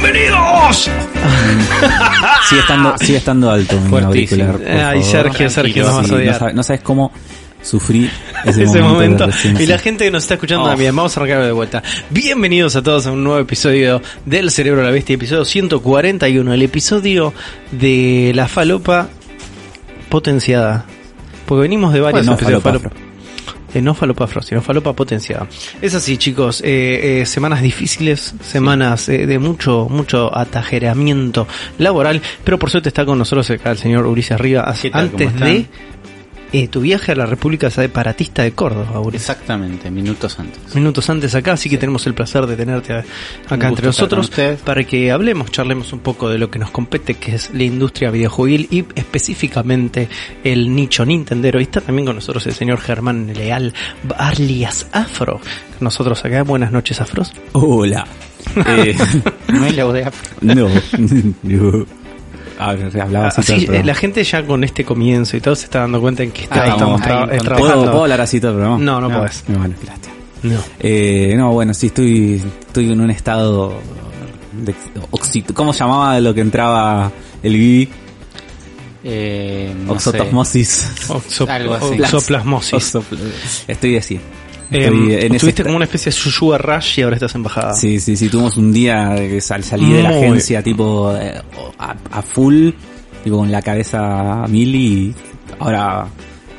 ¡Bienvenidos! Ah. Sigue estando, sigue estando alto en mi Fuertísimo. auricular. por Ay, favor. Sergio, Sergio, nos vas a Sí, no, odiar. sabe- no sabes cómo sufrí ese, ese este momento. momento. de recién, Y la sí. gente que nos está escuchando Oh. también, vamos a arrancarlo de vuelta. Bienvenidos a todos a un nuevo episodio del Cerebro de la Bestia, episodio 141, el episodio de la falopa potenciada. Porque venimos de varios Bueno, no episodios de falopafro. falopa. Eh, no falopafro, sino falopa potenciada. Es así, chicos. eh, eh, semanas difíciles, semanas eh, de mucho mucho atajeramiento laboral. Pero por suerte está con nosotros acá el señor Ulises Rivas. ¿Qué tal? ¿Cómo Antes están? de eh, tu viaje a la República Separatista de Córdoba, Ulises Exactamente, minutos antes. minutos antes acá, así que tenemos el placer de tenerte a- acá entre gusto estar con nosotros ustedes. para que hablemos, charlemos un poco de lo que nos compete, que es la industria videojuegil y específicamente el nicho Nintendero. Y está también con nosotros el señor Germán Leal, alias Afro. Nosotros acá, buenas noches Afros. Hola. Eh, No es la bodega. no. Yo- Ah, hablaba así. Así, todo el eh, programa. la gente ya con este comienzo y todo se está dando cuenta en que está, Ahí estamos estamos, ahí tra- eh, encontramos. ¿Puedo, trabajando. puedo hablar así todo el programa? No, no podés. No, vale, gracias. No. Eh, no, bueno, sí, estoy, estoy en un estado de oxito. ¿Cómo llamaba lo que entraba el Vivi? Eh, no Oxotosmosis. Oxo- Algo así. oxoplasmosis. Oxopla- Estoy así. Estoy Eh, en ese tuviste esta- como una especie de Yushua Rush y ahora estás embajada. Sí, sí, sí, tuvimos un día que sal- salí de la Muy- agencia tipo eh, a, a full, tipo con la cabeza a mil y ahora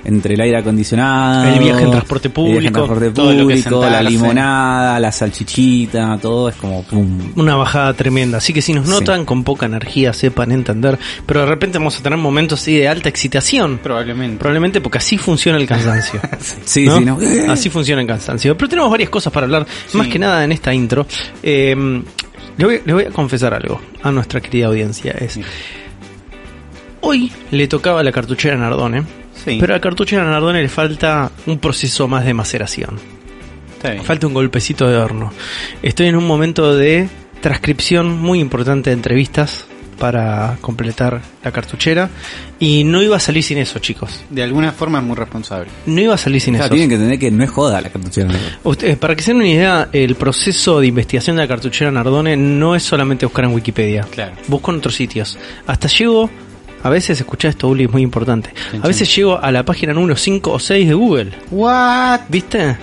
entre el aire acondicionado, El viaje en transporte el viaje en público, transporte todo lo que es público, la sentarse. limonada, la salchichita, todo es como pum. una bajada tremenda. Así que si nos notan con poca energía, sepan entender. Pero de repente vamos a tener momentos así de alta excitación. Probablemente. Probablemente porque así funciona el cansancio. Sí, ¿no? Ah, sí, no. Ah, Así funciona el cansancio. Pero tenemos varias cosas para hablar, más que nada en esta intro. Eh, le, voy, le voy a confesar algo a nuestra querida audiencia. Es, hoy le tocaba la cartuchera a Nardone, Sí. pero a la cartuchera Nardone le falta un proceso más de maceración. Está bien. Falta un golpecito de horno. Estoy en un momento de transcripción muy importante de entrevistas para completar la cartuchera. Y no iba a salir sin eso, chicos. De alguna forma es muy responsable. No iba a salir sin Claro, eso. tienen que entender que no es joda la ¿eh? cartuchera. Ustedes, para que se den una idea, el proceso de investigación de la cartuchera Nardone no es solamente buscar en Wikipedia. Claro. Busco en otros sitios. Hasta llego, a veces, escuchá esto, Uli, es muy importante. A veces llego a la página número 5 o 6 de Google. ¿What? ¿Viste?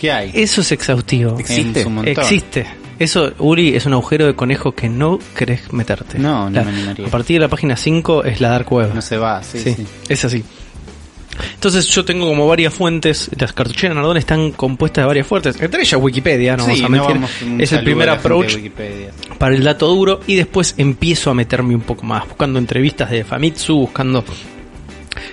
¿Qué hay? Eso es exhaustivo. Existe. En su montón. Existe. Eso, Uri, es un agujero de conejo que no querés meterte. No, no La- me animaría. A partir de la página 5 es la Dark Web. No se va, sí, sí. Sí, es así. Entonces yo tengo como varias fuentes, las cartucheras Nardone están compuestas de varias fuentes, entre ellas Wikipedia, no vamos a Sí, no mentir. vamos- un es el saludo primer a la gente de approach Wikipedia. para el dato duro y después empiezo a meterme un poco más, buscando entrevistas de Famitsu, buscando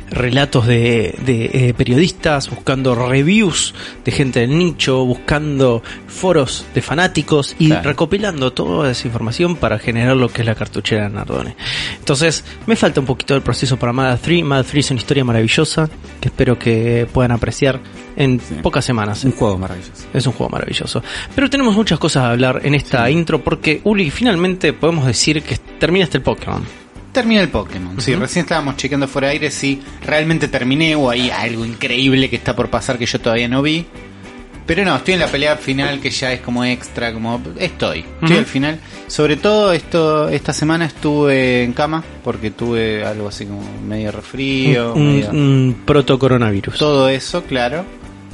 relatos de, de, eh, periodistas, buscando reviews de gente del nicho, buscando foros de fanáticos y Claro. recopilando toda esa información para generar lo que es la cartuchera de Nardone. Entonces, me falta un poquito del proceso para Mad 3. Mad 3 es una historia maravillosa que espero que puedan apreciar en pocas semanas. Es un juego maravilloso. Es un juego maravilloso. Pero tenemos muchas cosas a hablar en esta intro porque, Uli, finalmente podemos decir que terminaste el Pokémon. Termina el Pokémon. Si recién estábamos chequeando fuera de aire si realmente terminé o hay algo increíble que está por pasar que yo todavía no vi. Pero no, estoy en la pelea final que ya es como extra, como estoy. Estoy Ujú. al final. Sobre todo esto esta semana estuve en cama porque tuve algo así como medio resfrío, un, medio- un proto-coronavirus. todo eso, claro.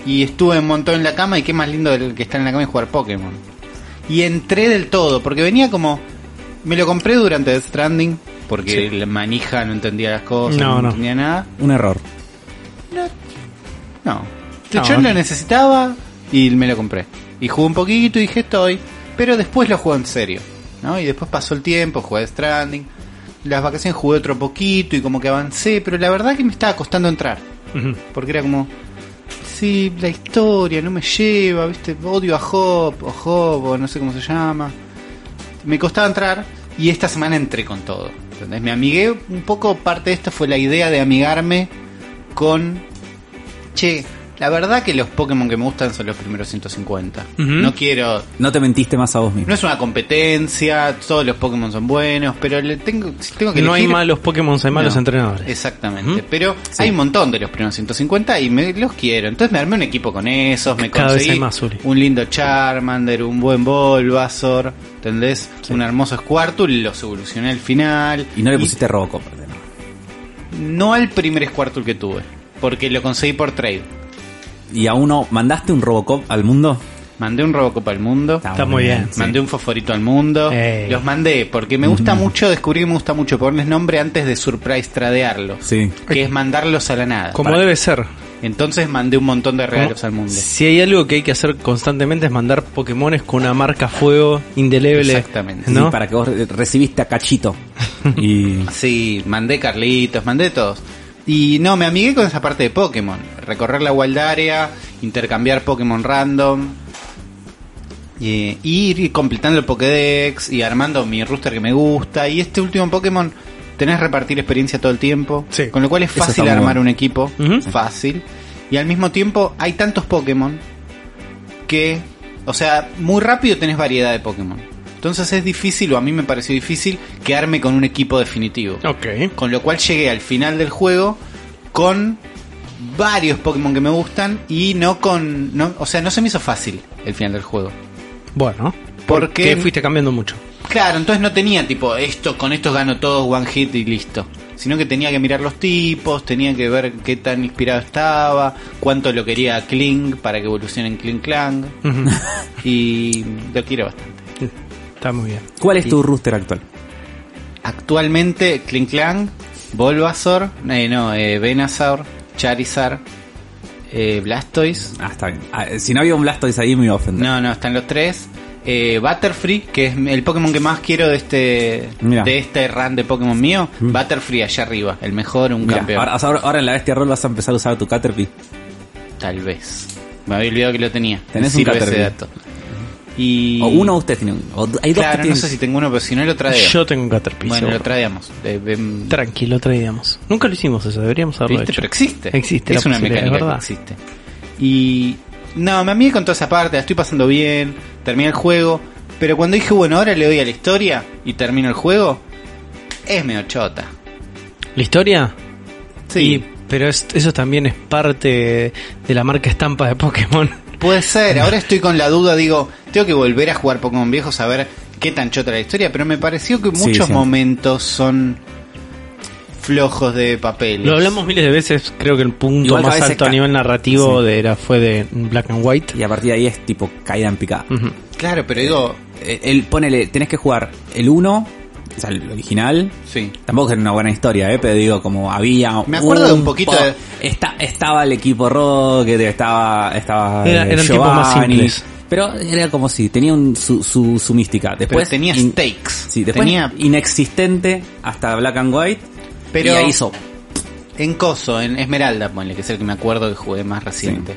Y estuve un montón en la cama y qué más lindo del que estar en la cama y jugar Pokémon. Y entré del todo, porque venía como... Me lo compré durante Death Stranding, porque la manija no entendía las cosas, No, no, no. entendía nada. Un error. No. No. Yo lo necesitaba y me lo compré. Y jugué un poquito y dije estoy. Pero después lo jugué en serio. ¿no? Y después pasó el tiempo, jugué Death Stranding. Las vacaciones jugué otro poquito y como que avancé, pero la verdad que me estaba costando entrar. Ujú. Porque era como, sí, la historia no me lleva, ¿viste? Odio a Hop, o Hop, o no sé cómo se llama. Me costaba entrar y esta semana entré con todo. ¿entendés? Me amigué un poco, parte de esto fue la idea de amigarme con, che, La verdad que los Pokémon que me gustan son los primeros 150. Ujú. No quiero No te mentiste más a vos mismo. No es una competencia, todos los Pokémon son buenos, pero le tengo, si tengo que No hay elegir- malos Pokémon, hay malos No, entrenadores. Exactamente, Ujú. pero hay un montón de los primeros 150 y me los quiero. Entonces me armé un equipo con esos, me Cada vez conseguí hay más, Uri. un lindo Charmander, un buen Bulbasaur, ¿entendés? Un hermoso Squirtle, los evolucioné al final. Y no le pusiste roco. perdón. No al primer Squirtle que tuve, porque lo conseguí por trade. Y a uno, ¿mandaste un Robocop al mundo? Mandé un Robocop al mundo. Está muy bien. sí. Mandé un fosforito al mundo. Ey. Los mandé porque me gusta mucho, descubrí que me gusta mucho ponerles nombre antes de surprise tradearlos. Sí. Que es mandarlos a la nada. Como Para- debe ser. Entonces mandé un montón de regalos Como- al mundo. Si hay algo que hay que hacer constantemente es mandar Pokémones con una marca fuego indeleble. Exactamente. Sí, ¿no? para que vos re- recibiste a Cachito. Y Sí, mandé Carlitos, mandé todos. Y no, me amigué con esa parte de Pokémon. Recorrer la Waldaria, intercambiar Pokémon random. Y, y ir completando el Pokédex y armando mi rooster que me gusta. Y este último Pokémon tenés repartir experiencia todo el tiempo. Sí. Con lo cual es Eso está fácil muy armar bueno. un equipo. Ujú. Fácil. Y al mismo tiempo hay tantos Pokémon que, o sea, muy rápido tenés variedad de Pokémon. Entonces es difícil, o a mí me pareció difícil, quedarme con un equipo definitivo. Ok. Con lo cual llegué al final del juego con varios Pokémon que me gustan y no con... No, o sea, no se me hizo fácil el final del juego. Bueno. Porque- Porque fuiste cambiando mucho. Claro, entonces no tenía tipo esto, con estos gano todos, one hit y listo. Sino que tenía que mirar los tipos, tenía que ver qué tan inspirado estaba, cuánto lo quería Kling para que evolucionen Kling Clang. Ujú. Y lo quiero bastante. Está muy bien. ¿Cuál es tu rooster actual? Actualmente, Kling Clang, Bulbasaur, eh, no, eh, Venusaur, Charizard, eh, Blastoise. Ah, está bien. Ah, eh, si no había un Blastoise ahí me iba a ofender. No, no, están los tres. Eh, Butterfree, que es el Pokémon que más quiero de este Mirá. Mm. de este run de Pokémon mío. Butterfree allá arriba, el mejor, un Mirá, campeón. ahora, o sea, ahora- ahora en la bestia roll vas a empezar a usar tu Caterpie. Tal vez. Me había olvidado que lo tenía. Tenés Me un sirve ese Caterpie. dato. Y... O uno usted tiene uno. O hay dos que Claro, no tienen- sé si tengo uno, pero si no lo tradeo. Yo tengo un Caterpie. bueno, seguro. lo tradeamos. Eh, ven- Tranquilo, traíamos. Nunca lo hicimos eso, deberíamos haberlo ¿Viste? hecho. Pero existe. Existe, Es la una posibilidad, mecánica es que verdad. existe. Y. No, me amigué con toda esa parte, la estoy pasando bien, terminé el juego. Pero cuando dije, bueno, ahora le doy a la historia y termino el juego, es medio chota. ¿La historia? Sí. Y- pero es- eso también es parte de la marca estampa de Pokémon. Puede ser, ahora estoy con la duda, digo, tengo que volver a jugar Pokémon viejos a ver qué tan chota la historia, pero me pareció que Sí, muchos sí. momentos son flojos de papel. Lo hablamos miles de veces, creo que el punto Igual que a más veces alto a ca- nivel narrativo de era, fue de Black and White. Y a partir de ahí es tipo caída en picada. Mm. Ujú. Claro, pero digo, Eh, El, ponele, tenés que jugar el 1, o sea, el original. sí. Tampoco es una buena historia, ¿eh? pero digo, como había. Me acuerdo de un poquito de- Está, estaba el equipo Rocket, estaba. estaba Era- eh, eran tipos más Giovanni, simples. Pero era como si, tenía un, su, su, su mística. Pero Después tenía in- stakes. Sí, después tenía inexistente hasta Black and White. Pero- y ahí hizo. En Coso, en Esmeralda, ponle, que es el que me acuerdo que jugué más reciente.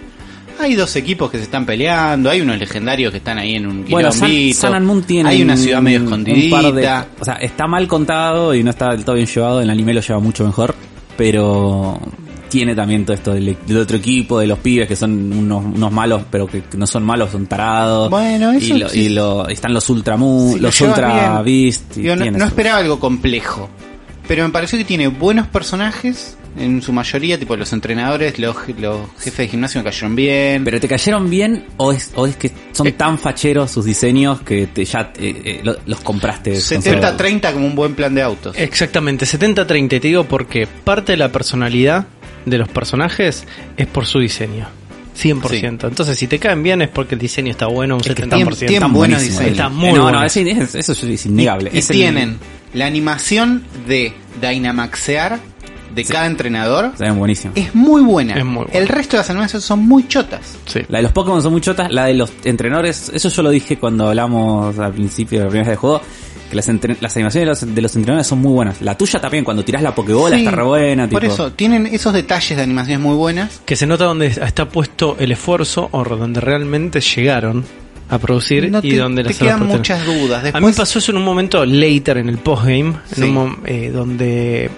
Hay dos equipos que se están peleando, hay unos legendarios que están ahí en un Bueno, San, quilombito, San Anmun tiene. Hay una un- ciudad medio un par de- escondidita. o sea, está mal contado y no está del todo bien llevado. En el anime lo lleva mucho mejor. Pero tiene también todo esto del, del otro equipo, de los pibes que son unos, unos malos, pero que que no son malos, son tarados. Bueno, eso y, lo- sí. y lo- están los Ultra Moon, Sí, lo los lleva Ultra bien. Beast. y Digo, no, tiene no eso. esperaba algo complejo, pero me pareció que tiene buenos personajes, en su mayoría, tipo los entrenadores, los, los jefes de gimnasio me cayeron bien. ¿Pero te cayeron bien o es, o es que Eh. son tan facheros sus diseños que te, ya eh, eh, lo- los compraste? con 70-30 como un buen plan de autos. Exactamente, 70-30, y te digo porque parte de la personalidad de los personajes es por su diseño. 100%. Entonces, si te caen bien es porque el diseño está bueno, un que 70%. tienen- tienen buenos buenísimo. diseños. Está muy Eh, no, bueno. no, es- es- eso es innegable. Y, y Es el- tienen la animación de Dynamaxear de cada entrenador. Se ven buenísimos. Es muy, buena. Es muy buena. El resto de las animaciones son muy chotas. Sí. La de los Pokémon son muy chotas, la de los entrenadores, eso yo lo dije cuando hablamos al principio de la primera vez del juego, que las, entre- las animaciones de los, de los entrenadores son muy buenas. La tuya también, cuando tirás la Pokébola Sí, está re buena, Por tipo. eso, tienen esos detalles de animaciones muy buenas. Que se nota donde está puesto el esfuerzo o donde realmente llegaron a producir No y te- donde te las quedan adaptaron. muchas A dudas. mí me Después, pasó eso en un momento later en el postgame, en Sí. un mom- eh, donde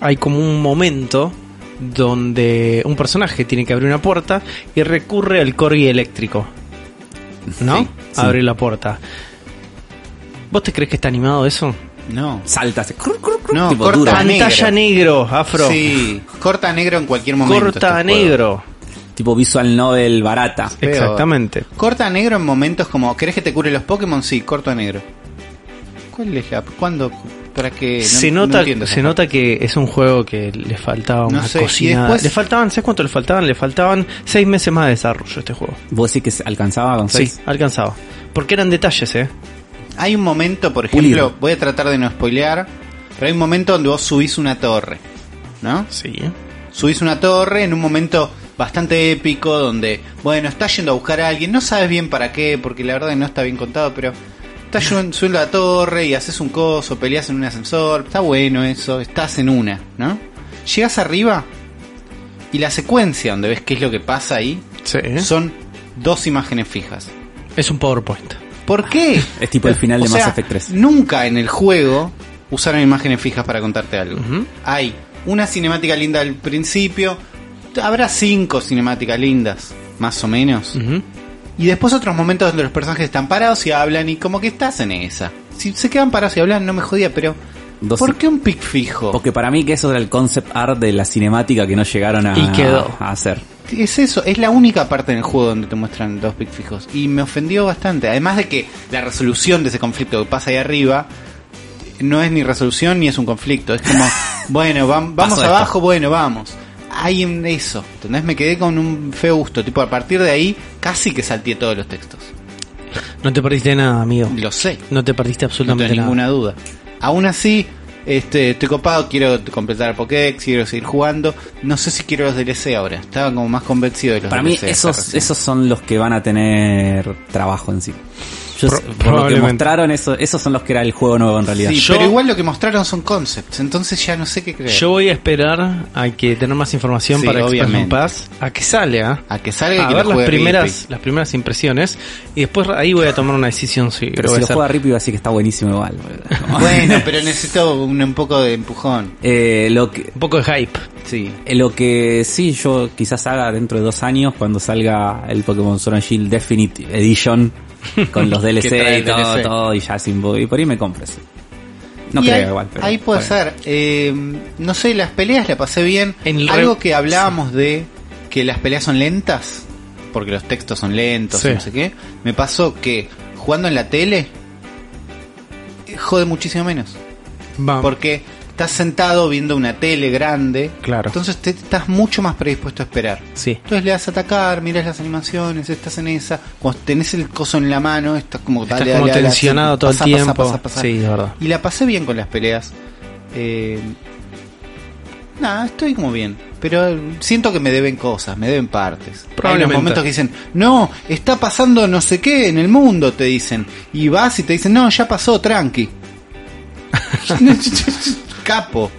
hay como un momento donde un personaje tiene que abrir una puerta y recurre al corgi eléctrico. ¿No? Sí, sí. Abrir la puerta. ¿Vos te crees que está animado eso? No. Salta, hace cru, cru, cru, No, tipo corta dura. a negro. Pantalla negro, afro. Sí, corta a negro en cualquier momento. Corta a este juego. negro. Tipo visual novel barata. Peor. Exactamente. Corta a negro en momentos como, ¿querés que te cure los Pokémon? Sí, corto a negro. ¿Cuál es la... ¿Cuándo? ¿Para qué? No- se no nota, entiendo esa se parte. nota que es un juego que le faltaba una sé, y cocinada. después- Le faltaban, ¿sabes cuánto le faltaban? Le faltaban seis meses más de desarrollo a este juego. Vos decís que se alcanzaba con Sí, seis? alcanzaba. Porque eran detalles, ¿eh? Hay un momento, por ejemplo, Pulido. voy a tratar de no spoilear, pero hay un momento donde vos subís una torre, ¿no? Sí. Subís una torre en un momento bastante épico donde, bueno, estás yendo a buscar a alguien, no sabes bien para qué, porque la verdad que no está bien contado, pero estás yendo- subiendo a la torre y haces un coso, peleas en un ascensor, está bueno eso, estás en una, ¿no? Llegas arriba y la secuencia donde ves qué es lo que pasa ahí Sí. son dos imágenes fijas. Es un PowerPoint. ¿Por qué? Es tipo el final O de Mass sea, Effect 3. Nunca en el juego usaron imágenes fijas para contarte algo. Ujú. Hay una cinemática linda al principio, habrá cinco cinemáticas lindas, más o menos. Ujú. Y después otros momentos donde los personajes están parados y hablan y como que estás en esa. Si se quedan parados y hablan, no me jodía, pero... Dos- ¿Por qué un pic fijo? Porque para mí que eso era el concept art de la cinemática que no llegaron a, Y quedó. a hacer. Es eso, es la única parte del juego donde te muestran dos pic fijos. Y me ofendió bastante. Además de que la resolución de ese conflicto que pasa ahí arriba no es ni resolución ni es un conflicto. Es como, bueno, vam- vamos Paso esto. abajo, bueno, vamos. Hay un eso. Entonces me quedé con un feo gusto. Tipo, a partir de ahí casi que salteé todos los textos. No te perdiste nada, amigo. Lo sé, No te perdiste no tengo absolutamente ninguna nada. duda. Aún así, este, estoy copado, quiero completar el Pokédex, quiero seguir jugando. No sé si quiero los DLC ahora. Estaba como más convencido de los Para mí DLC hasta esos, recién. esos son los que van a tener trabajo en sí. Yo Pro- sé- por lo que probablemente. mostraron, eso, esos son los que era el juego nuevo en realidad. Sí, Yo- pero igual lo que mostraron son concepts, entonces ya no sé qué creer. Yo voy a esperar a que tener más información Sí, para Expansion obviamente. Pass, a que salga, a que salga y a que ver lo las juegue primeras, Ripley. las primeras impresiones y después ahí voy a tomar una decisión si pero voy si a lo hacer. juega Rip iba a decir que está buenísimo igual. boludo. Bueno, pero necesito un, un poco de empujón. Eh, lo que... un poco de hype. Sí. Eh, Lo que sí, yo quizás haga dentro de dos años, cuando salga el Pokémon Sword and Shield Definite Edition, con los trae DLC y el todo, DLC. todo, y ya sin y por ahí me compres. No Y creo ahí, igual, pero. ahí puede bueno. ser. Eh, no sé, las peleas la pasé bien. En el Algo re- que hablábamos de que las peleas son lentas, porque los textos son lentos, Sí. no sé qué. Me pasó que jugando en la tele, eh, jode muchísimo menos. Vamos. Porque estás sentado viendo una tele grande. Claro. Entonces te, estás mucho más predispuesto a esperar. Sí. Entonces le das a atacar, miras las animaciones, estás en esa. Cuando tenés el coso en la mano, estás como Estás dale, como dale, dale, tensionado así, todo el pasa, tiempo. pasa, pasa, pasa. Sí, es verdad. Y la pasé bien con las peleas. Eh, Nada, estoy como bien. Pero siento que me deben cosas, me deben partes. Hay unos Probablemente. momentos que dicen, no, está pasando no sé qué en el mundo, te dicen. Y vas y te dicen, no, ya pasó, tranqui. Capo,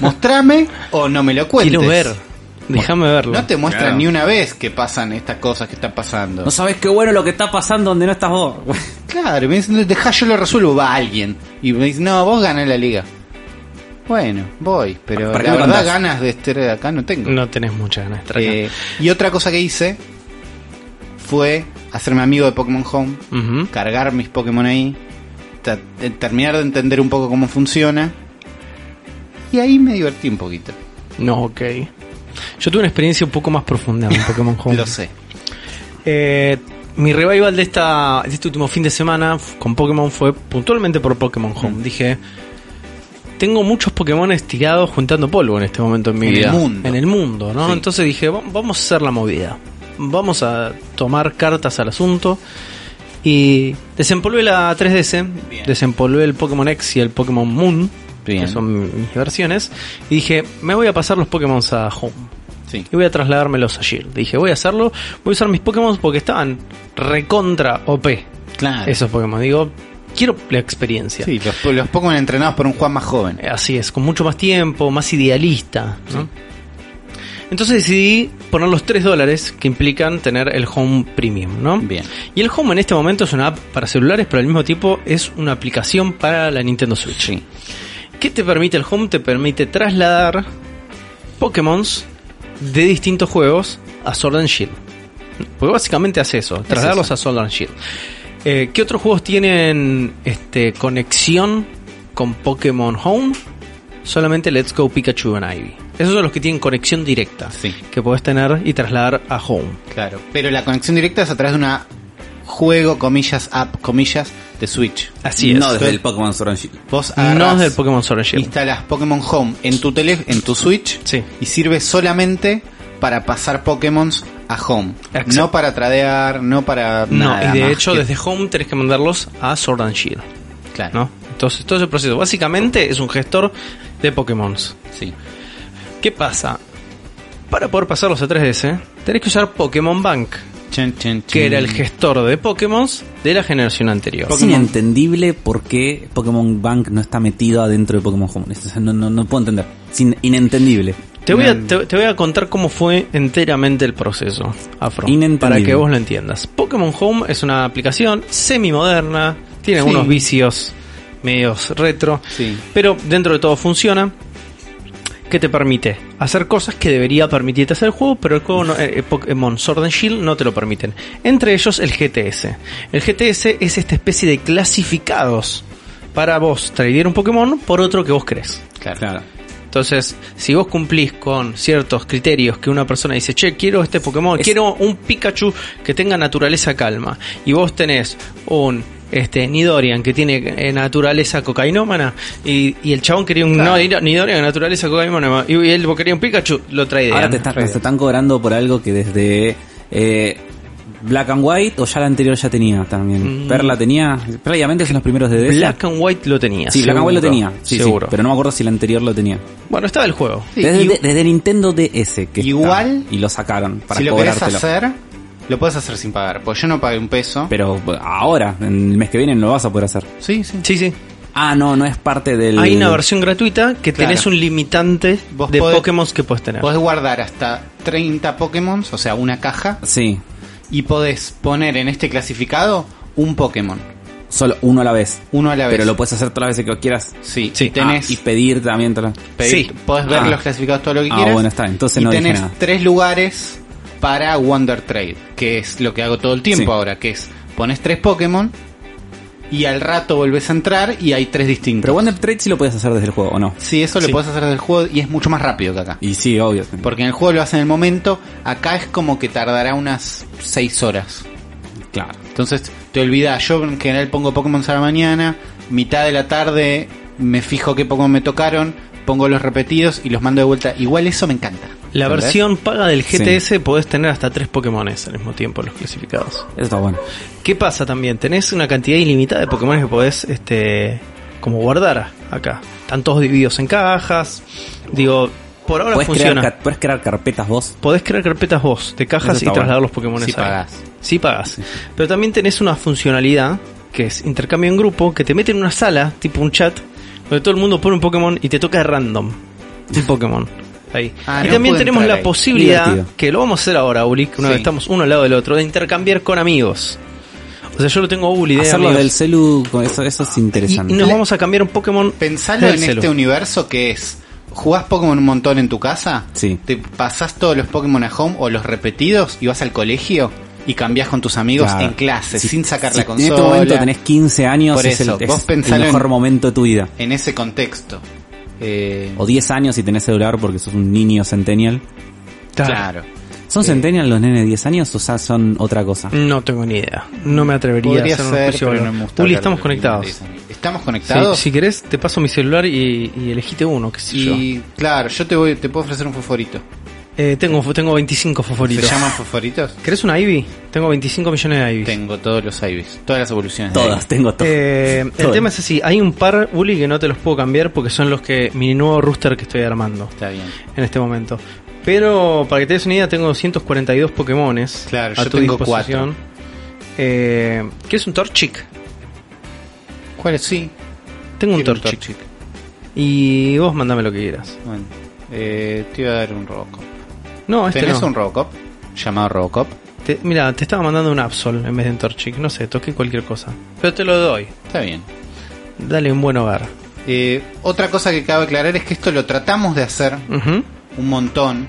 mostrame o no me lo cuentes. Quiero ver. Déjame verlo. No te muestran Claro. ni una vez que pasan estas cosas que están pasando. No sabes qué bueno lo que está pasando donde no estás vos. Claro, me dicen, deja yo lo resuelvo, va alguien. Y me dicen, no, vos ganás la liga. Bueno, voy, pero la ¿Para qué me verdad mandás? Mm, ganas de estar acá no tengo. No tenés muchas ganas de estar acá. Eh, y otra cosa que hice fue hacerme amigo de Pokémon Home, Ujú. cargar mis Pokémon ahí, ta- eh, terminar de entender un poco cómo funciona. Y ahí me divertí un poquito. No, ok. Yo tuve una experiencia un poco más profunda en Pokémon Home. Lo sé. Eh, mi revival de, esta, de este último fin de semana f- con Pokémon fue puntualmente por Pokémon Home. Mm. Dije, tengo muchos Pokémon tirados juntando polvo en este momento en mi En el vida. mundo. En el mundo, ¿no? Sí. Entonces dije, "Va- vamos a hacer la movida. Vamos a tomar cartas al asunto. Y desempolvé la 3DS, Bien. desempolvé el Pokémon X y el Pokémon Moon, Bien. que son mis versiones, y dije, me voy a pasar los Pokémon a Home Sí. y voy a trasladármelos a Shield. Dije, voy a hacerlo, voy a usar mis Pokémon porque estaban recontra OP. Claro. Esos Pokémon, digo, quiero la experiencia. Ah, Sí, los, los Pokémon entrenados por un Juan más joven. Eh, Así es, con mucho más tiempo, más idealista. ¿no? Entonces decidí poner los 3 dólares que implican tener el Home Premium, ¿no? Bien. Y el Home en este momento es una app para celulares, pero al mismo tiempo es una aplicación para la Nintendo Switch. Sí. ¿Qué te permite el Home? Te permite trasladar Pokémons de distintos juegos a Sword and Shield. Porque básicamente hace eso, trasladarlos eso. a Sword and Shield. Eh, ¿Qué otros juegos tienen este, conexión con Pokémon Home? Solamente Let's Go Pikachu and Ivy. Esos son los que tienen conexión directa Sí. que podés tener y trasladar a Home. Claro. Pero la conexión directa es a través de una juego, comillas, app, comillas, de Switch. Así es. no desde el Pokémon Sword and Shield. Vos No agarrás, es del Pokémon Sword and Shield. instalas Pokémon Home en tu tele, en tu Switch Sí. y sirve solamente para pasar Pokémon a Home. Exacto. No para tradear, no para nada no, y de más hecho que- desde Home tenés que mandarlos a Sword and Shield. claro. ¿no? Entonces todo ese proceso básicamente es un gestor de Pokémon. Sí. ¿Qué pasa? Para poder pasarlos a 3DS, tenés que usar Pokémon Bank, Chan, chan, que chan. era el gestor de Pokémon de la generación anterior. Es inentendible por qué Pokémon Bank no está metido adentro de Pokémon Home. Es- no, no, no puedo entender. Es in- inentendible. Te voy, a, te, te voy a contar cómo fue enteramente el proceso, Afro, Inentendible. para que vos lo entiendas. Pokémon Home es una aplicación semi-moderna, tiene Sí. algunos vicios medios retro, Sí. pero dentro de todo funciona. que te permite? Hacer cosas que debería permitirte hacer el juego, pero el juego no- eh, eh, Pokémon Sword and Shield no te lo permiten. Entre ellos el GTS. El GTS es esta especie de clasificados para vos traer un Pokémon por otro que vos crees. Claro. Entonces, si vos cumplís con ciertos criterios que una persona dice, che, quiero este Pokémon, Es- quiero un Pikachu que tenga naturaleza calma, y vos tenés un este Nidorian que tiene eh, naturaleza cocainómana, y, y el chabón quería un Claro. no, Nidorian naturaleza cocainómana, y él quería un Pikachu, lo trae de Ahora Ana. te, están- re bien. se están cobrando por algo que desde eh, Black and White o ya la anterior ya tenía también. Mm. Perla tenía. Previamente son los primeros de DS. Black and White lo tenía. sí, Black and White lo seguro, tenía. Sí, sí, seguro. pero no me acuerdo si la anterior lo tenía. Bueno, estaba el juego. Sí, desde, y- de- desde Nintendo DS. Que Igual- está, y lo sacaron para si lo querés cobrártelo. hacer, lo puedes hacer sin pagar. Pues yo no pagué un peso. Pero bueno, ahora, en el mes que viene, no lo vas a poder hacer. Sí, sí. Sí, sí. Ah, no, no es parte del. Hay una versión gratuita que Claro. tenés un limitante Vos de podés- Pokémon que puedes tener. Podés guardar hasta 30 Pokémon, o sea, una caja, Sí, y podés poner en este clasificado un Pokémon, solo uno a la vez. uno a la vez. Pero lo puedes hacer todas las veces que quieras. Sí, Sí. tenés. Ah, y pedir también. todas las- pedir- sí. Podés ver Ah. los clasificados todo lo que Ah, quieras. bueno, está, entonces y no dije tenés nada. tres lugares para Wonder Trade, que es lo que hago todo el tiempo Sí. ahora, que es pones tres Pokémon y al rato volvés a entrar y hay tres distintos. Pero Wonder Trade sí lo puedes hacer desde el juego, ¿o no? Sí, eso Sí. lo podés hacer desde el juego y es mucho más rápido que acá. Y sí, obvio. Porque en el juego lo hacen en el momento, acá es como que tardará unas 6 horas. Claro. Entonces te olvidas, yo en general pongo Pokémon a la mañana, mitad de la tarde me fijo qué Pokémon me tocaron, pongo los repetidos y los mando de vuelta. Igual eso me encanta. La ¿entendés? versión paga del GTS podés tener hasta tres Pokémones al mismo tiempo, los clasificados. Eso está bueno. ¿Qué pasa también? Tenés una cantidad ilimitada de Pokémon que podés este, como guardar acá. Están todos divididos en cajas. Digo, por ahora Puedes crear, funciona. ca- podés crear carpetas vos. Podés crear carpetas vos de Eso cajas y está trasladar bueno. los Pokémon Si pagás. Sí pagás. Pero también tenés una funcionalidad que es intercambio en grupo que te mete en una sala, tipo un chat, donde todo el mundo pone un Pokémon y te toca random un Pokémon. Ahí. Ah, y no también pude tenemos la entrar ahí. posibilidad, Divertido. que lo vamos a hacer ahora, Uli, que una Sí. vez estamos uno al lado del otro, de intercambiar con amigos. O sea, yo lo tengo a Uli de Hacerlo amigos. del celu, con eso, eso es y, interesante. y nos vamos a cambiar un Pokémon. Pensalo del en celu. este universo que es. ¿Jugás Pokémon un montón en tu casa? Sí. ¿Te pasás todos los Pokémon a home o los repetidos y vas al colegio y cambiás con tus amigos Claro. en clase Si- sin sacar si la consola? En este momento tenés 15 años, Por es el, eso, es vos el pensalo mejor en- momento de tu vida. En ese contexto. Eh, O 10 años si tenés celular porque sos un niño centennial. claro. ¿Son centennial los nenes de 10 años o sea, son otra cosa? Mm. No tengo ni idea. No me atrevería Podría a hacer un ser, juicio pero valor. no me gusta Uli, hablar estamos de- conectados. ¿Estamos Sí, conectados? si querés, te paso mi celular y, y elegite uno, qué sé yo. Y claro, yo te voy, te puedo ofrecer un fosforito. Eh, tengo, tengo 25 ¿Se favoritos. llaman fosforitos? ¿Querés una Ivy? Tengo 25 millones de Ivy. Tengo todos los Ibis, todas las evoluciones. de Todas, tengo todas. Eh, el Todo. tema es así, hay un par, Uli, que no te los puedo cambiar porque son los que mi nuevo rooster que estoy armando Ibis. Está bien. en este momento. Pero para que te des una idea, tengo 242 Pokémones Claro, a yo tu tengo disposición. Eh, ¿Quieres un Torchic? ¿Cuál es? Sí. Tengo un quiero Torchic. Y vos mandame lo que quieras. Bueno, eh, te iba a dar un Robocop. No, este ¿Tenés no. un Robocop? Llamado Robocop. Te- mira, te estaba mandando un Absol en vez de un Torchic. No sé, toqué cualquier cosa. Pero te lo doy. Está bien. Dale un buen hogar. Eh, otra cosa que cabe aclarar es que esto lo tratamos de hacer Ujú. un montón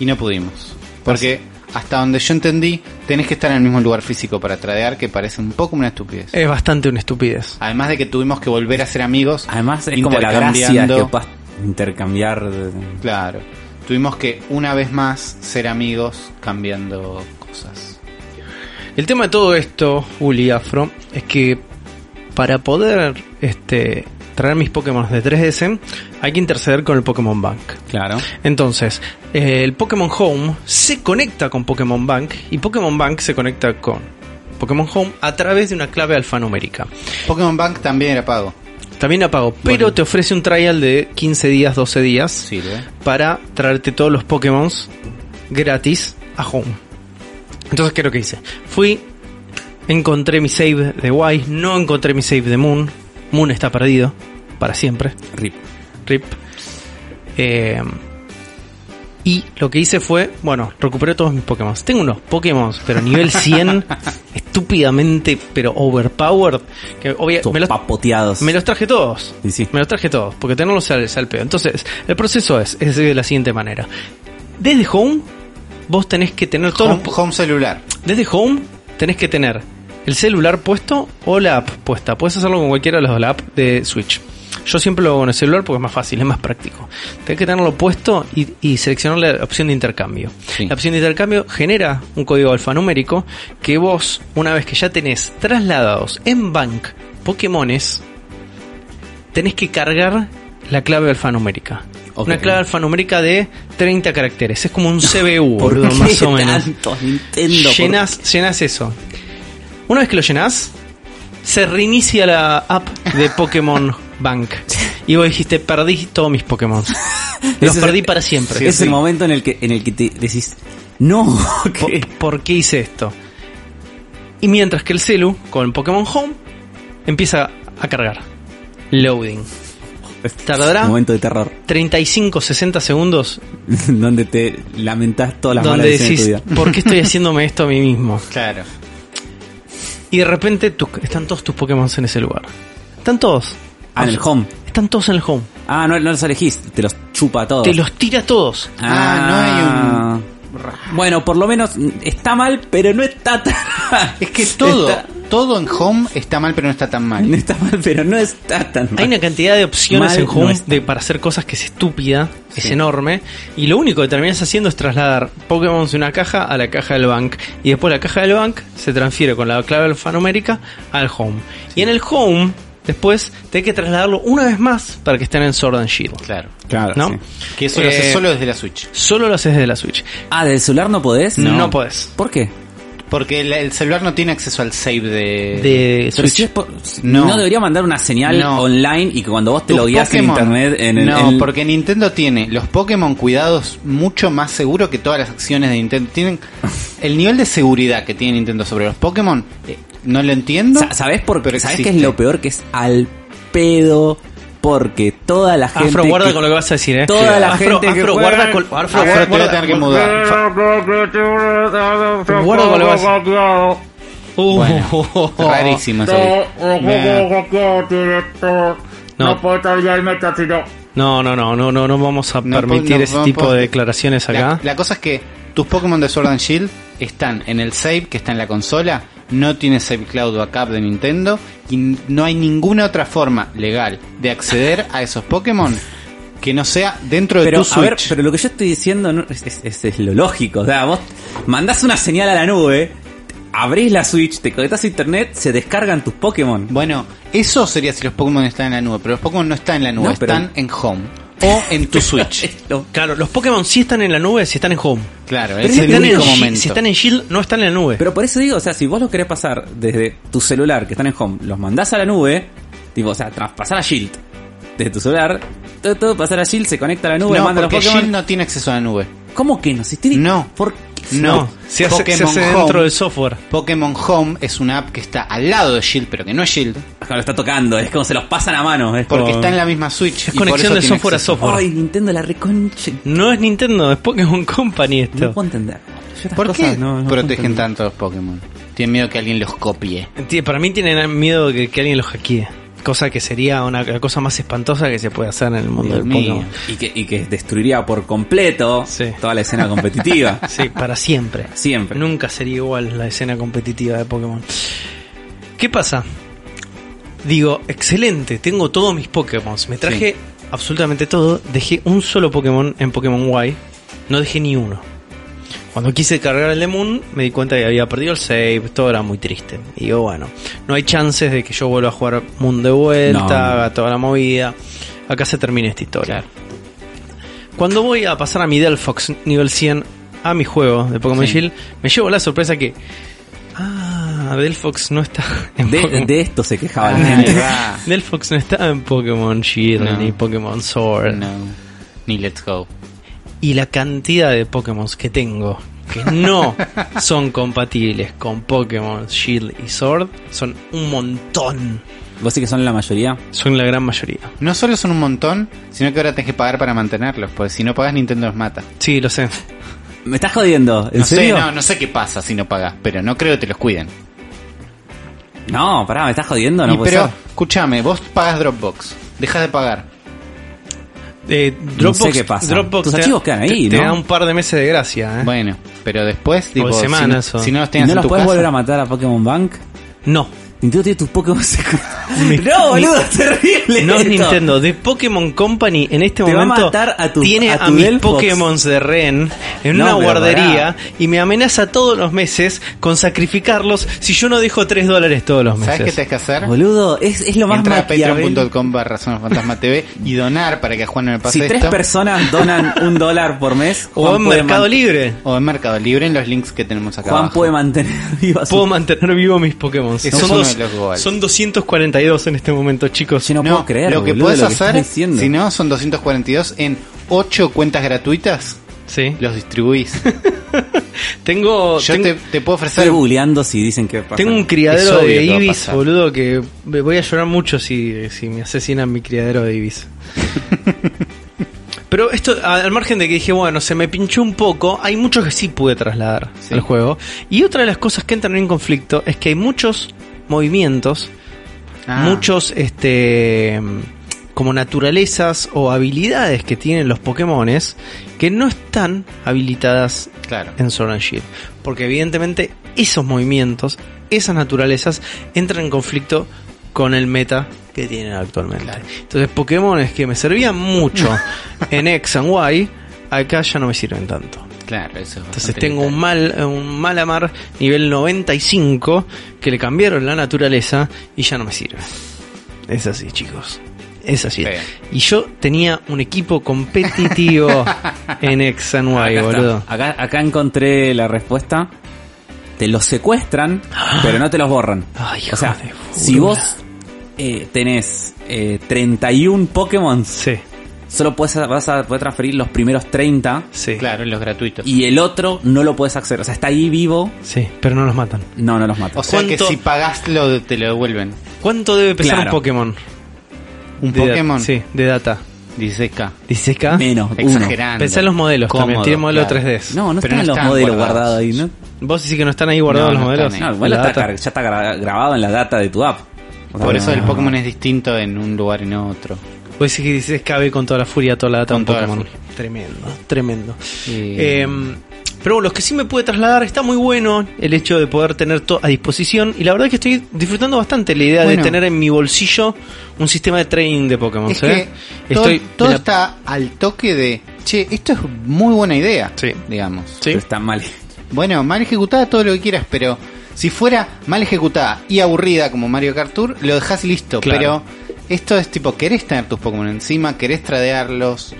y no pudimos. Porque hasta donde yo entendí, tenés que estar en el mismo lugar físico para tradear, que parece un poco una estupidez. Es bastante una estupidez. Además de que tuvimos que volver a ser amigos. Además, es como la gracia intercambiando- que puedas intercambiar. de- Claro. Tuvimos que una vez más ser amigos cambiando cosas. El tema de todo esto, Uli Afro, es que para poder este, traer mis Pokémon de 3DS, hay que interceder con el Pokémon Bank. Claro. Entonces, eh, el Pokémon Home se conecta con Pokémon Bank y Pokémon Bank se conecta con Pokémon Home a través de una clave alfanumérica. Pokémon Bank también era pago. También la pago, pero te ofrece un trial de 15 días, 12 días Sirve. para traerte todos los Pokémon gratis a home. Entonces, ¿qué es lo que hice? Fui, encontré mi save de Wise, no encontré mi save de Moon. Moon está perdido para siempre. Rip. RIP. Eh, y lo que hice fue, bueno, recuperé todos mis Pokémon. Tengo unos Pokémon, pero nivel 100, estúpidamente, pero overpowered, que obvia- Todos me, los, papoteados. me los traje todos. Sí, sí. Me los traje todos, porque tenerlos al, al pedo. Entonces, el proceso es, es de la siguiente manera. Desde home, vos tenés que tener todos los Home, po- home celular. Desde home, tenés que tener el celular puesto o la app puesta. Puedes hacerlo con cualquiera de las dos, la app de Switch. Yo siempre lo hago en el celular porque es más fácil, es más práctico. Tenés que tenerlo puesto y, y seleccionar la opción de intercambio. Sí. La opción de intercambio genera un código alfanumérico que vos, una vez que ya tenés trasladados en bank Pokémones, tenés que cargar la clave alfanumérica. Ok. Una clave alfanumérica de 30 caracteres. Es como un CBU, boludo, qué más o menos. tantos Nintendo? ¿Por Llenas, llenas eso. Una vez que lo llenas, se reinicia la app de Pokémon Bank. Y vos dijiste, perdí todos mis Pokémon. Los Ese es- perdí para siempre. es el momento en el que en el que te decís no ¿Por, ¿qué? por qué hice esto? Y mientras que el celu, con Pokémon Home, empieza a cargar. Loading. Tardará momento de terror 35, 60 segundos donde te lamentás todas las malas donde decisiones decís, de tu vida ¿por qué estoy haciéndome esto a mí mismo? Claro. Y de repente tu- están todos tus Pokémon en ese lugar. Están todos. ah en el home Están todos en el home. ah no, no los elegís te los chupa a todos Te los tira todos. Ah, no hay un bueno por lo menos mm, está mal pero no está tan mal. Es que todo, Está- todo en home está mal, pero no está tan no mal. está mal pero no está tan mal Hay una cantidad de opciones Mal en no Home está. de- para hacer cosas que es estúpida, es Sí. enorme. Y lo único que terminas haciendo es trasladar Pokémon de una caja a la caja del bank. Y después la caja del bank se transfiere con la clave alfanumérica al Home. Y en el Home, después, tenés que trasladarlo una vez más para que estén en Sword and Shield. Claro. claro ¿No? sí. Que eso lo Eh, haces solo desde la Switch. Solo lo haces desde la Switch. ah del celular no podés No, podés. ¿por qué? Porque el, el celular no tiene acceso al save de... De Pero si Switch. es por- no. No. debería mandar una señal No. online y que cuando vos te Tus logueás en Pokémon. internet en el, No, en- porque Nintendo tiene los Pokémon cuidados mucho más seguro que todas las acciones de Nintendo. Tienen el nivel de seguridad que tiene Nintendo sobre los Pokémon, eh, no lo entiendo. Sa- ¿Sabés por pero ¿Sabés qué existe. es lo peor? Que es al pedo. Porque toda la gente. Afro, guarda que- con lo que vas a decir, eh. Toda la Afro, gente que Afro, juega- guarda con, Afro, Ahora guarda- te voy a tener que mudar. guarda con lo que vas a Uh, Rarísimo ese video. No. No puedo todavía el meta, sino No, no, no, no, no, no vamos a No permitir po- no ese vamos tipo a- de declaraciones acá. La, la cosa es que tus Pokémon de Sword and Shield están en el save que está en la consola, no tiene save cloud backup de Nintendo y n- no hay ninguna otra forma legal de acceder a esos Pokémon que no sea dentro de Pero, tu a Switch. ver, pero lo que yo estoy diciendo no- es, es- es- es lo lógico. O sea, vos mandás una señal a la nube, abrís la Switch, te conectás a internet, se descargan tus Pokémon. Bueno, eso sería si los Pokémon están en la nube, pero los Pokémon no están en la nube, No, pero- están en home o en tu Switch. Es lo- Claro, los Pokémon sí están en la nube, si están en home. Claro, Pero es si, el están en, único Shi- momento. si están en Shield, no están en la nube. Pero por eso digo, o sea, si vos los querés pasar desde tu celular, que están en home, los mandás a la nube, tipo, o sea, traspasar a Shield desde tu celular, todo, todo pasar a Shield, se conecta a la nube, no, manda los porque Pokémon. Shield no tiene acceso a la nube. ¿Cómo que no? Si estoy- No. ¿Por qué? no, no, se hace, se Pokémon hace Home. dentro del software. Pokémon Home es una app que está al lado de Shield, pero que no es Shield, Acá lo está tocando, es como se los pasan a mano. Es porque como- está en la misma Es Switch. y por conexión eso de tiene software a acceso. software. Ay, Nintendo la reconche. No es Nintendo, es Pokémon Company esto. No puedo entender. Yo estas ¿Por cosas qué no- no puedo protegen entender. tanto a los Pokémon? Tienen miedo que alguien los copie. Enti- Para mí tienen miedo que, que alguien los hackee. Cosa que sería una la cosa más espantosa que se puede hacer en el mundo Dios del mío. Pokémon. Y que, y que destruiría por completo Sí. toda la escena competitiva. Sí, para siempre. Siempre. Nunca sería igual la escena competitiva de Pokémon. ¿Qué pasa? Digo, excelente, tengo todos mis Pokémon. Me traje absolutamente todo. Dejé un solo Pokémon en Pokémon Y. No dejé ni uno. Cuando quise cargar el de Moon, me di cuenta que había perdido el save. Todo era muy triste. Y digo, bueno, no hay chances de que yo vuelva a jugar Moon de vuelta, No, no. haga toda la movida. Acá se termina esta historia. Cuando voy a pasar a mi Delphox nivel 100 a mi juego de Pokémon Sí. Shield, me llevo la sorpresa que. Ah, Delphox no está en De, Pokémon. de esto se quejaba la Ah. Ahí gente. va. Delphox no está en Pokémon Shield No. ni Pokémon Sword. No. Ni Let's Go. Y la cantidad de Pokémon que tengo que no son compatibles con Pokémon Shield y Sword son un montón. Vos sí que son la mayoría. Son la gran mayoría. No solo son un montón, sino que ahora tenés que pagar para mantenerlos, porque si no pagas Nintendo los mata. Sí, lo sé. ¿Me estás jodiendo? ¿En No sé, serio? no, no sé qué pasa si no pagas, pero no creo que te los cuiden. no. pará, ¿me estás jodiendo? Ah, No pues Y puede pero, ser. escúchame, vos pagas Dropbox, dejas de pagar. Eh, No Dropbox, sé qué pasa. Dropbox Tus te- archivos quedan ahí, te, te ¿no? da un par de meses de gracia. ¿eh? Bueno, pero después, tipo, si, semanas, si o- no, los ¿Y tengas no en los tu puedes casa, volver a matar a Pokémon Bank? No, Nintendo tiene tus Pokémon secretos. Mi- no, boludo, es terrible. No es esto. Nintendo, de Pokémon Company en este Te va a momento matar a tu- tiene a a, tu mis Delphox. Pokémon de Ren en No, una pero guardería pará. y me amenaza todos los meses con sacrificarlos si yo no dejo 3 dólares todos los meses. ¿sabes qué tenés que hacer? Boludo, es, es lo más Entrar a maquiavel. patreon.com barra Zona Fantasma TV y donar para que a Juan no le pase Si tres esto. personas donan un dólar por mes, O en puede Mercado man- Libre. O en Mercado Libre en los links que tenemos acá. Juan abajo. puede mantener viva su... Puedo mantener vivo mis Pokémon. Eso es Son, uno dos- de los goals. son 242 en este momento, chicos. Yo no, puedo creer, lo que boludo, puedes lo que hacer, estás diciendo. si no, son 242 en 8 cuentas gratuitas, Sí. los distribuís. Oh, Tengo, Yo ten- te, te puedo ofrecer Estoy googleando si dicen que pasa. tengo un criadero obvio de que va a Ibis, pasar. boludo, que me voy a llorar mucho si, si me asesinan mi criadero de Ibis. Pero esto, a- al margen de que dije, bueno, se me pinchó un poco, hay muchos que sí pude trasladar Sí. al juego. Y otra de las cosas que entran en conflicto es que hay muchos movimientos, Ah. muchos, este, como naturalezas o habilidades que tienen los Pokémones que no están habilitadas Claro. en Sword and Shield. Porque evidentemente esos movimientos, esas naturalezas, entran en conflicto con el meta que tienen actualmente. Claro. Entonces Pokémon es que me servían mucho en X and Y, acá ya no me sirven tanto. Claro, eso. es Entonces bastante tengo un letal. mal un Malamar nivel 95 que le cambiaron la naturaleza y ya no me sirve. Es así, chicos. Es así. Feo. Y yo tenía un equipo competitivo en X and Y, Acá, está. boludo. Acá- acá encontré la respuesta. Te los secuestran, pero no te los borran. Ay, hijo o sea, de puta. si vos eh, tenés eh, 31 Pokémon, Sí, solo puedes, vas a poder transferir los primeros 30 sí. Claro, los gratuitos. y el otro no lo puedes acceder. O sea, está ahí vivo, Sí, pero no los matan. no, no los mata. o sea ¿cuánto- que si pagás lo, te lo devuelven. ¿Cuánto debe pesar Claro. un Pokémon? Un De Pokémon da- sí, de data. 16K. 16K. Menos, uno. Exagerando. Pensá en los modelos también. Cómodo, Tiene modelo claro. 3D. No, no Pero están no los están modelos guardados guardados. ahí, ¿no? Vos decís que no están ahí guardados No, los no modelos. están No, ahí. el modelo La está data. gra- ya está gra- grabado en la data de tu app. O sea, Por eso el no. Pokémon es distinto en un lugar y en otro. Vos decís que 16K ve con toda la furia toda la data de Con un toda la Pokémon. Tremendo, tremendo. Eh, Em, pero bueno, los que sí me pude trasladar, está muy bueno el hecho de poder tener todo a disposición. Y la verdad es que estoy disfrutando bastante la idea Bueno. de tener en mi bolsillo un sistema de trading de Pokémon. Es que todo, todo está al toque de, che, esto es muy buena idea, Sí. digamos. Sí. Pero está mal. Bueno, mal ejecutada todo lo que quieras, pero si fuera mal ejecutada y aburrida como Mario Kart Tour, lo dejas listo. Claro. Pero esto es tipo, querés tener tus Pokémon encima, querés tradearlos.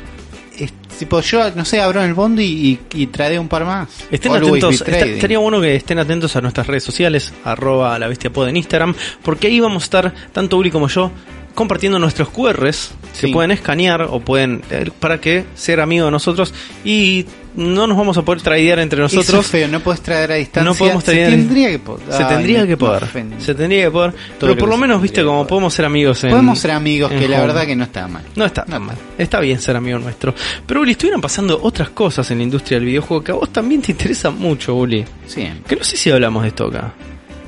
Es tipo, yo, no sé, abro en el bondi y, y tradeo un par más. Estén Always atentos, be esta- trading. estaría bueno que estén atentos a nuestras redes sociales, arroba la bestia pod en Instagram, porque ahí vamos a estar, tanto Uri como yo, compartiendo nuestros QRs que Sí. pueden escanear o pueden, eh, para que ser amigo de nosotros y no nos vamos a poder traidear entre Eso es nosotros. feo, no podés traer a distancia. No podemos tradear. Se tendría que poder. Se tendría que poder. Se tendría que poder. Pero por lo que lo menos, se tendría viste, que como poder. podemos ser amigos en... Podemos ser amigos, en que la home. verdad que no está mal. No está tan mal. Está bien ser amigo nuestro. Pero Uli, estuvieron pasando otras cosas en la industria del videojuego que a vos también te interesan mucho, Uli. Sí. Que no sé si hablamos de esto acá.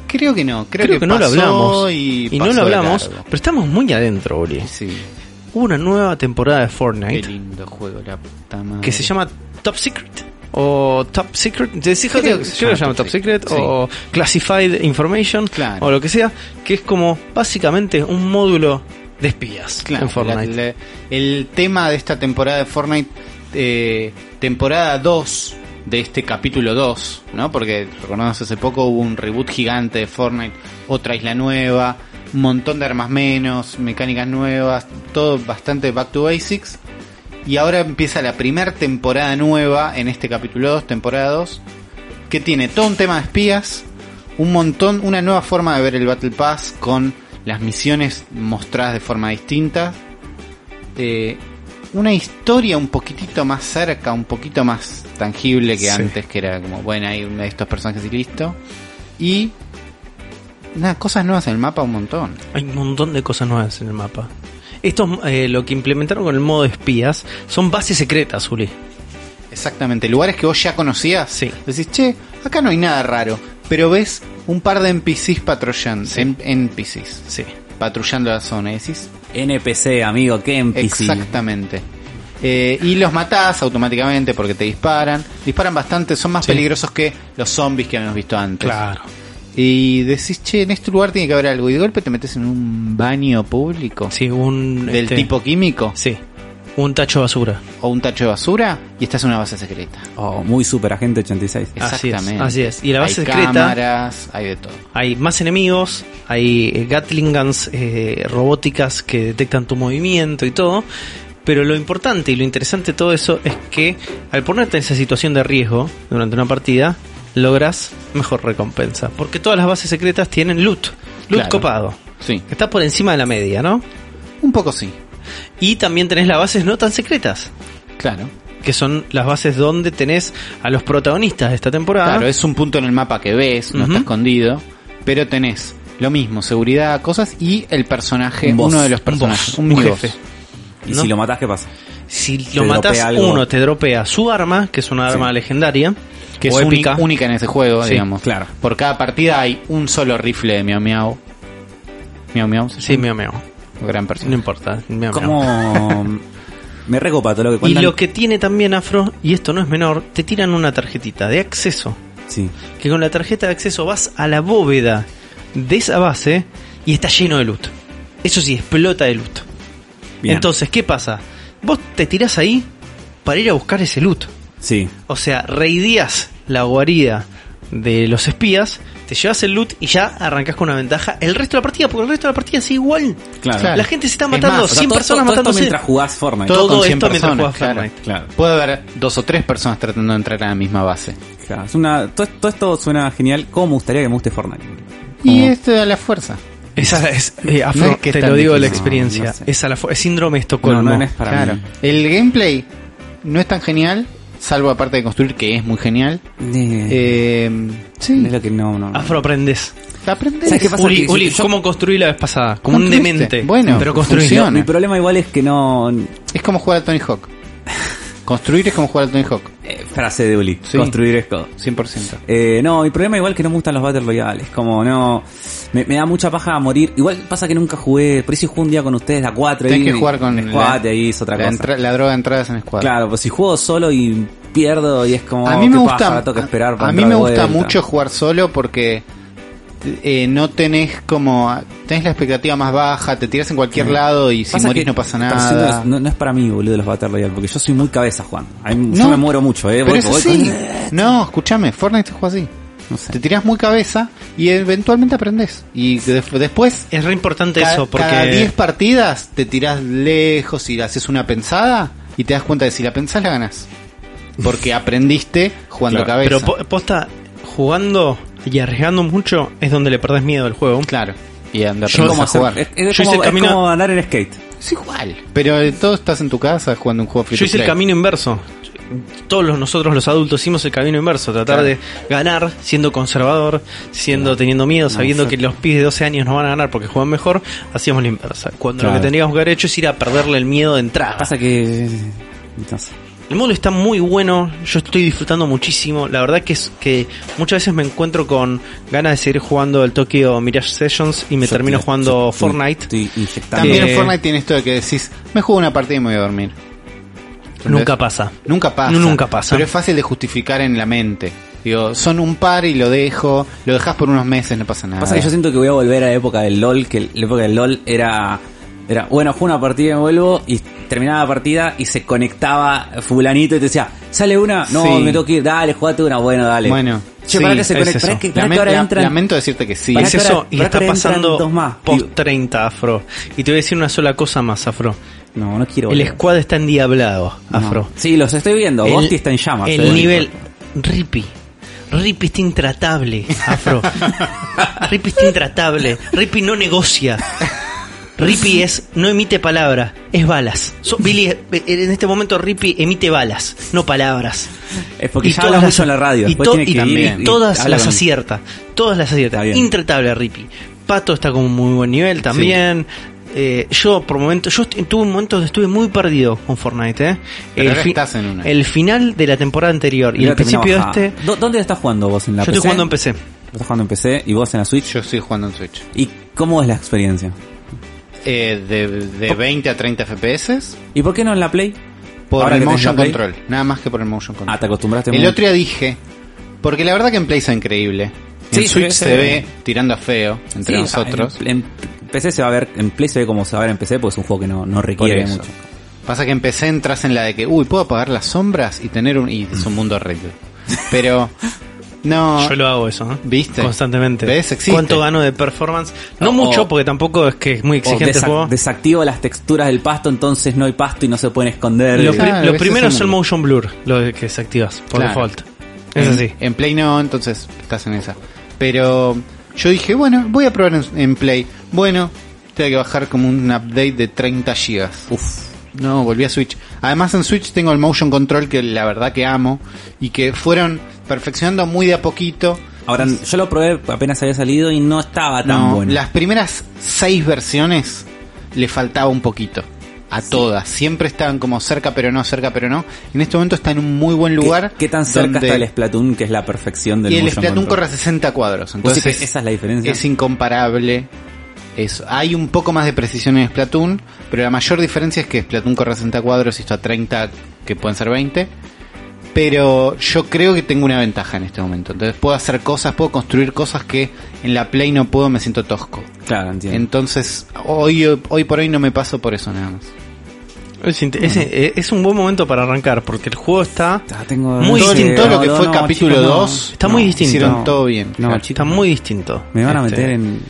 Creo que no, creo, Creo, que no lo pasó hablamos. Y, Y, no pasó lo de hablamos, largo. pero estamos muy adentro, Uli. Sí, Hubo una nueva temporada de qué Fortnite lindo juego, la puta madre. que se llama Top Secret. O Top Secret, de- creo, que que se se llama Top Secret, Sí. o Classified Information, Claro. o lo que sea, que es como básicamente un módulo de espías Claro, en Fortnite. la- la- el tema de esta temporada de Fortnite, eh, temporada 2 de este capítulo 2, ¿no? Porque recordamos hace poco hubo un reboot gigante de Fortnite, otra isla nueva, un montón de armas menos, mecánicas nuevas, todo bastante back to basics. Y ahora empieza la primera temporada nueva en este capítulo 2, temporada 2, que tiene todo un tema de espías, un montón, una nueva forma de ver el Battle Pass con las misiones mostradas de forma distinta, eh, una historia un poquitito más cerca, un poquito más tangible que Sí. antes, que era como, bueno, hay uno de estos personajes y listo. Y nada, cosas nuevas en el mapa un montón. Hay un montón de cosas nuevas en el mapa. Estos, eh, lo que implementaron con el modo de espías son bases secretas, Uli. Exactamente, lugares que vos ya conocías. Sí. Decís, che, acá no hay nada raro, pero ves un par de NPCs patrullando, en- NPCs, Sí. patrullando la zona y decís, NPC, amigo, qué NPC. Exactamente. Eh, y los matás automáticamente porque te disparan. Disparan bastante, son más Sí. peligrosos que los zombies que habíamos visto antes. Claro. Y decís, che, en este lugar tiene que haber algo. Y de golpe te metes en un baño público Sí, un. del este, tipo químico Sí. Un tacho de basura. o un tacho de basura y estás en una base secreta. Oh, muy super agente 86. Así es, Exactamente. así es. Y la base hay secreta- cámaras, hay de todo. Hay más enemigos, hay eh, Gatling guns eh, robóticas que detectan tu movimiento y todo. Pero lo importante y lo interesante de todo eso es que al ponerte en esa situación de riesgo durante una partida, logras mejor recompensa. Porque todas las bases secretas tienen loot, loot Claro. copado, Sí, que está por encima de la media, ¿no? un poco sí. Y también tenés las bases no tan secretas, Claro. que son las bases donde tenés a los protagonistas de esta temporada. Claro, es un punto en el mapa que ves, no está Ujú. escondido, pero tenés lo mismo, seguridad, cosas y el personaje, Un boss, uno de los un personajes, boss, un, un boss. jefe. Y ¿no? si lo matás, ¿qué pasa? Si Te lo matas dropea algo. uno, te dropea su arma, que es una arma legendaria, Que o es uni- épica. única en ese juego, Sí, digamos. claro. Por cada partida hay un solo rifle de Miau Miau. Miau Miau, se Sí, llama? meo meo. gran No persona. importa. miau, miau. Como... Me recopa todo lo que Y cuentan. lo que tiene también Afro, y esto no es menor, te tiran una tarjetita de acceso. Sí. Que con la tarjeta de acceso vas a la bóveda de esa base y está lleno de loot. Eso sí, explota de loot. Bien. Entonces, ¿qué pasa? Vos te tirás ahí para ir a buscar ese loot. Sí. O sea, reidías la guarida de los espías, te llevas el loot y ya arrancas con una ventaja el resto de la partida, porque el resto de la partida es igual. Claro. Claro. La gente se está Es matando, más, o sea, 100 todo- personas todo esto matándose. mientras jugás Fortnite. Todo con esto 100 mientras personas, jugás claro. Fortnite. Claro. Puede haber dos o tres personas tratando de entrar a la misma base. Claro, es una, todo, todo esto suena genial. ¿Cómo me gustaría que me guste Fortnite? Y Como- esto da la fuerza. Esa es, eh, Afro, No es que te es tan lo digo de la difícil, experiencia. no sé. Es a la fu- es síndrome de no, Estocolmo. no es para claro. El gameplay no es tan genial, salvo aparte de construir, que es muy genial. mí. Eh, Eh, sí, Es lo que no, no. Afro aprendes. aprendes. ¿Sabes qué pasa? Uli, Que yo- Uli, yo- ¿cómo construí la vez pasada? Como un Construiste. demente. Bueno, pero construí. funciona. Mi problema igual es que no. eh, Es como jugar a Tony Hawk. Construir es como jugar a Tony Hawk, eh, frase de Uli. Sí. Construir es todo. 100%. Eh, no, mi problema igual que no me gustan los Battle Royale. Es como, no. Me, me da mucha paja a morir. Igual pasa que nunca jugué. Por eso jugué un día con ustedes, la 4. Tenés que jugar con el squad y ahí es otra la, cosa. entra- la droga de entradas en squad. Claro, pues si juego solo y pierdo y es como. a mí me qué gusta, paja, tengo que esperar para a mí entrar me de gusta vuelta. mucho jugar solo porque eh, no tenés como tenés la expectativa más baja, te tiras en cualquier lado y si Pasa morís que- no pasa pero siento nada. que No, no es para mí, boludo, los Battle Royale, porque yo soy muy cabeza, Juan. A mí- Yo No, me muero mucho, eh. Pero voy- es voy así. con- No, escúchame, Fortnite se juega así. No sé. Te tirás muy cabeza y eventualmente aprendés. Y de- después Es re importante Ca- eso, porque. Cada 10 partidas te tirás lejos y haces una pensada y te das cuenta de si la pensás la ganás. Porque aprendiste jugando Claro, cabeza. pero po- posta, jugando y arriesgando mucho es donde le perdés miedo al juego. claro. Y anda Es como a hacer- jugar. Es, es Yo hice como, el es camino- como andar en skate. Es igual. Pero eh, todo estás en tu casa jugando un juego free Yo to hice el play. camino inverso. Todos los- nosotros los adultos hicimos el camino inverso, tratar Claro. de ganar siendo conservador, siendo teniendo miedo, sabiendo yo- que los pibes de 12 años no van a ganar porque juegan mejor, hacíamos la inversa. Cuando lo Claro. que tendríamos que haber hecho es ir a perderle el miedo de entrada. Pasa que. No sé. El módulo está muy bueno, yo estoy disfrutando muchísimo. La verdad que es que muchas veces me encuentro con ganas de seguir jugando el Tokyo Mirage Sessions y me Yo termino estoy- jugando yo estoy- Fortnite. Estoy inyectando. También Eh, en Fortnite tiene esto de que decís, me juego una partida y me voy a dormir. ¿Entendés? Nunca pasa. Nunca pasa. No, nunca pasa. Pero es fácil de justificar en la mente. Digo, son un par y lo dejo, lo dejas por unos meses, no pasa nada. Pasa que yo siento que voy a volver a la época del LOL, que la época del LOL era, era bueno, juego una partida y me vuelvo, y terminaba la partida y se conectaba fulanito y te decía, sale una, no, Sí. me tengo que ir, dale, jugate una, bueno, dale. Bueno, Che, para sí, que se es conecte, eso. para que, para que Lamen- ahora la- entran. Lamento decirte que sí. Para Es- es que ahora- eso, y para que está ahora entran pasando dos más. post Digo- 30, Afro. Y te voy a decir una sola cosa más, Afro. No, no quiero. El volver. squad está endiablado, No. Afro. Sí, los estoy viendo. El- Bosti está en llamas. El eh. nivel Rippy. Rippy está intratable, Afro. Rippy está intratable. Rippy no negocia. Rippy es, no emite palabra, es balas. So- Billy, eh, en este momento Rippy emite balas, no palabras. Es porque Y ya todas habla las- mucho en la radio. Y, después to- tiene que y- ir y y- todas habla las con- acierta. Todas las Está acierta. bien. Intratable Rippy. Pato está como muy buen nivel también. Eh, yo por momentos, yo estu- tuve un momento donde estuve muy perdido con Fortnite. ¿eh? Pero ahora estás en una. el final de la temporada anterior y Mira, el principio de terminaba. este. ¿Dó- ¿Dónde estás jugando vos en Yo la estoy PC? jugando en PC. Vos estás jugando en PC y vos en la Switch. Yo estoy jugando en Switch. ¿Y cómo es la experiencia? Eh, de, de 20 a 30 FPS ¿Y por qué no en la Play? por Ahora el que tenés motion la Play. control. Nada más que por el motion control. Ah, te acostumbraste el muy- otro día dije, porque la verdad que en Play es increíble. Sí, en se Switch ve- se, se ve, ve. tirando a feo Sí, entre ah, nosotros. En, en PC se va a ver, en Play se ve como se va a ver en PC porque es un juego que no, no Por requiere eso. mucho. Oh, Pasa que empecé entras en la de que, uy, puedo apagar las sombras y tener un. Y es un mundo horrible. Pero. Ah. No. Yo lo hago eso, ¿eh? ¿Viste? Constantemente. ¿Ves? Existe. ¿Cuánto gano de performance? No O- mucho, porque tampoco es que es muy O exigente el desac- juego. desactivo las texturas del pasto, entonces no hay pasto y no se pueden esconder. Lo, Y- pri- Claro, lo ese primero es es el el mundo. motion blur, lo que desactivas por Claro. default. Es en, así. en Play no, entonces estás en esa. Pero yo dije, bueno, voy a probar en, en Play. Bueno, tengo que bajar como un update de 30 gigas. Uf. No, volví a Switch. Además en Switch tengo el motion control que la verdad que amo y que fueron perfeccionando muy de a poquito. Ahora, yo lo probé apenas había salido y no estaba tan No, bueno. las primeras seis versiones le faltaba un poquito. A todas. Siempre estaban como cerca pero no, cerca pero no. En este momento está en un muy buen ¿Qué- lugar. ¿Qué, tan cerca donde- está el Splatoon, que es la perfección del Y el motion Splatoon control? corre a 60 cuadros. Vos Entonces decís que esa es la diferencia. es incomparable. Eso. Hay un poco más de precisión en Splatoon, pero la mayor diferencia es que Splatoon corre a 60 cuadros y esto a 30, que pueden ser 20. Pero yo creo que tengo una ventaja en este momento. Entonces puedo hacer cosas, puedo construir cosas que en la Play no puedo, me siento tosco. Claro, entiendo. Entonces hoy, hoy por hoy no me paso por eso nada más. Es, int- es- eh, es un buen momento para arrancar, porque el juego está, Ah, tengo- muy no sé, distinto a lo que no, fue no, capítulo chicos, no. 2. Está muy distinto. Hicieron No. todo bien. No, Claro. chicos, está muy distinto. Me van a Este, meter en...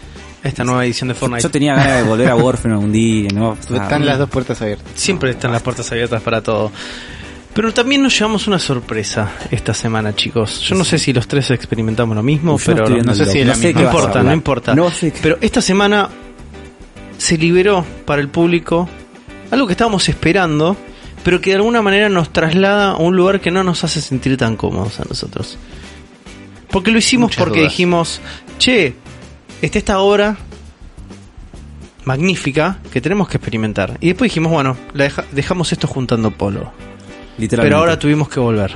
esta nueva edición de Fortnite. Yo tenía ganas de volver a Warframe algún día, ¿no? O sea, Están las dos puertas abiertas. Siempre están las puertas abiertas para todo. Pero también nos llevamos una sorpresa esta semana, chicos. Yo no sé si los tres experimentamos lo mismo, Yo pero estoy no, viendo sé el si doc, es la misma. qué vas a importa, no hablar. importa. No sé qué- Pero esta semana se liberó para el público algo que estábamos esperando, pero que de alguna manera nos traslada a un lugar que no nos hace sentir tan cómodos a nosotros. Porque lo hicimos Muchas porque dudas. dijimos, che, está esta obra magnífica que tenemos que experimentar. Y después dijimos, bueno, la deja- dejamos esto juntando polo. literalmente. Pero ahora tuvimos que volver.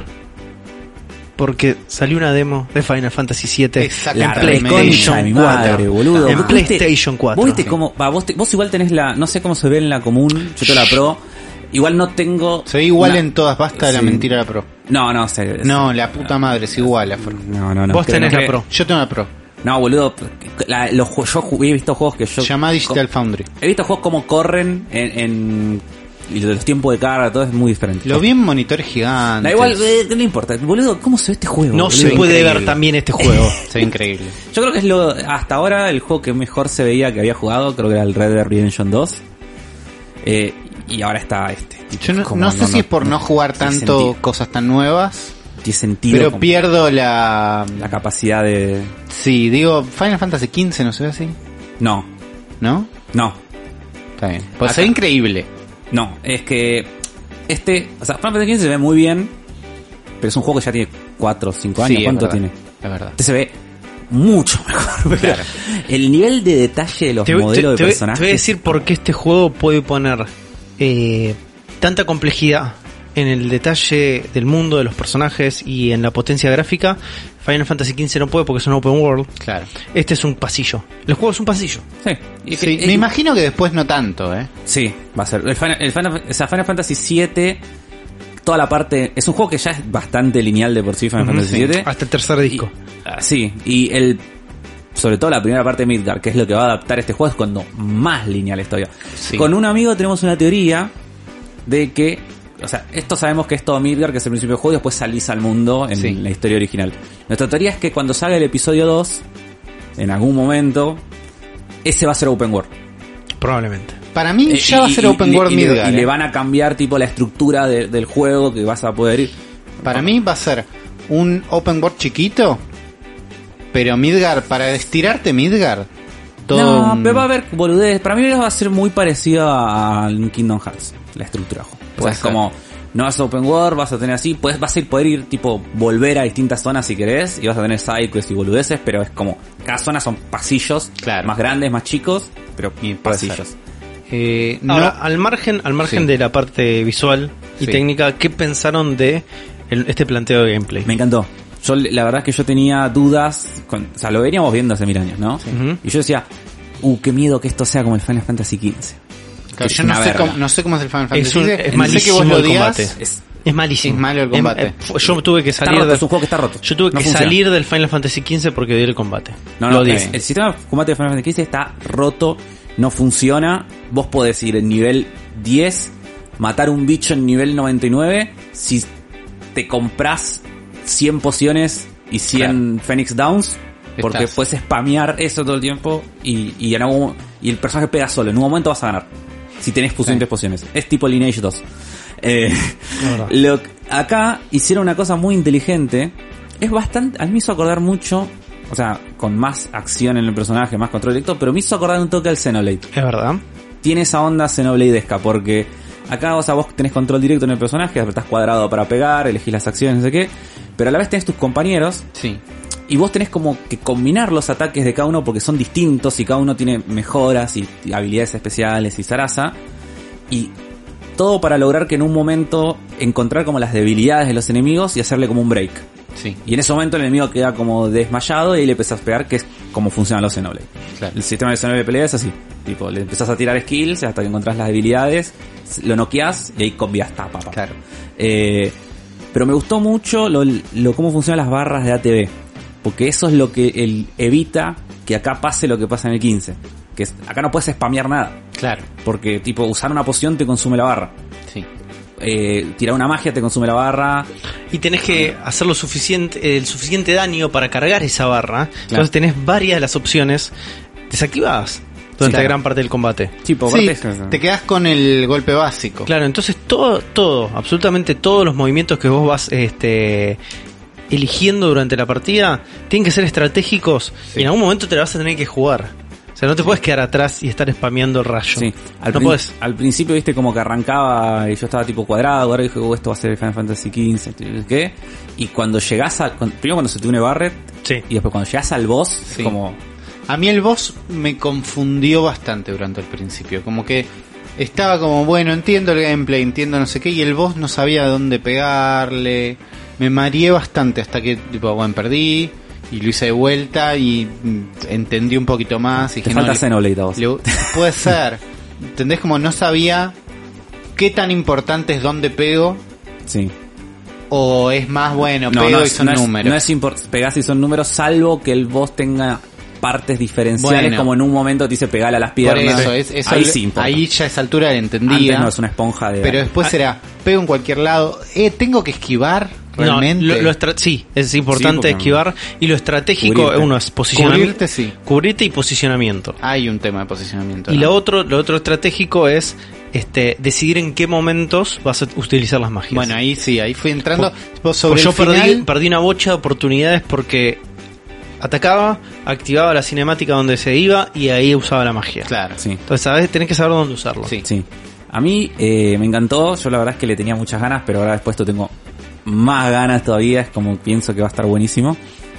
Porque salió una demo de Final Fantasy VII. La Exactamente. en PlayStation reconcha de mi 4. madre, boludo. En ¿Vos PlayStation 4. Vos, viste Sí. cómo, va, vos, te- vos igual tenés la... No sé cómo se ve en la común, yo tengo la pro. Igual no tengo... Se ve igual una- en todas, basta de la Sí. mentira de la pro. No, no, sé. No, la puta madre, es igual la pro. No, no, no. Vos creo tenés que- la pro. Yo tengo la pro. No, boludo. la- los, ju- yo ju- he visto juegos que yo... Llamá a Digital Foundry. He visto juegos como corren en, en- y los tiempos de carga, todo es muy diferente. Lo vi en monitores gigantes. Da igual, eh, no importa. Boludo, ¿cómo se ve este juego? No boludo? se puede increíble. ver también este juego. Se ve increíble. Yo creo que es lo hasta ahora el juego que mejor se veía que había jugado, creo que era el Red Dead Redemption 2. Eh, y ahora está este. Yo no, Como no sé si es por no, jugar tiene tanto sentido. cosas tan nuevas, Tiene sentido pero como pierdo la... la capacidad de... Sí, digo, Final Fantasy XV no se ve así, No, ¿no? no, Está bien. Pues Acá- se ve increíble. No, es que este, o sea, Final Fantasy XV se ve muy bien, pero es un juego que ya tiene 4 o 5 años. Sí, es ¿Cuánto verdad, tiene? Es verdad. Este se ve mucho mejor. pero Claro. El nivel de detalle de los Te, voy- te- modelos te de voy- personajes. te voy a decir por qué este juego puede poner eh, tanta complejidad en el detalle del mundo, de los personajes y en la potencia gráfica, Final Fantasy XV no puede porque es un open world. Claro. Este es un pasillo. El juego es un pasillo. Sí. Y es que- eh, Sí, es- me imagino que después no tanto, ¿eh? Sí, va a ser. El Final, el Final- o sea, Final Fantasy VII, toda la parte. Es un juego que ya es bastante lineal de por sí, Final Fantasy sí. Ah, VII. Hasta el tercer disco. Y- ah, sí, y el. Sobre todo la primera parte de Midgar, que es lo que va a adaptar este juego, es cuando más lineal es todavía. Sí. Con un amigo tenemos una teoría de que. O sea, esto sabemos que es todo Midgar, que es el principio del juego, y después salís al mundo en Sí. la historia original. Nuestra teoría es que cuando salga el episodio 2, en algún momento, ese va a ser Open World. Probablemente. Para mí Eh, ya va a y- ser y- Open y- World y le- Midgar. Y le ¿eh? van a cambiar tipo la estructura de- del juego que vas a poder ir. Para mí va a ser un Open World chiquito, pero Midgar, para estirarte Midgar, todo... no, un- pero va a haber boludeces. Para mí va a ser muy parecido a a Kingdom Hearts, la estructura. del juego. O sea, Puede es ser. como, no vas a open world, vas a tener así, puedes, vas a ir, poder ir tipo, volver a distintas zonas si querés, y vas a tener sidequests y boludeces, pero es como, cada zona son pasillos, Claro. más grandes, más chicos, pero Y puede ser. pasillos. Eh, no, Ahora, al margen, al margen Sí. de la parte visual y Sí. técnica, ¿qué pensaron de el- este planteo de gameplay? Me encantó. Yo, la verdad es que yo tenía dudas, con- o sea, lo veníamos viendo hace mil años, ¿no? Ujú. Y yo decía, uh, qué miedo que esto sea como el Final Fantasy XV. claro, es yo no una sé, verga. cómo, no sé cómo es el Final Es Fantasy. un- VII, es sé malísimo que vos lo el odiás, combate. Es- Es malísimo. Es malo el combate. Em- eh, fu- yo tuve que está salir roto, de- es un juego que está roto. Yo tuve que No funciona. salir del Final Fantasy XV porque odié el combate. No, no, Lo odié. es- el sistema de combate de Final Fantasy XV está roto, no funciona. Vos podés ir en nivel 10, matar un bicho en nivel 99. Si te compras 100 pociones y 100 Phoenix Downs, porque Estás. puedes spamear eso todo el tiempo y, y, en algún- y el personaje pega solo. En un momento vas a ganar. Si tenés suficientes pociones. Es tipo Lineage 2. Eh, lo- acá hicieron una cosa muy inteligente. Es bastante. A mí me hizo acordar mucho. O sea, con más acción en el personaje, más control directo, pero me hizo acordar un toque al Xenoblade. Es verdad. Tiene esa onda Xenobladeesca, porque acá, o sea, vos tenés control directo en el personaje, estás cuadrado para pegar, elegís las acciones, no sé qué, pero a la vez tenés tus compañeros Sí. y vos tenés como que combinar los ataques de cada uno porque son distintos y cada uno tiene mejoras y, y habilidades especiales y zaraza. Y todo para lograr que en un momento encontrar como las debilidades de los enemigos y hacerle como un break. Sí, Y en ese momento el enemigo queda como desmayado y ahí le empezás a pegar, que es como funcionan los Xenoblade. Claro. El sistema de Xenoblade de pelea es así. Tipo, le empezás a tirar skills hasta que encontrás las debilidades, lo noqueás y ahí combias tapa. pa. claro. Eh, pero me gustó mucho lo, lo cómo funcionan las barras de ATV. Porque eso es lo que el, evita que acá pase lo que pasa en el 15. Que es- acá no puedes spamear nada. Claro, Porque, tipo, usar una poción te consume la barra. sí. Eh, tirar una magia te consume la barra. Y tenés que hacer lo suficiente, el suficiente daño para cargar esa barra. Entonces tenés varias de las opciones desactivadas durante claro. gran parte del combate. Tipo, Sí, aparte- te quedás con el golpe básico. Claro, entonces todo, todo, absolutamente todos los movimientos que vos vas este, eligiendo durante la partida tienen que ser estratégicos Sí. y en algún momento te la vas a tener que jugar. O sea, no te puedes quedar atrás y estar spameando el rayo. Sí, al, no prin- podés. al principio viste como que arrancaba y yo estaba tipo cuadrado, ahora dije, "Oh, esto va a ser Final Fantasy XV, ¿tú- ¿qué? Y cuando llegás a... cuan- primero cuando se te une Barret Sí. y después cuando llegás al boss, Sí. es como... A mí el boss me confundió bastante durante el principio. Como que estaba como, bueno, entiendo el gameplay, entiendo no sé qué, y el boss no sabía dónde pegarle. Me mareé bastante hasta que, tipo, bueno, perdí y lo hice de vuelta y mm, entendí un poquito más. Y Te dije, falta no, le- Xenoblade a vos. le- puede ser. ¿Entendés? Como no sabía qué tan importante es dónde pego Sí. o es más bueno, No, pego no y es, son no es- números. no es impor- pegás y son números, salvo que el boss tenga partes diferenciales, Bueno. como en un momento te dice pegale a las Por piernas. eso, es, eso ahí lo- sí importa. ahí ya a esa altura le entendía. Antes no es una Ah. esponja de... Pero después era, pego en cualquier lado, eh, tengo que esquivar No, realmente. lo- lo estra- sí, es importante porque- esquivar. Y lo estratégico, Cubrirte. uno es posicionamiento. Cubrirte, sí. Cubrirte y posicionamiento. Hay un tema de posicionamiento. Y ¿no? lo otro, lo otro estratégico es este, decidir en qué momentos vas a utilizar las magias. Bueno, ahí sí, ahí fui entrando. tipo, sobre Pues yo el perdí, final, perdí una bocha de oportunidades porque atacaba, activaba la cinemática donde se iba y ahí usaba la magia. Claro, Sí. Entonces, sabes, tenés que saber dónde usarlo. Sí. Sí. A mí eh, me encantó, yo la verdad es que le tenía muchas ganas, pero ahora después tengo más ganas todavía, es como pienso que va a estar buenísimo,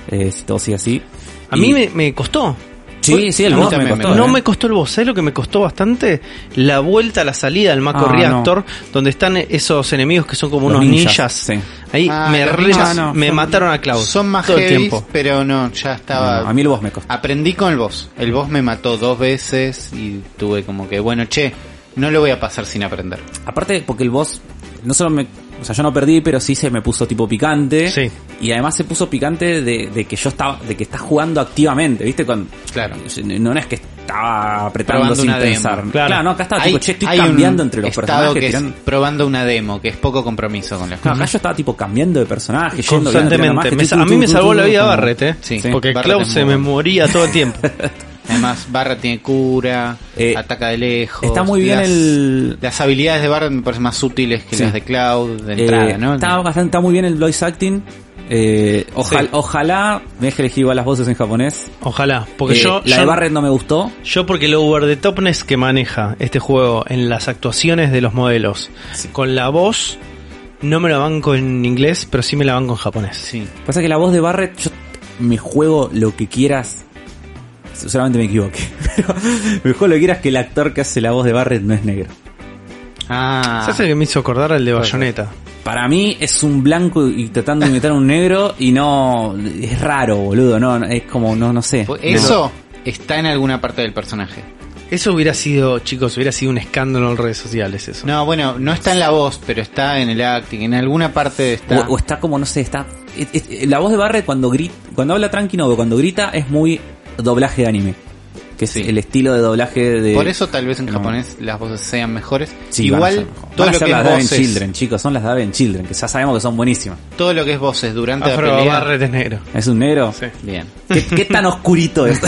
eh, si todo sigue así. A Y- mí me, me costó. Sí, sí, el a mí boss me también me costó. no ¿eh? me costó el boss, ¿sabes lo que me costó bastante? La vuelta a la salida al Macro Ah, Reactor, donde están esos enemigos que son como Los unos ninjas. ninjas, sí. Ahí Ah, me, los re- ninjas no, me son- mataron a Cloud. Son más todo el heavies, tiempo. pero no, ya estaba. No, a mí el boss me costó. Aprendí con el boss. El boss me mató dos veces y tuve como que, bueno, che, no lo voy a pasar sin aprender. Aparte, porque el boss, no solo me. O sea, yo no perdí, pero sí se me puso tipo picante. Sí. Y además se puso picante de, de que yo estaba. de que estás jugando activamente, ¿viste? Con, Claro. No, no es que estaba apretando Probando sin una demo. pensar. Claro. no, acá estaba tipo, che, estoy hay un cambiando entre los estado personajes. que es tirando- probando una demo, que es poco compromiso con las No, acá cosas. yo estaba tipo cambiando de personaje, yendo, viendo, tirando Constantemente. magia, Me tu, sa- tu, a mí tu, me tu, salvó tu, la tu, vida tu. Barret, ¿eh? Sí. Porque Barret Cloud es se muy me bueno. moría todo el tiempo. Además, Barra tiene cura, Eh, ataca de lejos. está muy bien las, el- Las habilidades de Barra me parecen más útiles que Sí. las de Cloud de Eh, entrada, ¿no? Está bastante está muy bien el voice acting. Eh, ojal- Ojalá me deje elegir igual las voces en japonés. Ojalá. Porque Eh, yo, la de yo- Barret no me gustó. Yo porque el over the topness que maneja este juego en las actuaciones de los modelos, Sí. con la voz, no me la banco en inglés, pero sí me la banco en japonés. Sí. Pasa que la voz de Barret, yo me juego lo que quieras. Solamente me equivoqué. Pero me juego lo que quieras que el actor que hace la voz de Barret no es negro. Ah. ¿Sabes el que me hizo acordar al de Bayonetta? Para mí es un blanco y tratando de imitar a un negro y no. Es raro, boludo. No, no, es como, no, no sé. Pues Eso está en alguna parte del personaje. Eso hubiera sido, chicos, hubiera sido un escándalo en redes sociales eso. No, bueno, no está en la voz, pero está en el acting. En alguna parte está. O, o está como, no sé, está. es- es- la voz de Barret cuando grita, cuando habla tranqui no, pero cuando grita es muy doblaje de anime. Que es Sí. el estilo de doblaje de. Por eso tal vez en Eh, no. japonés las voces sean mejores. Sí, van a ser Igual mejor. todo Van a lo, ser que es las Daven voces, Children, chicos, son las Daven Children, que ya sabemos que son buenísimas. todo lo que es voces durante Afro la pelea. Barret es negro. ¿Es un negro? Sí. Bien. ¿Qué, qué tan oscurito es?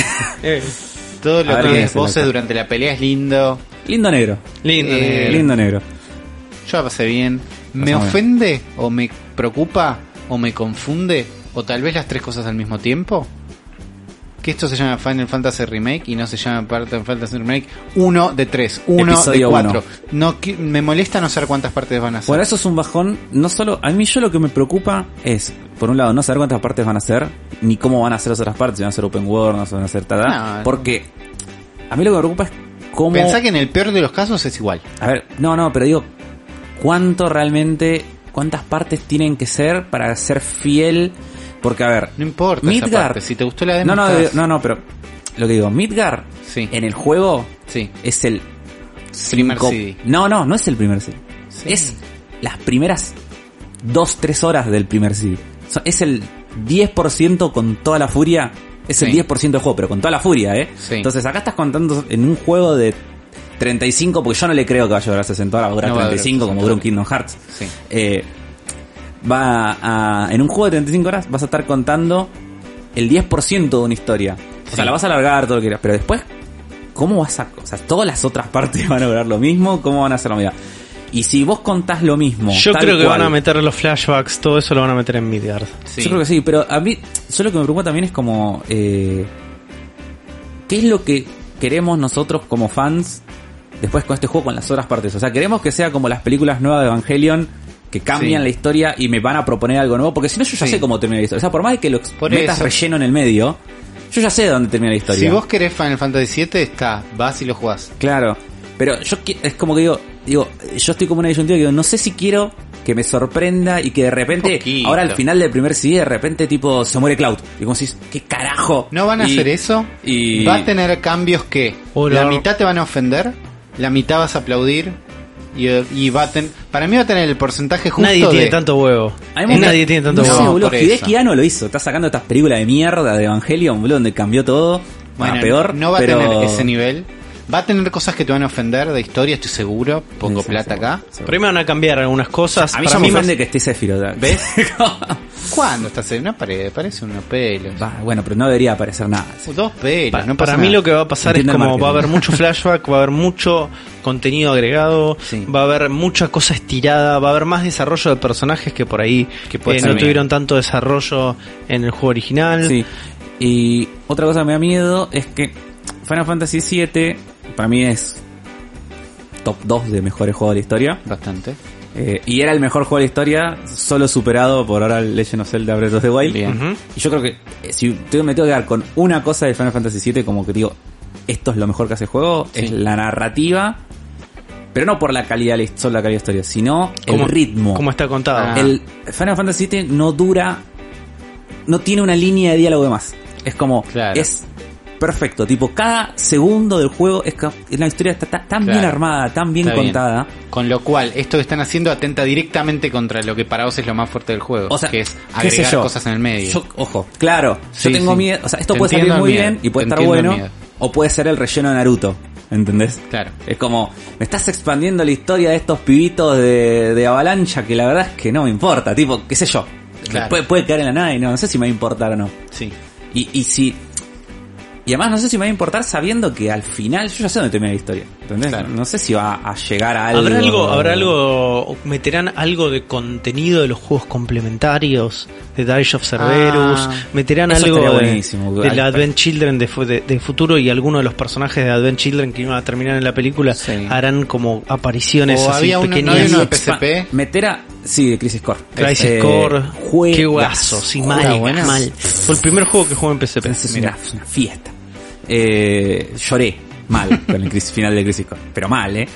Eh, Todo A lo ver que quién es es el voces actor. durante la pelea es lindo. lindo negro. lindo, Eh, negro. Lindo negro. Yo la pasé bien. muy ¿Me ofende o me preocupa o me confunde o tal vez las tres cosas al mismo tiempo? Que esto se llama Final Fantasy Remake y no se llama Final Fantasy Remake 1 de 3, 1 de Episodio 4. No, qui- me molesta no saber cuántas partes van a ser. Por eso es un bajón. No solo. A mí, yo lo que me preocupa es, por un lado, no saber cuántas partes van a ser, ni cómo van a ser las otras partes, si van a ser open world, no si van a ser tada. No. porque a mí lo que me preocupa es cómo. Pensá que en el peor de los casos es igual. A ver, no, no, pero digo, ¿cuánto realmente. cuántas partes tienen que ser para ser fiel? Porque, a ver. No importa. esa Midgar. parte. Si te gustó la demo, No, no, estás- no, no, pero. Lo que digo, Midgar Sí. en el juego Sí. es el Primer cinco- CD. No, no, no es el primer CD. Sí. Es las primeras 2, 3 horas del primer CD. O sea, es el 10% con toda la furia. Es el Sí. 10% del juego, pero con toda la furia, ¿eh? Sí. Entonces acá estás contando en un juego de 35, porque yo no le creo que vaya a durar 60 horas, va a durar No va a durar 35 como 60 duró un Kingdom Hearts. Sí. Eh, va a, en un juego de 35 horas vas a estar contando el 10% de una historia. O Sí. sea, la vas a alargar todo lo que quieras, pero después, ¿cómo vas a...? O sea, todas las otras partes van a lograr lo mismo, ¿cómo van a hacer lo mismo? Y si vos contás lo mismo... Yo tal creo que cual- van a meter los flashbacks, todo eso lo van a meter en Midgard. Sí. Yo creo que sí, pero a mí, yo lo que me preocupa también es como... eh, ¿Qué es lo que queremos nosotros como fans después con este juego, con las otras partes? O sea, queremos que sea como las películas nuevas de Evangelion, que cambian Sí. la historia y me van a proponer algo nuevo, porque si no yo ya Sí. sé cómo termina la historia. O sea, por más que lo ex- Por metas eso. relleno en el medio, yo ya sé dónde termina la historia. Si vos querés Final Fantasy VII, está. Vas y lo jugás. Claro. Pero yo qui- es como que digo, digo, yo estoy como una disyuntiva que digo, no sé si quiero que me sorprenda y que de repente, Poquito. ahora al final del primer CD, de repente tipo se muere Cloud. Y como si, ¿qué carajo? No van a Y- hacer eso. y- Va a tener cambios que O la la- mitad te van a ofender, la mitad vas a aplaudir. Y, y va a ten- para mí va a tener el porcentaje justo Nadie tiene de- tanto huevo. A mí Eh, me gusta- Nadie tiene tanto No huevo. sé, No, boludo, por eso. Hideki Anno lo hizo. Está sacando estas películas de mierda de Evangelion, boludo, donde cambió todo. Bueno, Bueno, peor. No va pero- a tener ese nivel. Va a tener cosas que te van a ofender de historia, estoy seguro. Poco Sí, sí, plata sí. acá. Sí. Primero van a cambiar algunas cosas. A mí Para ya me más- ofende que esté Sephiroth. ¿verdad? ¿Ves? ¿Cuándo estás en una pared? Parece unos pelos. Va, bueno, pero no debería aparecer nada. Dos pelos. Pa- no pasa para mí nada. lo que va a pasar Entiendo es el como va a marketing. haber mucho flashback, va a haber mucho contenido agregado, Sí. va a haber mucha cosa estirada, va a haber más desarrollo de personajes que por ahí puede eh, ser no bien. tuvieron tanto desarrollo en el juego original. Sí. Y otra cosa que me da miedo es que Final Fantasy VII para mí es top 2 de mejores juegos de la historia. Bastante. Eh, y era el mejor juego de la historia, solo superado por ahora el Legend of Zelda Breath of the Wild. Bien. Ujú. Y yo creo que eh, si te- me tengo que dar con una cosa de Final Fantasy VII, como que digo, esto es lo mejor que hace el juego, Sí. es la narrativa, pero no por la calidad, de la- solo la calidad de la historia, sino ¿Cómo- el ritmo. ¿Cómo está contado? Ah. El Final Fantasy VII no dura, no tiene una línea de diálogo de más. Es como, Claro. es perfecto, tipo, cada segundo del juego es ca- la historia está ta- tan Claro. bien armada, tan bien Está bien. contada. Con lo cual, esto que están haciendo atenta directamente contra lo que para vos es lo más fuerte del juego. O sea, que es qué sé agregar yo. cosas en el medio. Yo- ojo, claro, Sí, yo tengo sí. miedo, o sea, esto Te puede salir entiendo el muy miedo, bien y puede te estar entiendo el bueno, miedo. o puede ser el relleno de Naruto, ¿entendés? Claro. Es como, me estás expandiendo la historia de estos pibitos de, de Avalancha que la verdad es que no me importa, tipo, qué sé yo. Claro. Puede, puede caer en la nada y no, no sé si me va a importar o no. Sí. Y, y si. Y además no sé si me va a importar sabiendo que al final yo ya sé dónde termina la historia. ¿Entendés? Claro. No sé si va a llegar a algo. ¿Habrá algo, habrá algo, meterán algo de contenido de los juegos complementarios, de Dash of Cerberus, Ah, meterán eso algo estaría de, buenísimo. de la Advent Children de, fu- de- de futuro y alguno de los personajes de Advent Children que iban a terminar en la película Sí. harán como apariciones O así había uno- no pequeñas. había este, uno de Expa- PSP. Meter a. Sí, de Crisis Core. Crisis Eh, Core, juegas. qué guaso, sí, Juega mal, buenas. mal. Fue el primer juego que jugué en PSP. Es una, es una fiesta. Eh, lloré mal con el crisis- final de Crisis Core. Pero mal, ¿eh?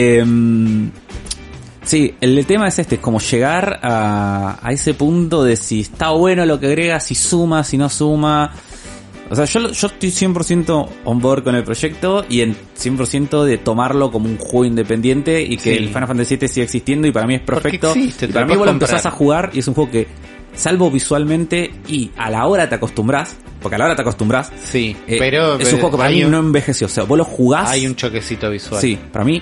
Em, sí, el, tema es este, es como llegar a, a ese punto de si está bueno lo que agrega, si suma, si no suma. O sea, yo, lo- yo estoy 100% on board con el proyecto y en 100% de tomarlo como un juego independiente y que Sí. el Final Fantasy VII siga existiendo y para mí es Porque perfecto. existe, Y te para lo mí puedes vos lo comprar. empezás a jugar y es un juego que, salvo visualmente y a la hora te acostumbrás, porque a la hora te acostumbrás, Sí. eh, pero es un juego que para hay mí un- no envejeció. O sea, vos lo jugás. Hay un choquecito visual. sí, para mí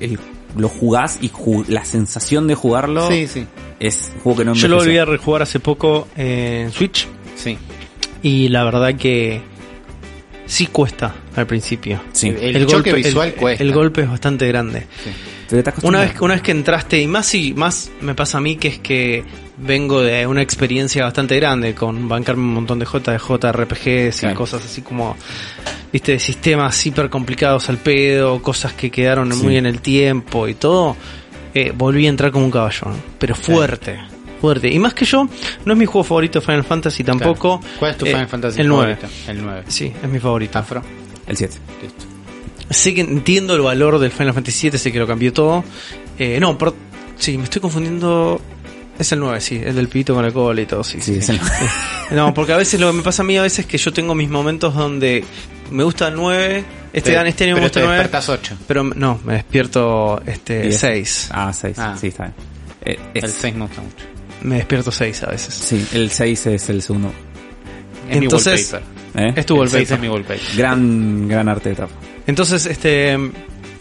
el- lo jugás y ju- la sensación de jugarlo Sí, sí. es un juego que no Yo envejeció. lo volví a rejugar hace poco eh, en Switch sí. y la verdad que sí cuesta al principio. Sí. El, choque golpe, visual el- cuesta. el golpe es bastante grande. eh, Te estás Una vez, acostumbrando. una vez que entraste, y más y más me pasa a mí que es que vengo de una experiencia bastante grande con bancarme un montón de JJ, RPGs y Claro. cosas así como, viste, de sistemas hiper complicados al pedo, cosas que quedaron Sí. muy en el tiempo y todo. eh, volví a entrar como un caballón, pero fuerte, fuerte. Y más que yo, no es mi juego favorito de Final Fantasy Claro. tampoco. ¿Cuál es tu Eh, Final Fantasy El 9. favorito? El 9. Sí, es mi favorito. Afro. El 7. Listo. Sé que entiendo el valor del Final Fantasy VII, sé que lo cambió todo. Eh, no, pero, sí, me estoy confundiendo. Es el 9, sí, el del pibito con la cola y todo, sí. Sí, es el- eh, No, porque a veces lo que me pasa a mí a veces es que yo tengo mis momentos donde me gusta el 9, este Te- dan este año me pero gusta te el 9, despertás 8. pero me- no, me despierto este Diez. 6. Ah, 6. Ah. Sí, está bien. Eh, es- El 6 me gusta mucho. Me despierto 6 a veces. Sí, el 6 es el segundo. Es Entonces, mi wallpaper. ¿eh? Es tu El 6 golpe. es mi wallpaper. Gran, gran arte de tapa. Entonces, este.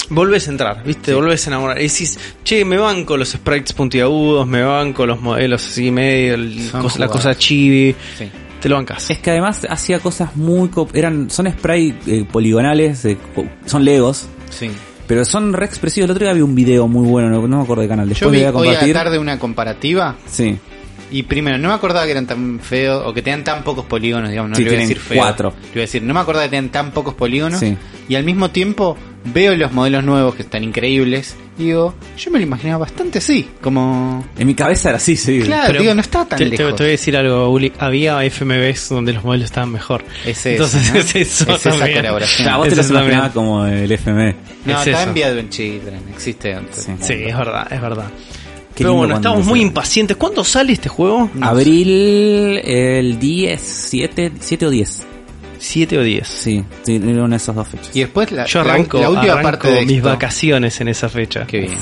Volvés a entrar, ¿viste? Volvés a enamorar. Y decís, che, me banco los sprites puntiagudos, me banco los modelos así medio, el Son cos- la jugadas. cosa chibi. Sí. Te lo bancas. Es que además hacía cosas muy... cop- eran Son spray eh, poligonales, de co- son legos, Sí. pero son re expresivos. El otro día había un video muy bueno, no, no me acuerdo del canal. Después Yo vi lo voy a hoy a la compartir. tarde una comparativa sí, y primero no me acordaba que eran tan feos o que tenían tan pocos polígonos, digamos, no Sí, le voy a tienen decir feo. cuatro. Le voy a decir, no me acordaba que tenían tan pocos polígonos Sí. y al mismo tiempo veo los modelos nuevos que están increíbles y digo, yo me lo imaginaba bastante así, como en mi cabeza era así, sí. Claro. Pero ah, digo, no está tan te, te- lejos. te voy a decir algo, Uli. Había FMVs donde los modelos estaban mejor. es Entonces eso, ¿no? es eso Es esa también. colaboración. Claro, vos Eso te lo imaginabas también. como el FM. No, es está eso. enviado en Children, existe antes. Sí. Sí, es verdad, es verdad. Qué Pero lindo bueno, cuando estamos se- muy impacientes. ¿Cuándo sale este juego? Abril, el 10, 7, 7 o 10. ¿Siete o 10? Sí, sí, era una de esas dos fechas. Y después la, Yo la- arranco, la, última arranco parte de mis esto- vacaciones en esa fecha. Qué bien.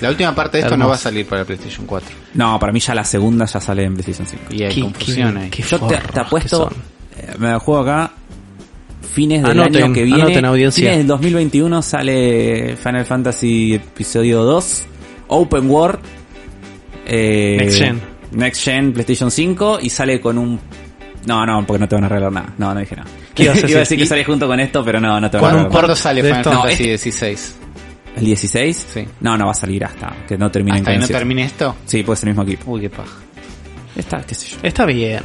La última parte de esto Hermoso. no va a salir para PlayStation 4. No, para mí ya la segunda ya sale en PlayStation 5. Y hay Qué- confusión qué- ahí. qué Yo te, forros te que apuesto, son. eh, me la juego acá, fines del Anoten, año que viene, anoten, audiencia. fines del 2021 sale Final Fantasy Episodio 2, Open World, eh, Next Gen. Next Gen, PlayStation 5 y sale con un... No, no, porque no te van a arreglar nada. No, no dije nada. ¿Qué ibas a decir? Iba a decir Y- que sale junto con esto, pero no, no te van a ¿Cuándo, arreglar. ¿cuándo sale de Final esto- Fantasy 16? ¿El 16? Sí. No, no va a salir hasta que no terminen Hasta que con no el siete. termine esto. Sí, puede ser el mismo equipo. Uy, qué paja. Está, qué sé yo. Está bien.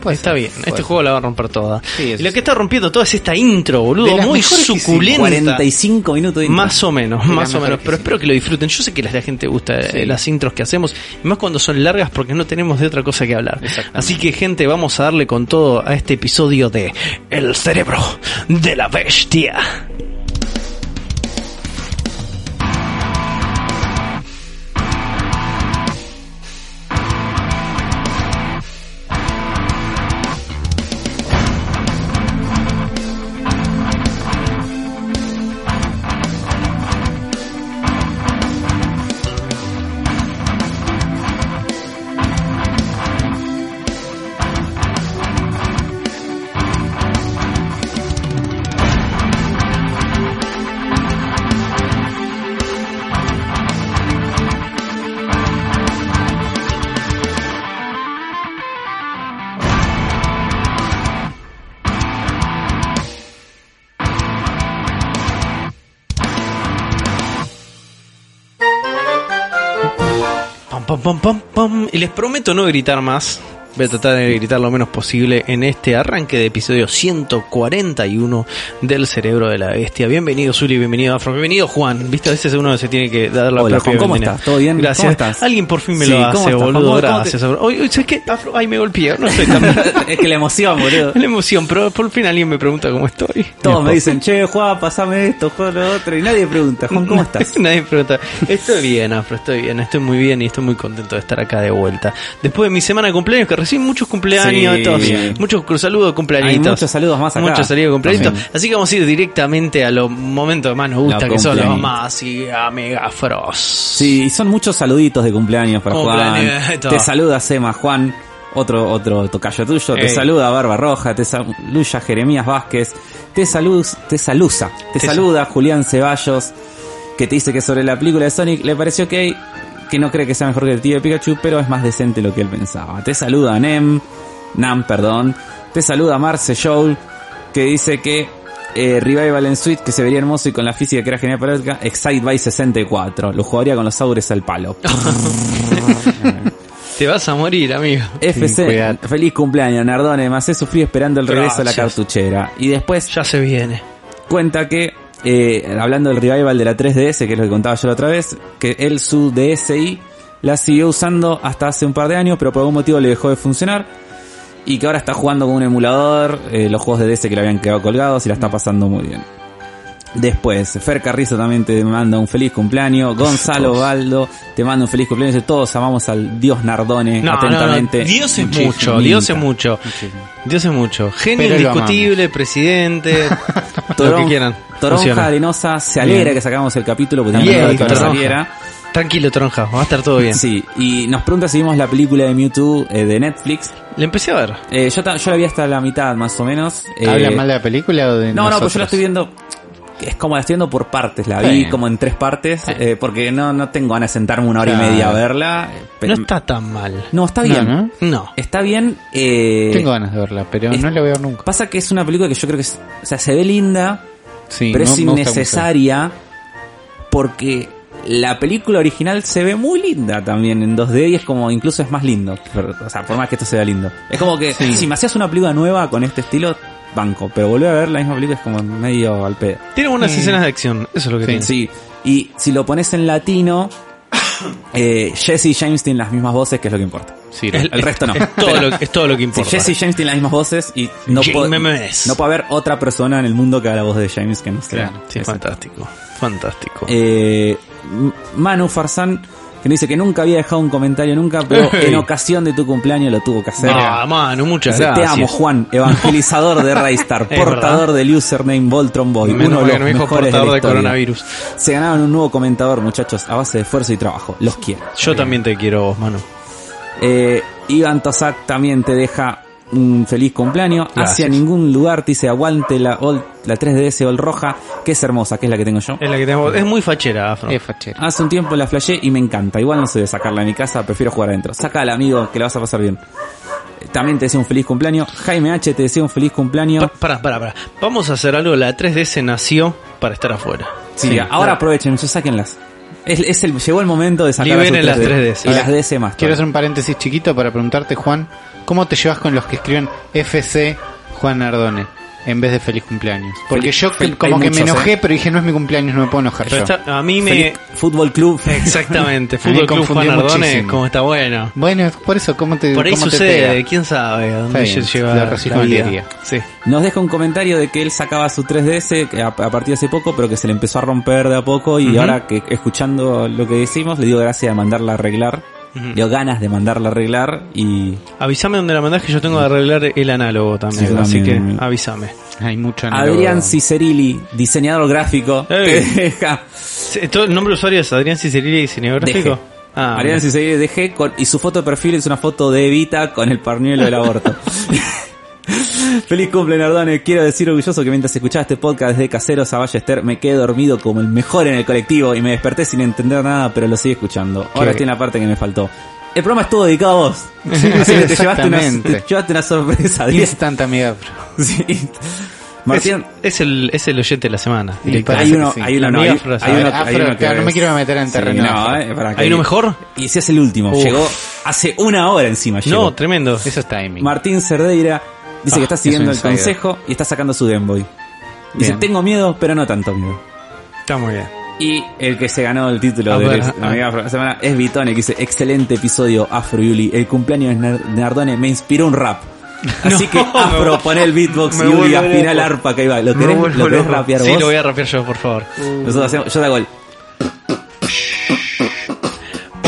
Puede Está ser, bien, puede este ser. juego la va a romper toda. Sí, y eso lo sí. que está rompiendo todo es esta intro, De boludo, las muy mejores que hicimos, suculenta. 45 minutos de intro. Más o menos, las más o menos, mejores que pero sí. espero que lo disfruten. Yo sé que a la gente gusta eh, Sí. las intros que hacemos, y más cuando son largas porque no tenemos de otra cosa que hablar. Exactamente. Así que gente, vamos a darle con todo a este episodio de El cerebro de la bestia. Pam, pam, pam, pam, pam. Y les prometo no gritar más. Voy a tratar de gritar lo menos posible en este arranque de episodio 141 del Cerebro de la Bestia. Bienvenido, Zuli, bienvenido, Afro. Bienvenido, Juan. Viste, a veces uno se tiene que dar la Hola, propia Juan, ¿cómo bienvenida. estás? ¿Todo bien? Gracias. ¿Cómo estás? Alguien por fin me Sí, lo ¿cómo hace, estás, Juan? boludo. ¿Cómo- cómo gracias, Afro. Hoy, hoy, ¿sabes qué? Afro, ay, me golpeé. No estoy tan... es que la emoción, boludo. la emoción, pero por fin alguien me pregunta cómo estoy. Todos me dicen, che, Juan, pasame esto, Juan, lo otro. Y nadie pregunta, Juan, ¿cómo estás? Nadie pregunta. Estoy bien, Afro, estoy bien, estoy muy bien y estoy muy contento de estar acá de vuelta. Después de mi semana de cumpleaños, que recibí muchos cumpleaños, Sí. todos, muchos cru- saludos de cumpleaños. Hay muchos saludos más acá. Muchos saludos de cumpleaños. También. Así que vamos a ir directamente a los momentos que más nos gusta, Los que son los cumpleaños. más y a Megafrost. Sí, y son muchos saluditos de cumpleaños para Cumpleaños, eh, Juan. todo. Te saluda Sema, Juan. Otro, otro tocayo tuyo. Ey. Te saluda Barba Roja. Te saluda Jeremías Vázquez. Te, saluz, te salusa. Te Te saluda Julián Ceballos. Que te dice que sobre la película de Sonic le pareció ok. Que no cree que sea mejor que el tío de Pikachu, pero es más decente lo que él pensaba. Te saluda Nem. Nam, perdón. Te saluda Marce Joel. Que dice que eh, Revival en Suite, que se vería hermoso y con la física que era genial para Erika, Excite by 64. Lo jugaría con los Saures al palo. Te vas a morir, amigo. FC, cuidado. feliz cumpleaños, Nardone. Más he sufrido esperando el regreso a la Gracias. cartuchera. Y después Ya se viene. cuenta que, eh, hablando del revival de la 3DS, que es lo que contaba yo la otra vez, que él su DSi la siguió usando hasta hace un par de años, pero por algún motivo le dejó de funcionar. Y que ahora está jugando con un emulador, eh, los juegos de DS que le habían quedado colgados y la Mm. está pasando muy bien. Después, Fer Carrizo también te manda un feliz cumpleaños. Gonzalo Baldo te manda un feliz cumpleaños. Dice, Todos amamos al Dios Nardone. No, no, no, atentamente. Dios es Muchísimo. mucho, Dios es Minta. mucho. Dios es mucho. Genio Pero lo indiscutible, presidente, todo lo que Toron- quieran. Toronja Funciona. Arenosa se alegra Bien. que sacamos el capítulo porque Bien, tenía miedo de que no Toronja. saliera. Tranquilo, Tronja, va a estar todo bien. Sí, y nos pregunta si vimos la película de Mewtwo eh, de Netflix. Le empecé a ver. Eh, yo, ta- yo la vi hasta la mitad, más o menos. Eh, ¿Habla mal de la película o de No, no, nosotros? pues yo la estoy viendo. Es como la estoy viendo por partes, la Está vi bien. como en tres partes, eh, porque no, no tengo ganas de sentarme una hora Claro. y media a verla. eh, pero- no está tan mal. No, está bien. No, no. No. Está bien. eh, Tengo ganas de verla, pero es- no la voy a ver nunca. Pasa que es una película que yo creo que es- o sea, se ve linda, Sí, pero no es me gusta mucho. innecesaria porque la película original se ve muy linda también en 2D y es como incluso es más lindo. Pero, O sea, por más que esto sea lindo. Es como que si me hacías una película nueva con este estilo, banco. Pero volver a ver la misma película es como medio al pedo. Tiene buenas escenas de acción, eso es lo que tiene. Eh, Sí, y si lo pones en latino, eh, Jesse y James tienen las mismas voces, que es lo que importa. Sí, El, resto no. Es todo, lo, es todo lo que Si importa. Jesse y James tienen las mismas voces y no, James. puedo- no puede haber otra persona en el mundo que haga la voz de James que no sea. Claro, Sí, ese. fantástico. Fantástico. Eh, M- Manu Farsan, que nos dice que nunca había dejado un comentario nunca, pero Ey. en ocasión de tu cumpleaños lo tuvo que hacer. ah, mano, muchas Dice, te gracias. amo, Juan, evangelizador de Raystar, Es portador del username Voltron Boy, Menos uno mal de que los no me dijo mejores de portador la de historia. coronavirus. Se ganaron un nuevo comentador, muchachos, a base de esfuerzo y trabajo. Los quiero. Yo también te quiero vos, mano. Eh, Iván Tosak también te deja un feliz cumpleaños. Gracias. Hacia ningún lugar te dice aguante la, All- la 3DS All roja, que es hermosa, que es la que tengo yo. Es la que tenemos. Es muy fachera, Afro. Es fachero. Hace un tiempo la flashé y me encanta. Igual no sé de sacarla de mi casa, prefiero jugar adentro. Sácala, amigo, que la vas a pasar bien. Eh, También te deseo un feliz cumpleaños. Jaime H te desea un feliz cumpleaños. Pa- Pará, pará, pará. Vamos a hacer algo. La 3DS nació para estar afuera. Sí, ahora aprovechen, ya sáquenlas. es, es el, llegó el momento de sacar Liberen a las sus 3DS. Y las DS más. Quiero todavía. hacer un paréntesis chiquito para preguntarte, Juan, ¿cómo te llevas con los que escriben FC Juan Ardone en vez de feliz cumpleaños? Porque Feliz- yo fel- como hay que me muchos, ¿eh? enojé, pero dije, no es mi cumpleaños, no me puedo enojar Pero yo. está- a mí me... Feliz Fútbol Club. Exactamente, A mí Fútbol Club Juan confundió Ardones, muchísimo. como está bueno. Bueno, es por eso, ¿cómo te Por ahí cómo te sucede, pega? quién sabe a dónde bien, lleva lo recibo la en vida. teoría. Sí. Nos deja un comentario de que él sacaba su 3DS que a, a partir de hace poco, pero que se le empezó a romper de a poco y Ujú. ahora que escuchando lo que decimos, le digo gracias de mandarla a arreglar. Ujú. Le dio ganas de mandarla a arreglar y Avísame dónde la mandás que yo tengo que arreglar el análogo también, Sí, yo así también, que amigo. avísame. Hay mucho análogo. Adrián Cicerilli, diseñador gráfico, Ah, Ey. te deja Sí, todo el nombre de usuario es Adrián Cicerilli, diseñador gráfico. DG. Ah, Adrián mira. Cicerilli DG con- y su foto de perfil es una foto de Evita con el parnielo del aborto. Feliz cumple, Nardone. Quiero decir orgulloso que mientras escuchaba este podcast desde Caseros a Ballester me quedé dormido como el mejor en el colectivo y me desperté sin entender nada, pero lo sigo escuchando. Ahora estoy en la parte que me faltó. El programa estuvo dedicado a vos. Sí, Así que te llevaste una, exactamente. te llevaste una sorpresa. Diez. Instant amiga. Sí. Martín, Es, es el, es el oyente de la semana. Y directo. parece hay uno, que sí. hay uno, La no, eh, hay, amiga frase. hay A uno- ver, hay Afro, uno que claro, no es- me quiero meter en terreno no, ajeno. eh, para que- ¿Hay uno mejor? Y ese es el último, Uf. llegó hace una hora encima. No, llegó. tremendo. Eso es timing. Martín Cerdeira dice que Ah, está es siguiendo el un insider. consejo y está sacando su Game Boy. Dice, Bien. tengo miedo, pero no tanto miedo. Está muy bien. Y el que se ganó el título A de ver, la ah. amiga Afro de la semana es Vitone, que dice, excelente episodio Afro Yuli. El cumpleaños de Nar- Nardone me inspiró un rap. Así No, que me Afro, vuelvo- pon el beatbox me y Yuli, vuelvo afina el loco. arpa que ahí va. ¿Lo Me querés, vuelvo lo querés loco. rapear Sí, vos? lo voy a rapear yo, por favor. Nosotros hacemos, yo te hago el...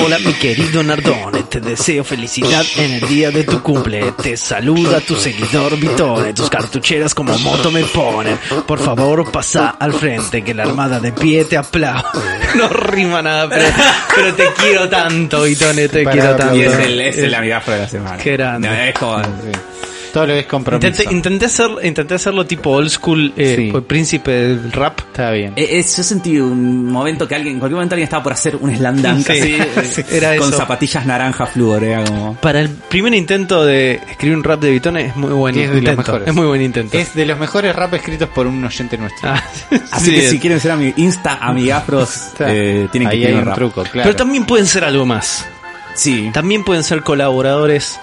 Hola mi querido Nardone, te deseo felicidad en el día de tu cumple. Te saluda tu seguidor Vitone, tus cartucheras como moto me ponen. Por favor, pasa al frente, que la armada de pie te aplaude. No rima nada, pero, pero te quiero tanto, Vitone, te Para quiero tanto. Y aplaudir. es el, es el amiga Afro de la semana. Qué grande. No, es como- Mm. Sí. Todo lo que es compromiso. Intenté, intenté hacer, intenté hacerlo tipo old school, eh, Sí. o príncipe del rap. Está bien. Eh, es- yo sentí un momento que alguien, en cualquier momento alguien estaba por hacer un slandunk Sí, así, eh, sí, era con eso. zapatillas naranja flúor, era como... Para el primer intento de escribir un rap de Vitone es muy buen Y es de los intento. mejores. Es muy buen intento. Es de los mejores rap escritos por un oyente nuestro. Ah, Así que sí. si quieren ser amig Insta amigafros, Está. eh, tienen que Ahí hay escribir un rap. truco, claro. Pero también pueden ser algo más. Sí. También pueden ser colaboradores.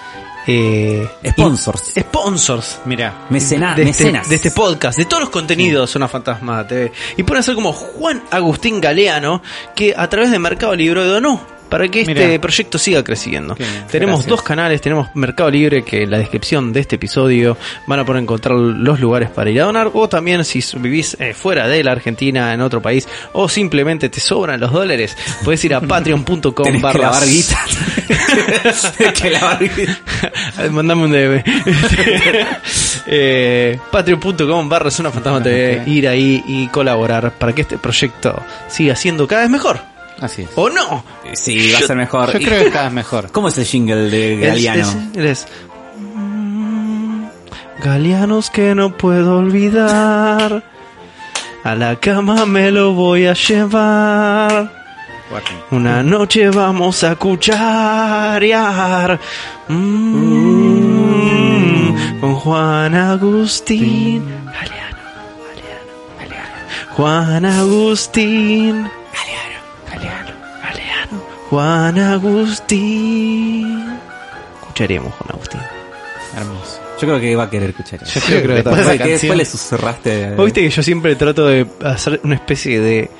Eh, Sponsors. y- sponsors. Mira, Mecena- de, este, mecenas. de este podcast, de todos los contenidos Zona Fantasma TV. Y pueden ser como Juan Agustín Galeano, que a través de Mercado Libre donó para que este Mirá. proyecto siga creciendo. Qué bien, tenemos gracias. dos canales, tenemos Mercado Libre, que en la descripción de este episodio van a poder encontrar los lugares para ir a donar, o también si vivís eh, fuera de la Argentina, en otro país, o simplemente te sobran los dólares, podés ir a patreon.com Tenés que barra lavar guita. Tenés que lavar guita. Mandame un DM. eh, Patreon.com barra Zona Fantasma TV. Ok. Ir ahí y colaborar para que este proyecto siga siendo cada vez mejor. así es. ¿O no? Sí, va a Yo- ser mejor. Yo Y- creo que cada vez mejor. ¿Cómo es el jingle de Galeano? Es- es- él es, "Mm, Galeanos que no puedo olvidar. A la cama me lo voy a llevar. Una noche vamos a cucharear Mm, con Juan Agustín. Galeano, Galeano, Galeano. Juan Agustín. Galeano, Galeano, Galeano. Juan Agustín. Escucharemos Juan Agustín. Hermoso. Yo creo que va a querer escuchar eso. Yo creo que lo que Después Después, pasa de es que después le que susurraste. Vos Viste que yo siempre trato de hacer una especie de,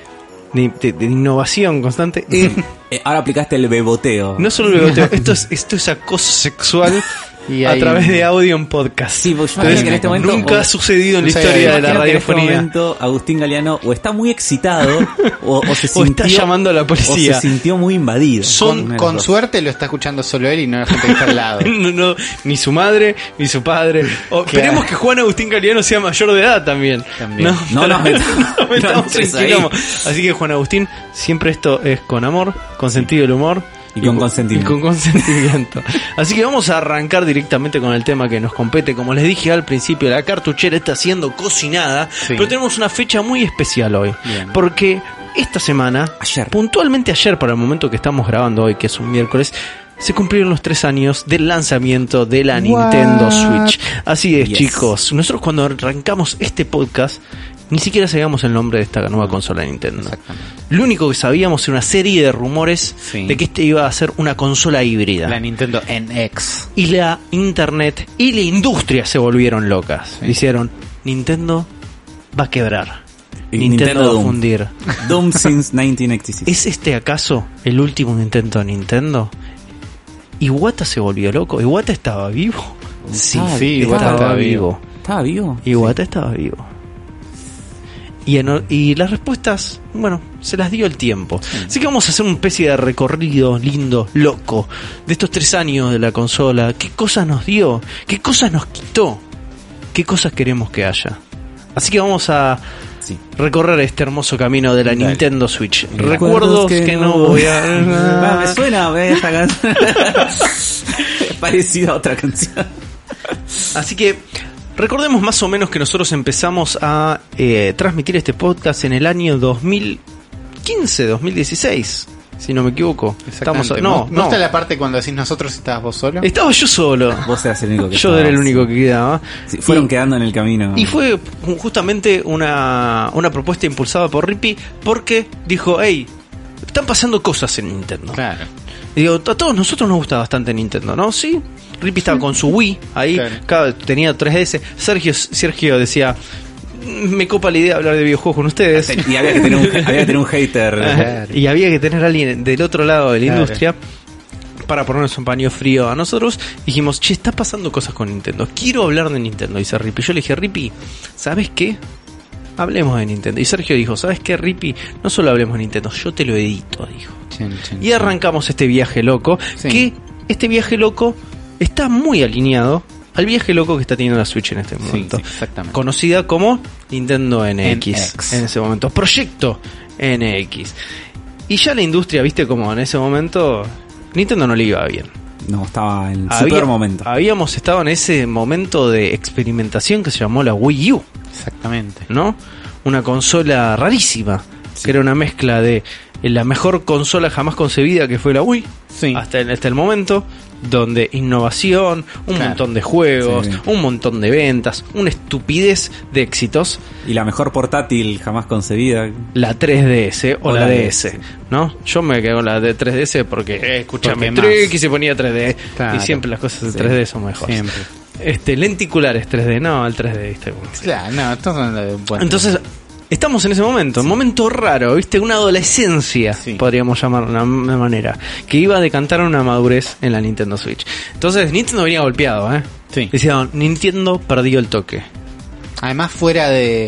de- de- de innovación constante. Eh, Eh, ahora aplicaste el beboteo. no solo el bigoteo, esto es, esto es acoso sexual Y a hay- través de audio en podcast. Sí, porque yo Pero imagino es- que en este momento. Nunca ha o- sucedido en la Sí, historia de la Imagino que en este radiofonía. momento Agustín Galeano o está muy excitado o, o se O está sintió, llamando a la o se policía. sintió muy invadido. Con, con suerte lo está escuchando solo él y no la gente que está al lado. No, no, ni su madre, ni su padre. O, Esperemos que Juan Agustín Galeano sea mayor de edad también. También. No nos metamos- no no metamos entres en ahí. quilombo. Así que Juan Agustín, siempre esto es con amor, con sentido del humor. Y con consentimiento. y con consentimiento. Así que vamos a arrancar directamente con el tema que nos compete. Como les dije al principio, la cartuchera está siendo cocinada, Sí. pero tenemos una fecha muy especial hoy. Bien. Porque esta semana, Ayer. puntualmente ayer para el momento que estamos grabando hoy, que es un miércoles, se cumplieron los tres años del lanzamiento de la Nintendo Switch. Así es, Yes. chicos. Nosotros cuando arrancamos este podcast, Ni siquiera sabíamos el nombre de esta nueva consola de Nintendo. Exactamente. Lo único que sabíamos era una serie de rumores Sí. de que este iba a ser una consola híbrida. La Nintendo NX. y la internet y la industria se volvieron locas. Sí. Dijeron, Nintendo va a quebrar. Y Nintendo, Nintendo va a Doom. fundir. Doom since 1986. ¿Es este acaso el último intento de Nintendo? Iwata se volvió loco. Iwata estaba vivo. Sí, Ah, sí, estaba, Iwata estaba vivo. ¿Estaba vivo? Iwata estaba vivo. Y, en- y las respuestas, bueno, se las dio el tiempo. Así que vamos a hacer una especie de recorrido lindo, loco, de estos tres años de la consola. ¿Qué cosas nos dio? ¿Qué cosas nos quitó? ¿Qué cosas queremos que haya? Así que vamos a Sí. recorrer este hermoso camino de la Dale. Nintendo Switch. Recuerdos que, no voy Ah, me a... suena eh, esta canción. es parecida a otra canción. Así que recordemos más o menos que nosotros empezamos a eh, transmitir este podcast en el año 2015, 2016, si no me equivoco. Estamos Exactamente. no, no, está la parte cuando decís nosotros estabas vos solo? Estaba yo solo. Vos eras Ah, el único que Yo era el estabas. único que quedaba. Sí, fueron Y- quedando en el camino. Y fue ju- justamente una, una propuesta impulsada por Rippy porque dijo, hey, están pasando cosas en Nintendo. Claro. Y digo, a todos nosotros nos gusta bastante Nintendo, ¿no? Sí. Rippy estaba con su Wii ahí, Claro. cada- tenía 3DS. Sergio, Sergio decía, me copa la idea de hablar de videojuegos con ustedes. Y había que tener un, había que tener un hater. Claro. Y había que tener a alguien del otro lado de la Claro. industria para ponernos un paño frío a nosotros. Dijimos, che, está pasando cosas con Nintendo. Quiero hablar de Nintendo, dice Rippy. Yo le dije, Rippy, ¿sabes qué? Hablemos de Nintendo. Y Sergio dijo, ¿sabes qué, Rippy? No solo hablemos de Nintendo, yo te lo edito, dijo. Y arrancamos este viaje loco, Sí. que este viaje loco está muy alineado al viaje loco que está teniendo la Switch en este momento. sí, exactamente. Conocida como Nintendo NX, NX. en ese momento. Proyecto NX. Y ya la industria, viste como en ese momento Nintendo no le iba bien. No, estaba en el Había- Ah. super momento. Habíamos estado en ese momento de experimentación que se llamó la Wii U. Exactamente. ¿no? Una consola rarísima, que era una mezcla de la mejor consola jamás concebida que fue la Wii, Sí. hasta, el, hasta el momento, donde innovación, un Claro. montón de juegos, Sí. un montón de ventas, una estupidez de éxitos, Y la mejor portátil jamás concebida. la 3DS o, O la, la DS, DS. ¿no? Yo me quedo con la de 3DS porque, eh, escúchame, Porque más. Trick y se ponía 3D, Claro. y siempre las cosas de Sí. 3D son mejores. Siempre. Este, lenticulares 3D, no, el 3D, viste, como- Claro, no, estamos hablando de un buen- Entonces, estamos en ese momento, un momento raro, ¿viste? Una adolescencia, Sí. podríamos llamarlo de una manera, que iba a decantar una madurez en la Nintendo Switch. Entonces, Nintendo venía golpeado, ¿eh? Sí. Decían, Nintendo perdió el toque. Además, fuera de.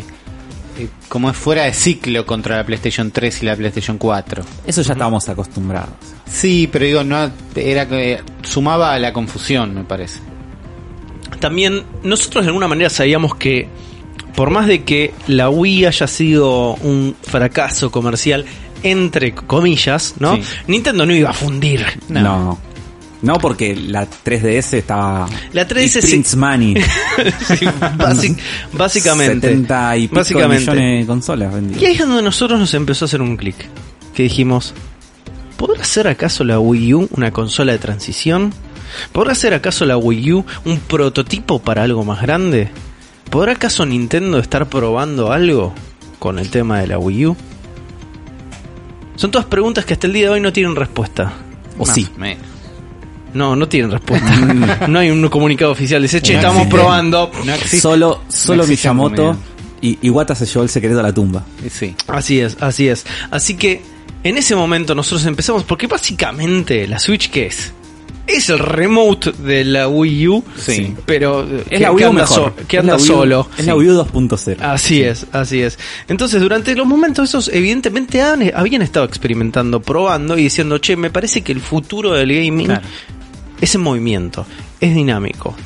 eh, Como es fuera de ciclo contra la PlayStation 3 y la PlayStation 4. Eso ya estábamos acostumbrados. Sí, pero digo, no era que sumaba a la confusión, me parece. También, nosotros de alguna manera sabíamos que, por más de que la Wii haya sido un fracaso comercial, entre comillas, ¿no? Sí. Nintendo no iba a fundir. No. no. porque la 3DS estaba. La 3DS y Prince Money. Sí, basic- básicamente. 70 y pico millones de consolas vendidas. Y ahí es donde nosotros nos empezó a hacer un clic. Que dijimos, ¿podrá ser acaso la Wii U una consola de transición? ¿Podrá ser acaso la Wii U un prototipo para algo más grande? ¿Podrá acaso Nintendo estar probando algo con el tema de la Wii U? Son todas preguntas que hasta el día de hoy no tienen respuesta. O Más sí. menos. No, no tienen respuesta. no hay un comunicado oficial. Dice, che, No estamos existe. probando. No existe. Solo, solo existe Miyamoto comida. y Iwata se llevó el secreto a la tumba. Sí. Así es, así es. Así que en ese momento nosotros empezamos, porque básicamente la Switch ¿qué es? Es el remote de la Wii U, Sí. pero eh, Es que- la que Wii U anda, mejor. so- que Es la anda Wii U- solo. Ah, Es la Wii U 2.0. Así es, así es. Entonces, durante los momentos esos, evidentemente han- habían estado experimentando, probando y diciendo, che, me parece que el futuro del gaming Claro. es en movimiento, es dinámico.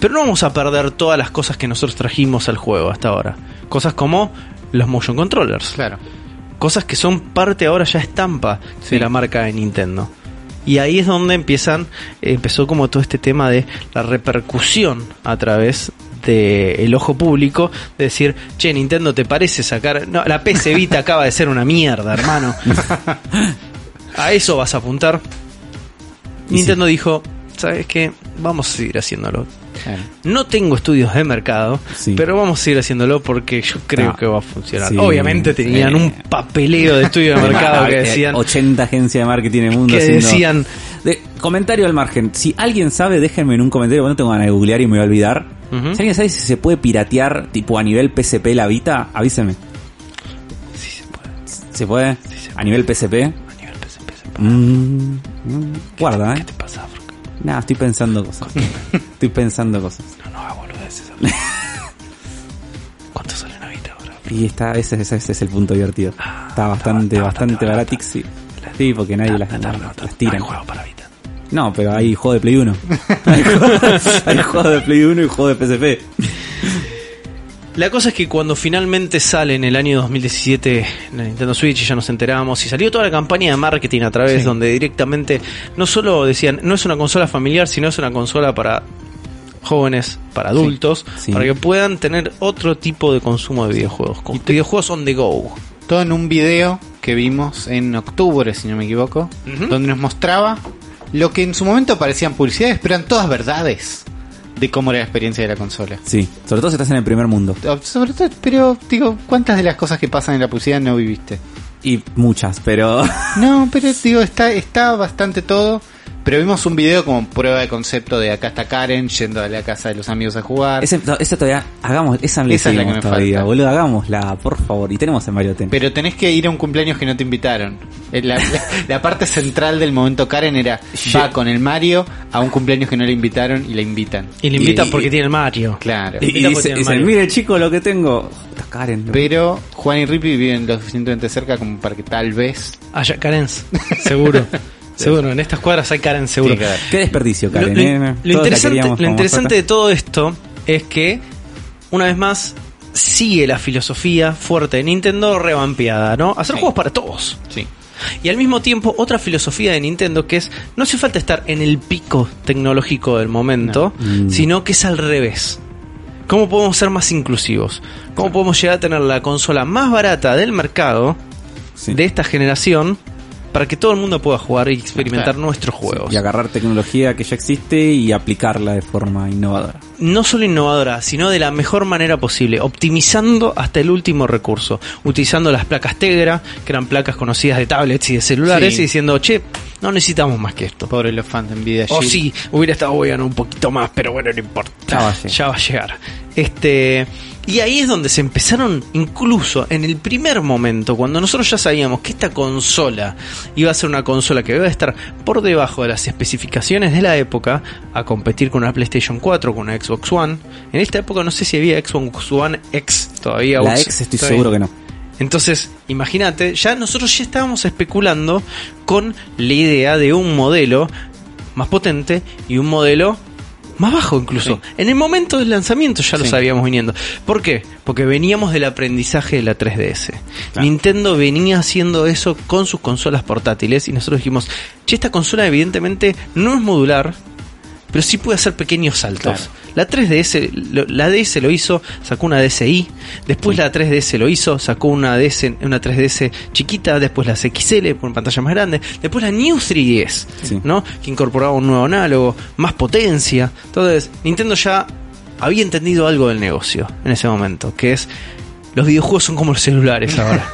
Pero no vamos a perder todas las cosas que nosotros trajimos al juego hasta ahora. Cosas como los motion controllers Claro. cosas que son parte ahora ya estampa de Sí. la marca de Nintendo. Y ahí es donde empiezan, eh, empezó como todo este tema de la repercusión a través del ojo público, de decir, che, Nintendo, ¿te parece sacar? No, la PC Vita acaba de ser una mierda, hermano. a eso vas a apuntar. Y Nintendo dijo, ¿sabes qué? Vamos a seguir haciéndolo. Claro. No tengo estudios de mercado, Sí. pero vamos a ir haciéndolo porque yo creo Ah, que va a funcionar. sí, Obviamente tenían sí. un papeleo de estudio de mercado que decían 80 Ah, eh, agencias de marketing en el mundo que haciendo- decían De- comentario al margen. Si alguien sabe, déjenme en un comentario. porque No tengo ganas de googlear y me voy a olvidar. Ujú. Si alguien sabe si se puede piratear, tipo a nivel PSP la Vita, avísenme. Sí, se puede. ¿Se puede? se a nivel PSP. A nivel PSP se puede. Mm, mm, guarda, ¿Qué eh. te pasa, Froca? Nada, estoy pensando cosas. estoy pensando cosas. No, no, hago boludeces. ¿Cuánto sale una Vita ahora? Y está, ese, ese, ese es el punto divertido. Ah, Está bastante, está bastante bastante barata. baratix. Sí. Sí, porque nadie las, las- las tira. Hay juegos para Vita. No, pero hay juego de Play 1. hay, juego, hay juego de Play 1 y juego de PSP. La cosa es que cuando finalmente sale en el año 2017 la Nintendo Switch y ya nos enteramos y salió toda la campaña de marketing a través donde directamente no solo decían no es una consola familiar sino es una consola para jóvenes, para adultos, Sí. para que puedan tener otro tipo de consumo de videojuegos, con videojuegos on the go. Todo en un video que vimos en octubre, si no me equivoco, Ujú. donde nos mostraba lo que en su momento parecían publicidades, pero eran todas verdades de cómo era la experiencia de la consola. Sí, sobre todo si estás en el primer mundo. Sobre todo, pero digo, ¿cuántas de las cosas que pasan en la publicidad no viviste? Y muchas, pero. No, pero digo, está, está bastante todo. Pero vimos un video como prueba de concepto de acá está Karen yendo a la casa de los amigos a jugar. Ese, no, esa todavía. Hagamos, esa no la Esa es la hicimos que me todavía, falta. boludo. Hagámosla, por favor. Y tenemos en Mario Ten. Pero tenés que ir a un cumpleaños que no te invitaron. Eh, La, la- la parte central del momento Karen era va con el Mario a un cumpleaños que no le invitaron y la invitan. Y le Y- invitan y- porque tiene el Mario. Claro. y y Mira, dice, tiene dice, Mario. mire chico lo que tengo. Está Karen. Pero Juan y Ripley viven lo suficientemente cerca como para que tal vez... Allá Ah, Karens, seguro. seguro, en estas cuadras hay Karen seguro. Tiene que haber. Qué desperdicio, Lo- Karen. lo- eh. Lo, Todos la interesante, queríamos lo como interesante de mascota. todo esto es que, una vez más, sigue la filosofía fuerte de Nintendo revampiada, ¿no? Hacer Sí. juegos para todos. Sí. Y al mismo tiempo, otra filosofía de Nintendo que es, no hace falta estar en el pico tecnológico del momento, No. Mm. sino que es al revés. ¿Cómo podemos ser más inclusivos? ¿Cómo podemos llegar a tener la consola más barata del mercado Sí. de esta generación para que todo el mundo pueda jugar y experimentar Claro. nuestros juegos? Y agarrar tecnología que ya existe y aplicarla de forma innovadora. no solo innovadora, sino de la mejor manera posible, optimizando hasta el último recurso, utilizando las placas Tegra, que eran placas conocidas de tablets y de celulares, y Sí. diciendo, che, no necesitamos más que esto. Pobre los fans de Nvidia. O Shield. Oh, sí, hubiera estado bueno un poquito más, pero bueno, no importa. Ya va a llegar. Ya va a llegar. Este, y ahí es donde se empezaron, incluso en el primer momento, cuando nosotros ya sabíamos que esta consola iba a ser una consola que iba a estar por debajo de las especificaciones de la época, a competir con una PlayStation 4, con una Xbox One. En esta época no sé si había Xbox One X todavía. La o- ex estoy todavía. seguro que no. Entonces, imagínate, ya nosotros ya estábamos especulando con la idea de un modelo más potente y un modelo más bajo incluso. Sí. En el momento del lanzamiento ya lo Sí. sabíamos viniendo. ¿Por qué? Porque veníamos del aprendizaje de la 3DS. Claro. Nintendo venía haciendo eso con sus consolas portátiles y nosotros dijimos, che, esta consola evidentemente no es modular, pero sí puede hacer pequeños saltos. La 3DS, lo- la DS lo hizo, sacó una DSi, después la 3DS lo hizo, sacó una DS, una 3DS chiquita, después la XL con pantalla más grande, después la New 3DS, Sí. ¿no? Que incorporaba un nuevo análogo, más potencia. Entonces, Nintendo ya había entendido algo del negocio en ese momento, que es los videojuegos son como los celulares ahora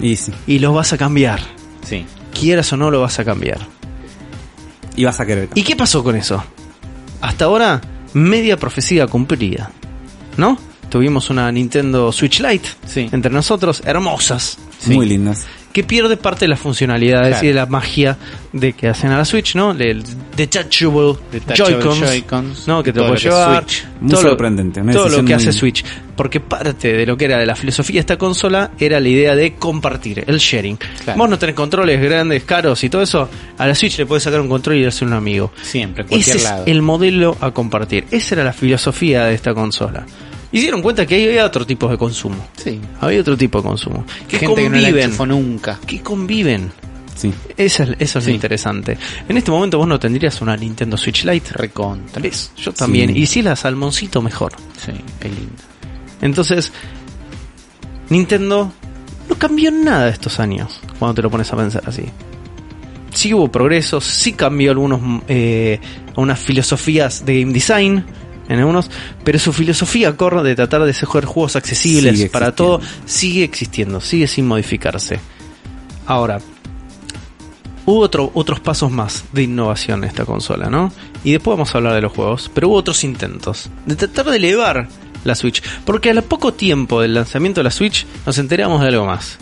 Y sí. y los vas a cambiar. Sí. Quieras o no lo vas a cambiar. Y vas a querer. ¿Y qué pasó con eso? Hasta ahora, media profecía cumplida. ¿No? Tuvimos una Nintendo Switch Lite Sí. entre nosotros, hermosas, Muy lindas. que pierde parte de las funcionalidades Claro. y de la magia de que hacen a la Switch, ¿no? El detachable Detachable Joy-Cons, Joy-Cons, ¿no? Que te todo lo puedes lo que es llevar. Switch. Muy todo lo- sorprendente, una Todo lo decisión que hace muy- Switch. Porque parte de lo que era de la filosofía de esta consola era la idea de compartir, el sharing. Claro. Vos no tenés controles grandes, caros y todo eso. A la Switch le puedes sacar un control y darse un amigo. Siempre, en Ese cualquier es lado. el modelo a compartir. Esa era la filosofía de esta consola. Y se dieron cuenta que ahí había otro tipo de consumo. Sí. Había otro tipo de consumo. Que Gente que no la conviven. enchufó nunca. que conviven. Sí. Eso es, eso es Sí. lo interesante. En este momento vos no tendrías una Nintendo Switch Lite. Recontra. Tal vez. Yo también. Sí. Y si la salmoncito mejor. Sí, qué lindo. Entonces, Nintendo no cambió nada estos años, cuando te lo pones a pensar así. Sí hubo progresos, sí cambió algunos, mm, eh, unas filosofías de game design, en algunos, pero su filosofía core de tratar de hacer juegos accesibles Sigue para existiendo. todo sigue existiendo, sigue sin modificarse. Ahora, hubo otro- otros pasos más de innovación en esta consola, ¿no? Y después vamos a hablar de los juegos, pero hubo otros intentos de tratar de elevar la Switch, porque al poco tiempo del lanzamiento de la Switch nos enteramos de algo más.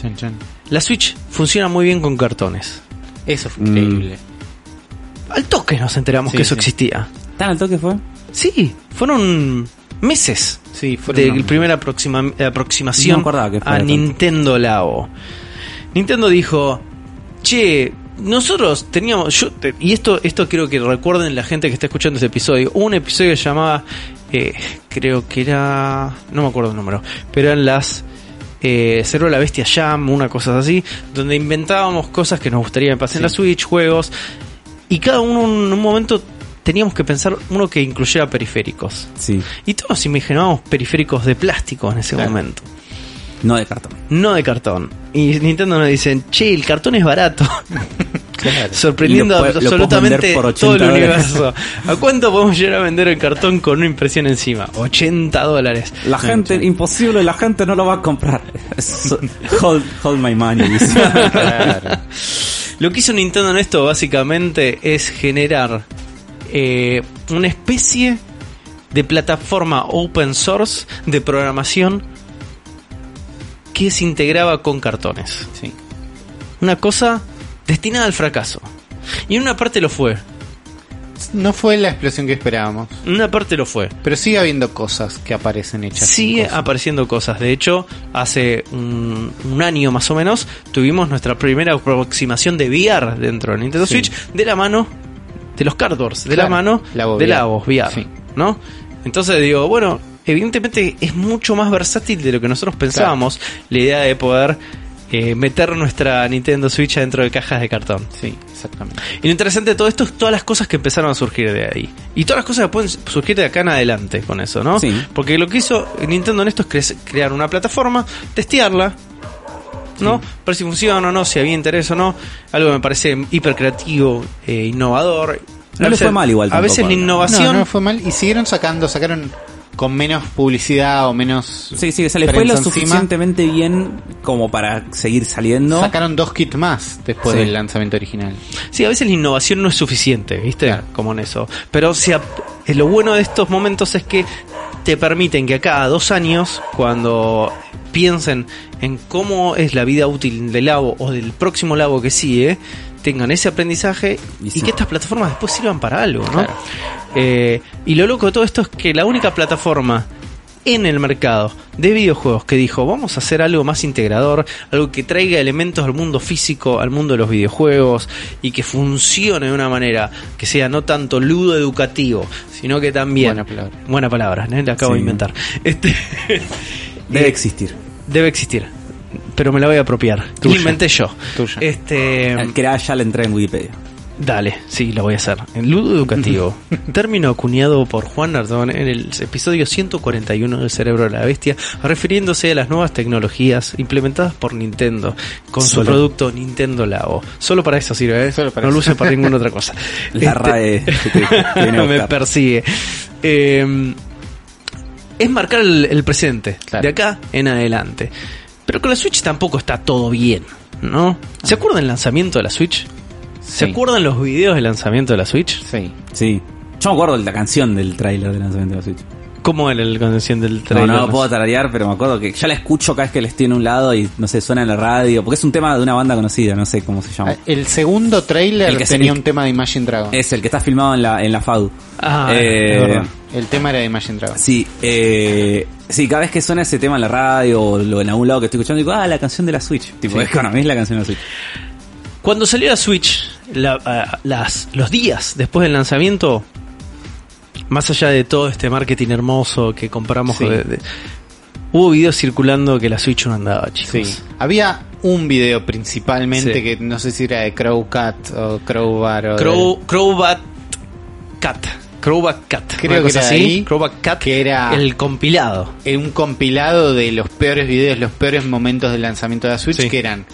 Chan, chan. La Switch funciona muy bien con cartones. Mm. Eso fue increíble. Al toque nos enteramos Sí, que eso sí. existía. Mm. ¿Tan al toque fue? Sí, fueron meses Sí, fue de una- primera aproxima- aproximación No me acordaba que fuera a tanto. Nintendo Lao. Nintendo dijo, che, nosotros teníamos, yo, te- y esto, esto quiero que recuerden la gente que está escuchando este episodio, Hubo un episodio que se llamaba, eh, creo que era, no me acuerdo el número, pero eran las... Eh, Cero la Bestia Jam, una cosa así, donde inventábamos cosas que nos gustaría que pasen en la Switch, juegos, y cada uno en un momento teníamos que pensar uno que incluyera periféricos. Sí. Y todos nos imaginábamos periféricos de plástico en ese Claro. momento, No de cartón. no de cartón. Y Nintendo nos dicen, che, el cartón es barato. Claro. Sorprendiendo Lo puede- lo absolutamente podemos vender por todo el 80 dólares. universo. ¿A cuánto podemos llegar a vender el cartón con una impresión encima? 80 dólares. La gente, imposible, la gente no lo va a comprar. So- hold, hold my money. dice. Claro. Lo que hizo Nintendo en esto básicamente es generar eh, una especie de plataforma open source de programación que se integraba con cartones. Sí. Una cosa destinada al fracaso. Y en una parte lo fue, No fue la explosión que esperábamos. en una parte lo fue. Pero sigue habiendo cosas que aparecen hechas. Sigue con cosas. apareciendo cosas. De hecho, hace un, un año más o menos tuvimos nuestra primera aproximación de VR dentro de Nintendo Sí. Switch de la mano de los cardboards, de la Claro, mano la voz de VR. la voz VR, Sí. ¿no? Entonces digo, bueno, evidentemente es mucho más versátil de lo que nosotros pensábamos la idea de poder eh, meter nuestra Nintendo Switch dentro de cajas de cartón. Sí, exactamente. Y lo interesante de todo esto es todas las cosas que empezaron a surgir de ahí. Y todas las cosas que pueden surgir de acá en adelante con eso, ¿no? Sí. Porque lo que hizo Nintendo en esto es cre- crear una plataforma, testearla, ¿no? Ver si funciona o no, si había interés o no. Algo que me parece hiper creativo, eh, innovador. No A le fue mal igual A tampoco, veces la ¿no? No, innovación. no fue mal. Y siguieron sacando, sacaron con menos publicidad o menos. Sí, sí, se le fue lo prensa encima. suficientemente bien como para seguir saliendo. Sacaron dos kits más después Sí. del lanzamiento original. Sí, a veces la innovación no es suficiente, ¿viste? Como en eso. Pero si ap- eh, lo bueno de estos momentos es que te permiten que acá a dos años, cuando piensen en cómo es la vida útil del labo o del próximo labo que sigue, tengan ese aprendizaje y, Y sí. que estas plataformas después sirvan para algo, ¿no? Claro. Eh, y lo loco de todo esto es que la única plataforma en el mercado de videojuegos que dijo vamos a hacer algo más integrador, algo que traiga elementos al mundo físico, al mundo de los videojuegos y que funcione de una manera que sea no tanto ludo educativo, sino que también Buena palabra. buena palabra, ¿eh? la acabo de Sí. inventar. Este Debe eh, existir. debe existir, pero me la voy a apropiar. Lo Tuya. inventé yo. Tuya. Este Que era ya la entrada en Wikipedia. Dale, sí, lo voy a hacer. El ludo educativo. Término acuñado por Juan Nardón en el episodio 141 del Cerebro de la Bestia, refiriéndose a las nuevas tecnologías implementadas por Nintendo con su Solo. producto Nintendo Labo. Solo para eso sirve, ¿eh? Solo para no lo eso. usen para ninguna otra cosa. Este La RAE que te- que viene a me buscar. persigue. Eh, es marcar el, el presente, Claro. de acá en adelante. Pero con la Switch tampoco está todo bien, ¿no? Ah. ¿Se acuerdan el lanzamiento de la Switch? ¿Se Sí. acuerdan los videos de lanzamiento de la Switch? Sí. Sí. Yo me acuerdo de la canción del tráiler de lanzamiento de la Switch. ¿Cómo era el canción del No, trailer? no lo puedo tararear, pero me acuerdo que ya la escucho cada vez que la estoy en un lado y no sé, suena en la radio. Porque es un tema de una banda conocida, no sé cómo se llama. Ah, El segundo trailer El que se- tenía el- un tema de Imagine Dragon. Es el que está filmado en la, en la FADU. Ah, Eh, es verdad. El tema era de Imagine Dragon. Sí, eh, sí, cada vez que suena ese tema en la radio o lo- en algún lado que estoy escuchando, digo, ah, la canción de la Switch. Tipo, es para mí es la canción de la Switch. Cuando salió la Switch, la- ah, las, los días después del lanzamiento, más allá de todo este marketing hermoso que compramos, Sí. de- de- hubo videos circulando que la Switch no andaba, Sí. chicos. Había un video principalmente Sí. que no sé si era de Crowcat o Crowbar o. Crow, Crowbat Cat. Crowbat Cat. Creo una que cosa era así. ahí, Crowbat Cat. que era- El compilado. del- en eh, un compilado de los peores videos, los peores momentos del lanzamiento de la Switch Sí. que eran.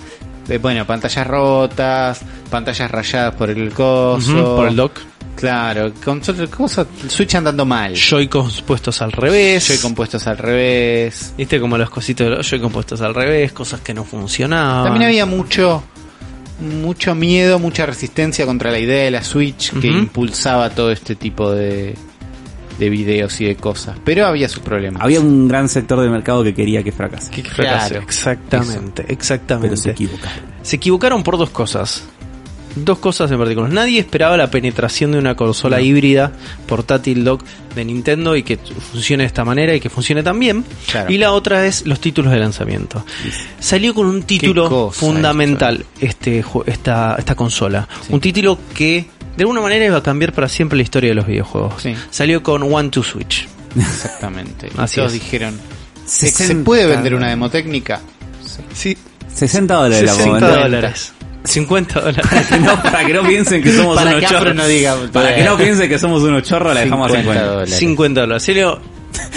eh, bueno, pantallas rotas, pantallas rayadas por el coso. Ujú, por el dock. Claro, con cosas Switch andando mal. Joy-Cons puestos al revés. Joy compuestos al revés. Viste como los cositos de los Joy-Con puestos al revés, cosas que no funcionaban. También había mucho mucho miedo, mucha resistencia contra la idea de la Switch que Ujú. impulsaba todo este tipo de, de videos y de cosas. Pero había sus problemas. Había un gran sector del mercado que quería que fracase. Que Claro. fracasó. Exactamente, exactamente. Pero se equivoca. Se equivocaron por dos cosas. Dos cosas en particular. Nadie esperaba la penetración de una consola híbrida portátil dock de Nintendo y que funcione de esta manera y que funcione tan bien. Claro. Y la otra es los títulos de lanzamiento. Salió con un título cosa fundamental este, ju- esta, esta consola. Un título que de alguna manera iba a cambiar para siempre la historia de los videojuegos. Sí. Salió con One to Switch. Exactamente. Y Así todos es. dijeron, ¿se, Sesenta- se puede vender una demo técnica? Sí, 60 dólares la 60 puedo vender. dólares. 50 dólares. Que no, para que no piensen que somos Para unos que Afro chorros. no diga- para que no piensen que somos unos chorros, la dejamos a 50 50. dólares. 50 dólares. Serio,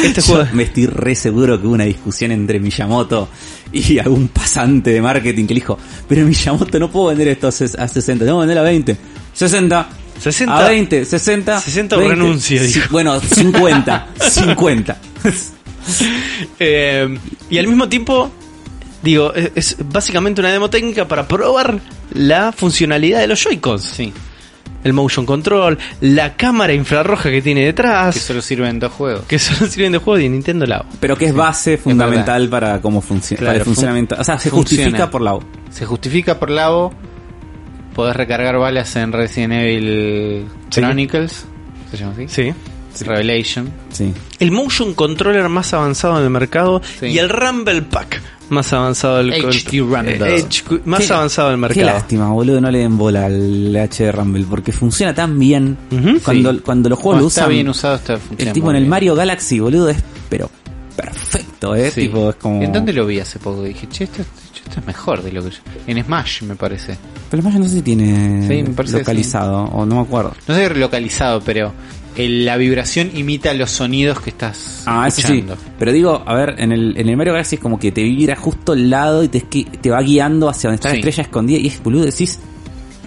este juego. Yo me estoy re seguro que hubo una discusión entre Miyamoto y algún pasante de marketing que le dijo, pero Miyamoto no puedo vender esto a ses- a 60, tengo que vender a 20. 60. 60. A 20, 60. 60 o renuncia, Sí, dijo. Bueno, 50. 50. Eh, y al mismo tiempo, digo, es, es básicamente una demo técnica para probar la funcionalidad de los Joy-Cons. Sí. El motion control, la cámara infrarroja que tiene Ah. detrás, Que solo sirven dos juegos. que solo sirven de juego de Nintendo Labo. Pero que es base fundamental para cómo funciona. Claro, para el fun- funcionamiento. O sea, se funciona. justifica por la O. Se justifica por Labo. Podés recargar balas en Resident Evil Sí. Chronicles. ¿Se llama así? Sí. Revelation. Sí. El motion controller más avanzado del mercado Sí. y el Rumble Pack más avanado del HD Rumble. eh, HQ más Qué- avanzado del Qué mercado. lástima, boludo, no le den bola al HD Rumble porque funciona tan bien. Ujú. cuando, Sí. cuando los juegos Cuando lo está usan. bien usado está el funciona tipo muy en el bien. Mario Galaxy, boludo, es pero perfecto, ¿eh? Sí. Tipo, es como. ¿En dónde lo vi hace poco? Dije, che, esto, esto es mejor de lo que yo... En Smash, me parece. Pero el Mario no sé si tiene Sí, me parece que localizado o no me acuerdo. No sé localizado, pero el- la vibración imita los sonidos que estás Ah, eso sí. escuchando. Pero digo, a ver, en el, en el Mario Galaxy es como que te vibra justo al lado y te, esqui- te va guiando hacia donde está Sí. la estrella escondida y es, boludo, decís.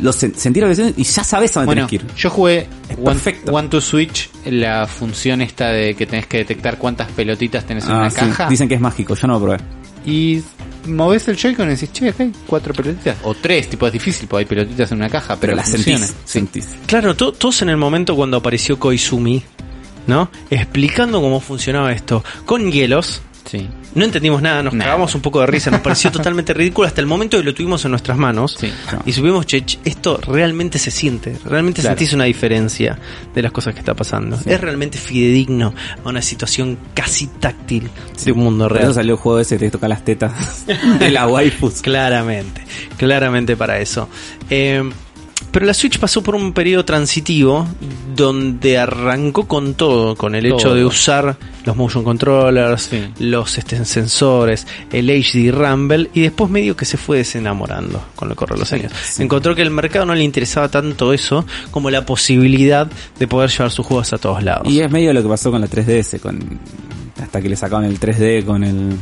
Lo sen- sentí la vibración y ya sabes a dónde Bueno, Ah, tenés que ir. yo jugué Es One, perfecto. One to Switch, la función esta de que tenés que detectar cuántas pelotitas tenés en Ah, una sí. caja. Dicen que es mágico, yo no lo probé. Y movés el Joy-Con y decís, che, acá hay cuatro pelotitas. O tres, tipo, es difícil, porque hay pelotitas en una caja, pero, Pero la funciona. sentís, sentís. Claro, to- todos en el momento cuando apareció Koizumi, ¿no? Explicando cómo funcionaba esto con hielos. Sí, No entendimos nada, nos Nada. cagamos un poco de risa, nos pareció totalmente ridículo hasta el momento que lo tuvimos en nuestras manos Sí. y supimos, che, che, esto realmente se siente, realmente Claro. sentís una diferencia de las cosas que está pasando. Es realmente fidedigno a una situación casi táctil de un mundo Por real. eso salió el juego ese que te toca las tetas de la waifus. Claramente, claramente para eso. Eh, pero la Switch pasó por un periodo transitivo donde arrancó con todo, con el hecho Todo. de usar los motion controllers, Sí. los este, sensores, el HD Rumble y después medio que se fue desenamorando con lo que corre los años. sí. Encontró que el mercado no le interesaba tanto eso como la posibilidad de poder llevar sus juegos a todos lados. Y es medio lo que pasó con la 3DS, con hasta que le sacaron el 3D con el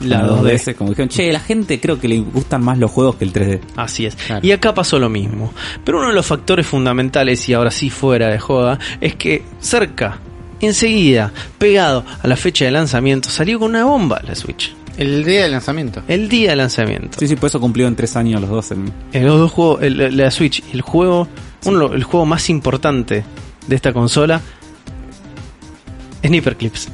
La con 2D. como dijeron, "Che, la gente creo que le gustan más los juegos que el 3D." Así es. Claro. Y acá pasó lo mismo. Pero uno de los factores fundamentales, y ahora sí fuera de joda, es que cerca, enseguida, pegado a la fecha de lanzamiento, salió con una bomba la Switch. El día del lanzamiento. El día de lanzamiento. Sí, sí, por eso cumplió en tres años los dos. en- En los dos juegos, el- la Switch, el juego, uno, el juego más importante de esta consola, Sniper Clips.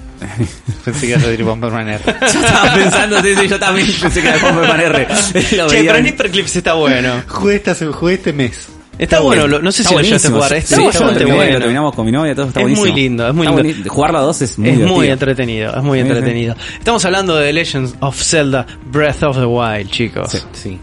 Pensé que ibas a decir Bomberman R. Yo estaba pensando, sí, sí, yo también pensé que era Bomberman R. Lo Che, veía pero en- Sniper Clips está bueno. Jugué, esta, se- jugué este mes. Está, bueno, lo- no sé ¿eh? Está si lo llegaste a buenísimo. jugar. Está Sí, está bastante lo bueno. terminamos con mi novia, todo está Es muy buenísimo. lindo, es muy Está lindo. bueni- Jugar la 2 es muy es muy divertido. entretenido, es muy Sí, sí. entretenido. Estamos hablando de Legends of Zelda Breath of the Wild, chicos. Sí.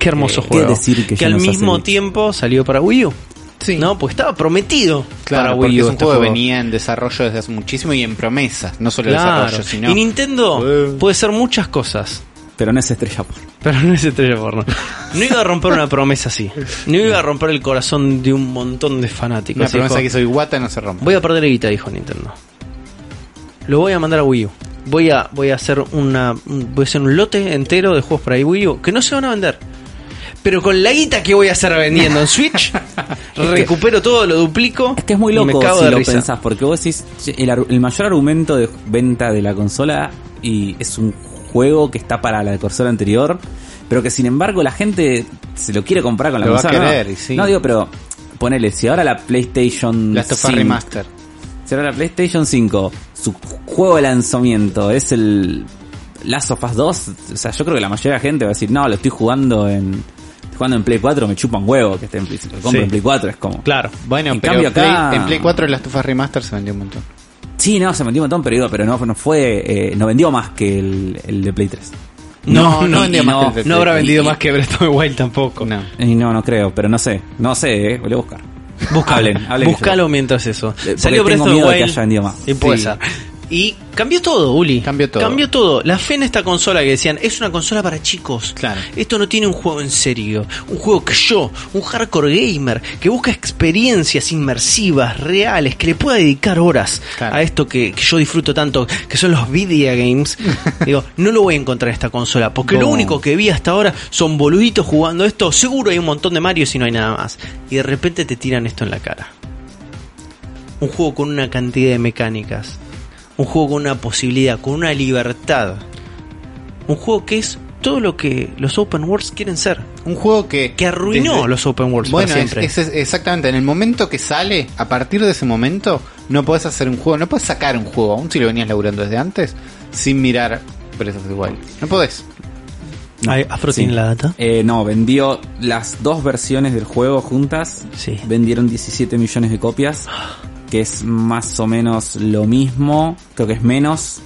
Qué hermoso Eh, qué juego. decir que ya al nos hace mismo mucho. tiempo salió para Wii U. Sí. No, pues estaba prometido para Claro, porque Wii U. es un este juego que venía en desarrollo desde hace muchísimo y en promesas. No solo Claro. desarrollo, sino... Y Nintendo Eh. puede ser muchas cosas. Pero no es estrella por. Pero no es estrella porno. No iba a romper una promesa así. No iba a romper el corazón de un montón de fanáticos. Una promesa dijo, que soy guata no se rompe. Voy a perder guita, dijo Nintendo. Lo voy a mandar a Wii U. Voy a, voy a hacer una. un- Voy a hacer un lote entero de juegos para Wii U que no se van a vender. Pero con la guita que voy a hacer vendiendo en Switch, recupero todo, lo duplico. Es que es muy y me loco cago si de lo risa. pensás, porque vos decís, "Che, el, ar- el mayor argumento de venta de la consola y es un juego que está para la consola anterior, pero que sin embargo la gente se lo quiere comprar con la Lo va a consola. ¿no? querer, y sí. No, digo, pero ponele, si ahora la PlayStation Last of Us 5, Remaster. si ahora la PlayStation 5, su juego de lanzamiento es el Last of Us 2, o sea, yo creo que la mayoría de la gente va a decir, no, lo estoy jugando en... estoy Jugando en Play 4 me chupa un huevo que esté en Play, si lo compro Sí. en Play 4 es como Claro. Bueno, En pero cambio acá- Play- en Play 4 Last of Us Remaster se vendió un montón. Sí, no, se vendió un montón, pero, digo, pero no, no fue, eh, no vendió más que el, el de Play 3. No, no y vendió más que el de no habrá Play. vendido más que Breath of the Wild tampoco. No. Y no, no creo, pero no sé, no sé, eh, voy a buscar. Hablen, hablen Búscalo mientras eso. Eh, porque tengo miedo de que haya vendido más. Y puede Sí. ser. Y cambió todo, Uli. Cambió todo. Cambió todo. La fe en esta consola que decían, es una consola para chicos. Claro. Esto no tiene un juego en serio. Un juego que yo, un hardcore gamer, que busca experiencias inmersivas, reales, que le pueda dedicar horas Claro. a esto que, que yo disfruto tanto, que son los video games. Digo, no lo voy a encontrar en esta consola, porque lo No. único que vi hasta ahora son boluditos jugando esto. Seguro hay un montón de Mario si no hay nada más. Y de repente te tiran esto en la cara. Un juego con una cantidad de mecánicas. Un juego con una posibilidad, con una libertad. Un juego que es todo lo que los open worlds quieren ser. Un juego que... Que arruinó desde- los open worlds para Bueno, es- siempre. es- es- exactamente. En el momento que sale, a partir de ese momento, no puedes hacer un juego, no puedes sacar un juego, aún si lo venías laburando desde antes, sin mirar Breath of the Wild. No podés. No, Ay, Afro sí. tiene la data. Eh, no, vendió las dos versiones del juego juntas. Sí. Vendieron 17 millones de copias, que es más o menos lo mismo, creo que es menos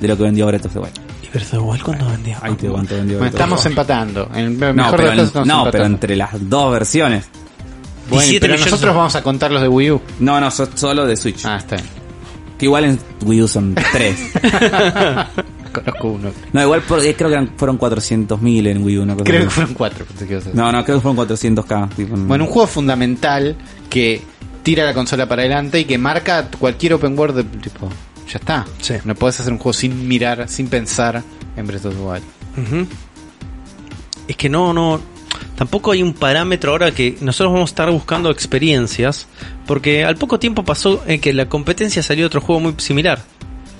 de lo que vendió Breath of the Wild. ¿Y Breath of the Wild cuándo vendió? Ahí te cuánto vendió. Bueno, Breath of estamos the Wild. empatando. En el mejor No, pero, de los en- casos estamos no, empatando. pero entre las dos versiones. Bueno, 17 pero millones nosotros de- vamos a contar los de Wii U. No, no, so- solo de Switch. Ah, está bien. Que igual en Wii U son tres. Conozco uno. No, igual por- eh, creo que eran- fueron 400.000 en Wii U. una cosa Creo que así. fueron cuatro. pensé que ibas a decir. No, no, creo que fueron 400k. tipo, no. Bueno, un juego fundamental que tira la consola para adelante y que marca cualquier open world. de- tipo, ya está. Sí. No podés hacer un juego sin mirar, sin pensar en Breath of the Wild. Ujú. Es que no, no. Tampoco hay un parámetro ahora que nosotros vamos a estar buscando experiencias. Porque al poco tiempo pasó eh, que la competencia salió otro juego muy similar.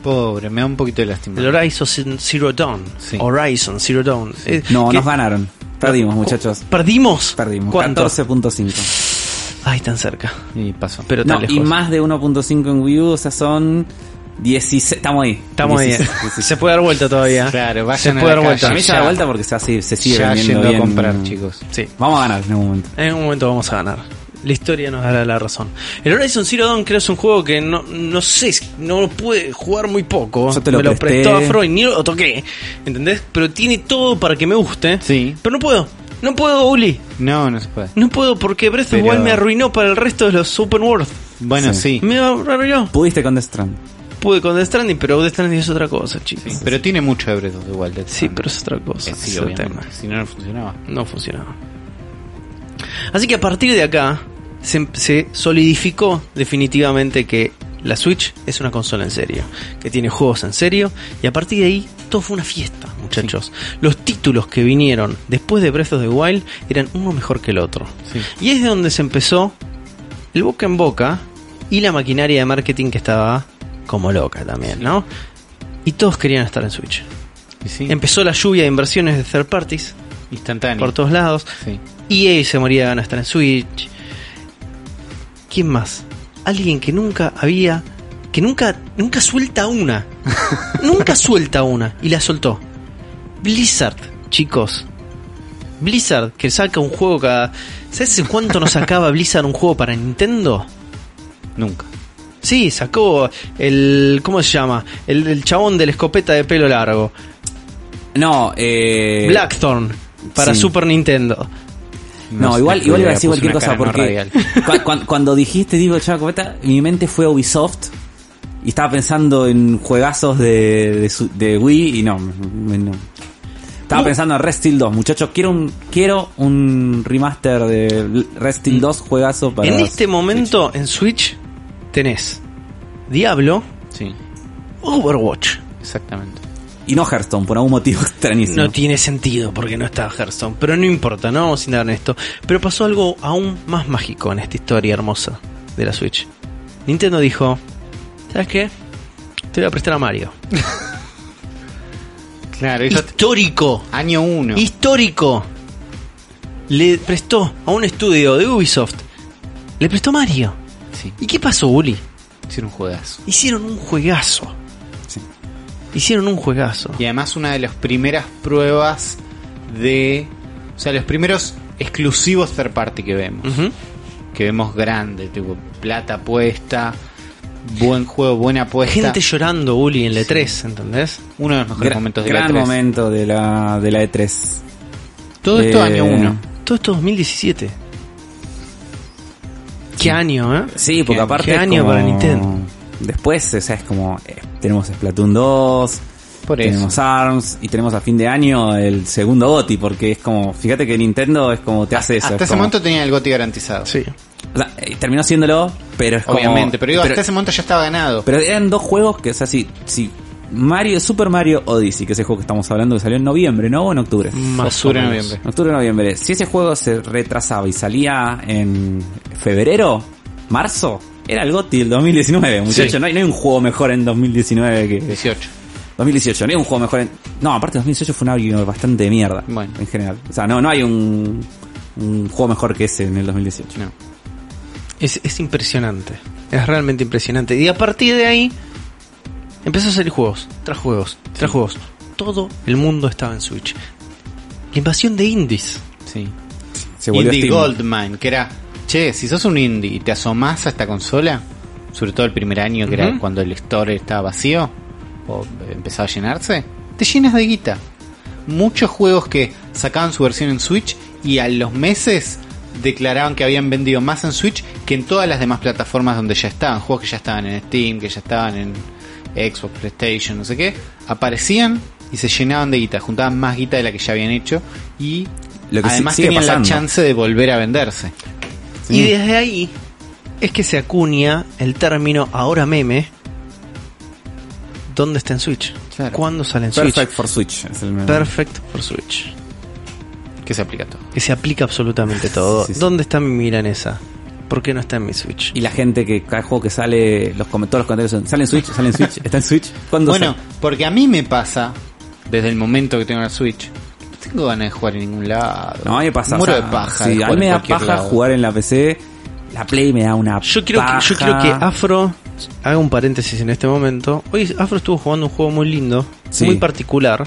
Pobre, me da un poquito de lástima. El Horizon Zero Dawn. Sí. Horizon Zero Dawn. Eh, no, que- nos ganaron. Perdimos, muchachos. ¿Perdimos? Perdimos. ¿Cuánto? 14.5. Ay, tan cerca. Y pasó. Pero tan No, lejos. y más de 1.5 en Wii U, o sea, son 16. Estamos ahí. Estamos ahí. 16. Se puede dar vuelta eh, todavía. Claro, vayan Se a puede la dar vuelta. Para mí se da Ya. vuelta porque se, hace- se sigue ya vendiendo yendo bien. a comprar, chicos. Sí. Vamos a ganar en algún momento. En un momento vamos a ganar. La historia nos dará la razón. El Horizon Zero Dawn creo es un juego que no, no sé, no lo pude jugar muy poco. Yo te lo me lo presté. prestó Afro y ni lo toqué. ¿Entendés? Pero tiene todo para que me guste. Sí. Pero no puedo. No puedo, Uli. No, no se puede. No puedo porque Breath of the Pero- Wild me arruinó para el resto de los Open World. Bueno, sí. Sí. Me arruinó. Pudiste con Death Strand. Pude con Death Stranding, pero Death Stranding es otra cosa, chicos. Sí, Pero tiene mucho de Breath of the Wild. Death Sí, Stranding. pero es otra cosa. Eh, sí, es otro obviamente. tema. Si no, no funcionaba. No funcionaba. Así que a partir de acá se, se solidificó definitivamente que la Switch es una consola en serio, que tiene juegos en serio, y a partir de ahí todo fue una fiesta, muchachos. Los títulos que vinieron después de Breath of the Wild eran uno mejor que el otro. Sí. Y es de donde se empezó el boca en boca y la maquinaria de marketing que estaba como loca también, ¿no? Y todos querían estar en Switch. Y sí. Empezó la lluvia de inversiones de third parties Instantáneo. por todos lados. Sí. EA se moría de ganas de estar en Switch. ¿Quién más? Alguien que nunca había. que nunca. nunca suelta una. nunca suelta una. Y la soltó. Blizzard, chicos. Blizzard, que saca un juego cada. ¿Sabes cuánto nos sacaba Blizzard un juego para Nintendo? Nunca. Sí, sacó el. ¿Cómo se llama? El, el chabón de la escopeta de pelo largo. No, eh. Blackthorn. Para sí. Super Nintendo. No, sé, igual, igual iba a le decir puse cualquier una cosa cara no porque radial. cua- cuan- cuando dijiste digo Chava Copeta, mi mente fue a Ubisoft y estaba pensando en juegazos de, de, su- de Wii y no, me- no. Estaba pensando en Red Steel 2, muchachos, quiero un quiero un remaster de Red Steel 2 juegazo para Mm. En este momento en Switch tenés Diablo, Sí, Overwatch, exactamente. Y no Hearthstone, por algún motivo extrañísimo. No tiene sentido porque no está Hearthstone, pero no importa, no vamos a indagar en esto. Pero pasó algo aún más mágico en esta historia hermosa de la Switch. Nintendo dijo, ¿sabes qué? Te voy a prestar a Mario. Claro, eso Histórico, año 1. histórico. Le prestó a un estudio de Ubisoft, le prestó Mario. Sí, ¿Y qué pasó, Uli? hicieron un juegazo. Hicieron un juegazo. Sí. Hicieron un juegazo. Y además una de las primeras pruebas de... O sea, los primeros exclusivos third party que Mm. vemos. Ujú. Que vemos grande, tipo plata puesta, buen juego, buena apuesta. Gente llorando, Uli, en la E3, ¿entendés? Uno de los mejores Gra- momentos E de gran la E3. momento de la, de la E E3. Todo esto Eh, año 1. Todo esto 2017. Qué año, ¿eh? Sí, porque Qué- aparte. qué es año como- para Nintendo. Después, o sea, es como. eh, tenemos Splatoon 2. Por eso. Tenemos ARMS y tenemos a fin de año el segundo GOTI, porque es como, fíjate que Nintendo es como te hace eso. Ah, Hasta es ese como- momento tenía el goti garantizado. Sí. o sea, eh, terminó haciéndolo, pero es como- Obviamente, pero digo, pero, hasta ese momento ya estaba ganado. pero eran dos juegos que, o sea, si, si Mario, Super Mario Odyssey, que es el juego que estamos hablando que salió en noviembre, ¿no? O en octubre. Más Octubre, o menos. noviembre. En octubre, noviembre. Si ese juego se retrasaba y salía en febrero, marzo, era el GOTI del 2019, muchachos. Sí. No, hay, no hay un juego mejor en 2019 que, 18. 2018, no es un juego mejor en... No, aparte 2018 fue un año bastante de mierda. Bueno. En general. O sea, no, no hay un, un juego mejor que ese en el 2018. No. Es, es impresionante. Es realmente impresionante. Y a partir de ahí empezó a salir juegos, tras juegos, tras juegos. Todo el mundo estaba en Switch. La invasión de indies. Sí. Se volvió Indie Steam. Goldmine, que era, che, si sos un indie y te asomás a esta consola, sobre todo el primer año que era Ujú. cuando el store estaba vacío o eh, empezaba a llenarse, te llenas de guita. Muchos juegos que sacaban su versión en Switch y a los meses declaraban que habían vendido más en Switch que en todas las demás plataformas donde ya estaban, juegos que ya estaban en Steam, que ya estaban en Xbox, PlayStation, no sé qué, aparecían y se llenaban de guita, juntaban más guita de la que ya habían hecho y Lo que sí- además sigue tenían pasando. la chance de volver a venderse. Mm. Y desde ahí es que se acuña el término ahora meme. ¿Dónde está en Switch? Claro. ¿Cuándo sale en Perfect Switch? for Switch. es el mejor. Perfect for Switch. Que se aplica a todo. Que se aplica absolutamente todo. Sí, sí. ¿Dónde está mi milanesa? ¿Por qué no está en mi Switch? Y la gente que cada juego que sale, los com- todos los comentarios son, ¿sale en Switch? ¿Sale en Switch? ¿Está en Switch? ¿Cuándo Bueno, sale? porque a mí me pasa, desde el momento que tengo la Switch, no tengo ganas de jugar en ningún lado. No, a mí me pasa. Muero o sea, de paja. sí, de a jugar mí me en da cualquier paja lado. jugar en la PC. La Play me da una Yo quiero, que, yo paja. quiero que Afro haga un paréntesis en este momento. Hoy Afro estuvo jugando un juego muy lindo, Sí. muy particular.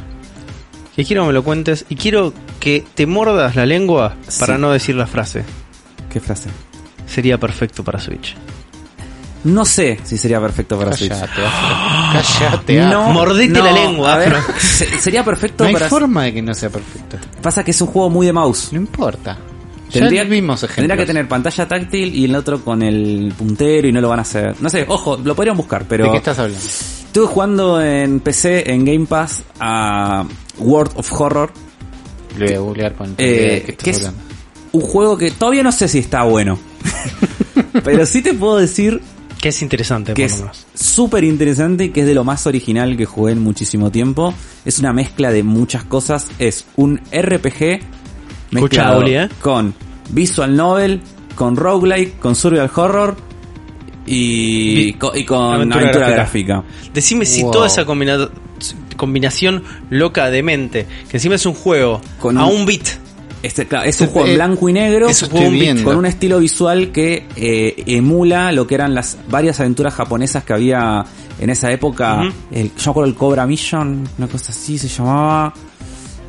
Que quiero que me lo cuentes y quiero que te mordas la lengua para Sí. no decir la frase. ¿Qué frase? Sería perfecto para Switch. No sé si sería perfecto para Switch. Cállate, Afro. Cállate, Afro. No, Mordete no, la lengua, a ver, Afro. se- sería perfecto No hay para... forma de que no sea perfecto. Pasa que es un juego muy de mouse. No importa. Tendría, ya vimos ejemplos. tendría que tener pantalla táctil y el otro con el puntero y no lo van a hacer. No sé, ojo, lo podrían buscar, ¿De pero qué estás hablando? estuve jugando en PC, en Game Pass, a World of Horror, Lo voy a googlear este con eh, que es un juego que todavía no sé si está bueno. pero sí te puedo decir Que es interesante, que por es lo menos. súper interesante y que es de lo más original que jugué en muchísimo tiempo. Es una mezcla de muchas cosas. Es un RPG mezclado Uli, ¿eh? con visual novel, con roguelike, con survival horror y, Vi- co- y con aventura aventura, gráfica. gráfica. Decime si Wow. toda esa combina- combinación loca de mente, que encima es un juego Con a un- un beat. Este, claro, es un Eh, juego en blanco y negro eso con estoy un- viendo. con un estilo visual que eh, emula lo que eran las varias aventuras japonesas que había en esa época. Ujú. El- yo me acuerdo el Cobra Mission, una cosa así se llamaba.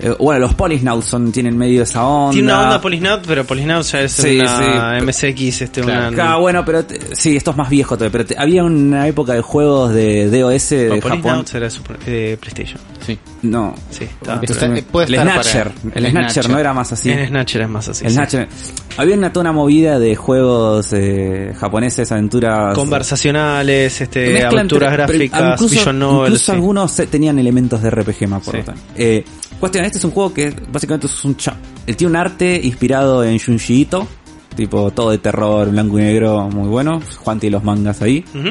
Eh, bueno, los Polisnauts son, tienen medio esa onda. Tiene una onda Polisnaut, pero Polisnaut ya es Sí, una sí. MSX, este, Claro. una- Acá, bueno, pero te- sí, esto es más viejo todavía. Pero te- había una época de juegos de DOS de Bueno, Japón. Polisnaut era de Super- de PlayStation. Sí. No. Sí, está. Está- Escúchame. puede el estar para- Snatcher. El, el Snatcher Snatcher. no era más así. En Snatcher es más así. El sí. Snatcher. Había una toda una movida de juegos eh, japoneses, aventuras. eh, Conversacionales, este, Mezcla aventuras entre- pero gráficas, incluso, vision novels. incluso sí. algunos eh, tenían elementos de RPG, me acuerdo. Sí. también. Eh, cuestión, este es un juego que básicamente es un chap. Él tiene un arte inspirado en Junji Ito, tipo todo de terror, blanco y negro, muy bueno. Juan tiene los mangas ahí. Ujú.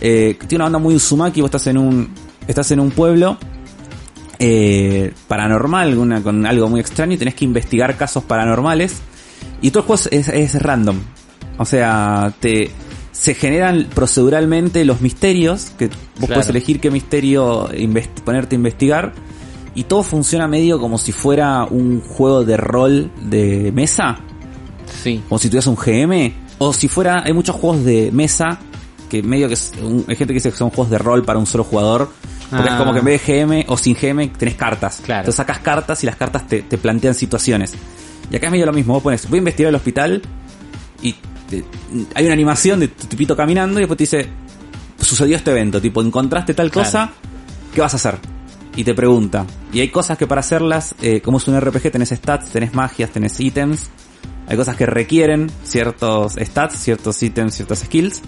Eh, tiene una onda muy Uzumaki, vos estás en un estás en un pueblo eh, paranormal, una, con algo muy extraño, y tenés que investigar casos paranormales. Y todo el juego es, es random. O sea, te, se generan proceduralmente los misterios, que vos Claro. puedes elegir qué misterio inves- ponerte a investigar. Y todo funciona medio como si fuera un juego de rol de mesa Sí. como si tuvieras un GM, o si fuera, hay muchos juegos de mesa que medio que es un- hay gente que dice que son juegos de rol para un solo jugador, porque Ah. es como que en vez de GM o sin GM tenés cartas. Claro. Entonces sacas cartas y las cartas te, te plantean situaciones. Y acá es medio lo mismo, vos pones, voy a investigar el hospital y te- hay una animación de tu tipito caminando y después te dice, sucedió este evento, tipo, encontraste tal Claro. cosa, ¿qué vas a hacer? Y te pregunta. Y hay cosas que para hacerlas, eh, como es un RPG, tenés stats, tenés magias, tenés ítems. Hay cosas que requieren ciertos stats, ciertos ítems, ciertas skills.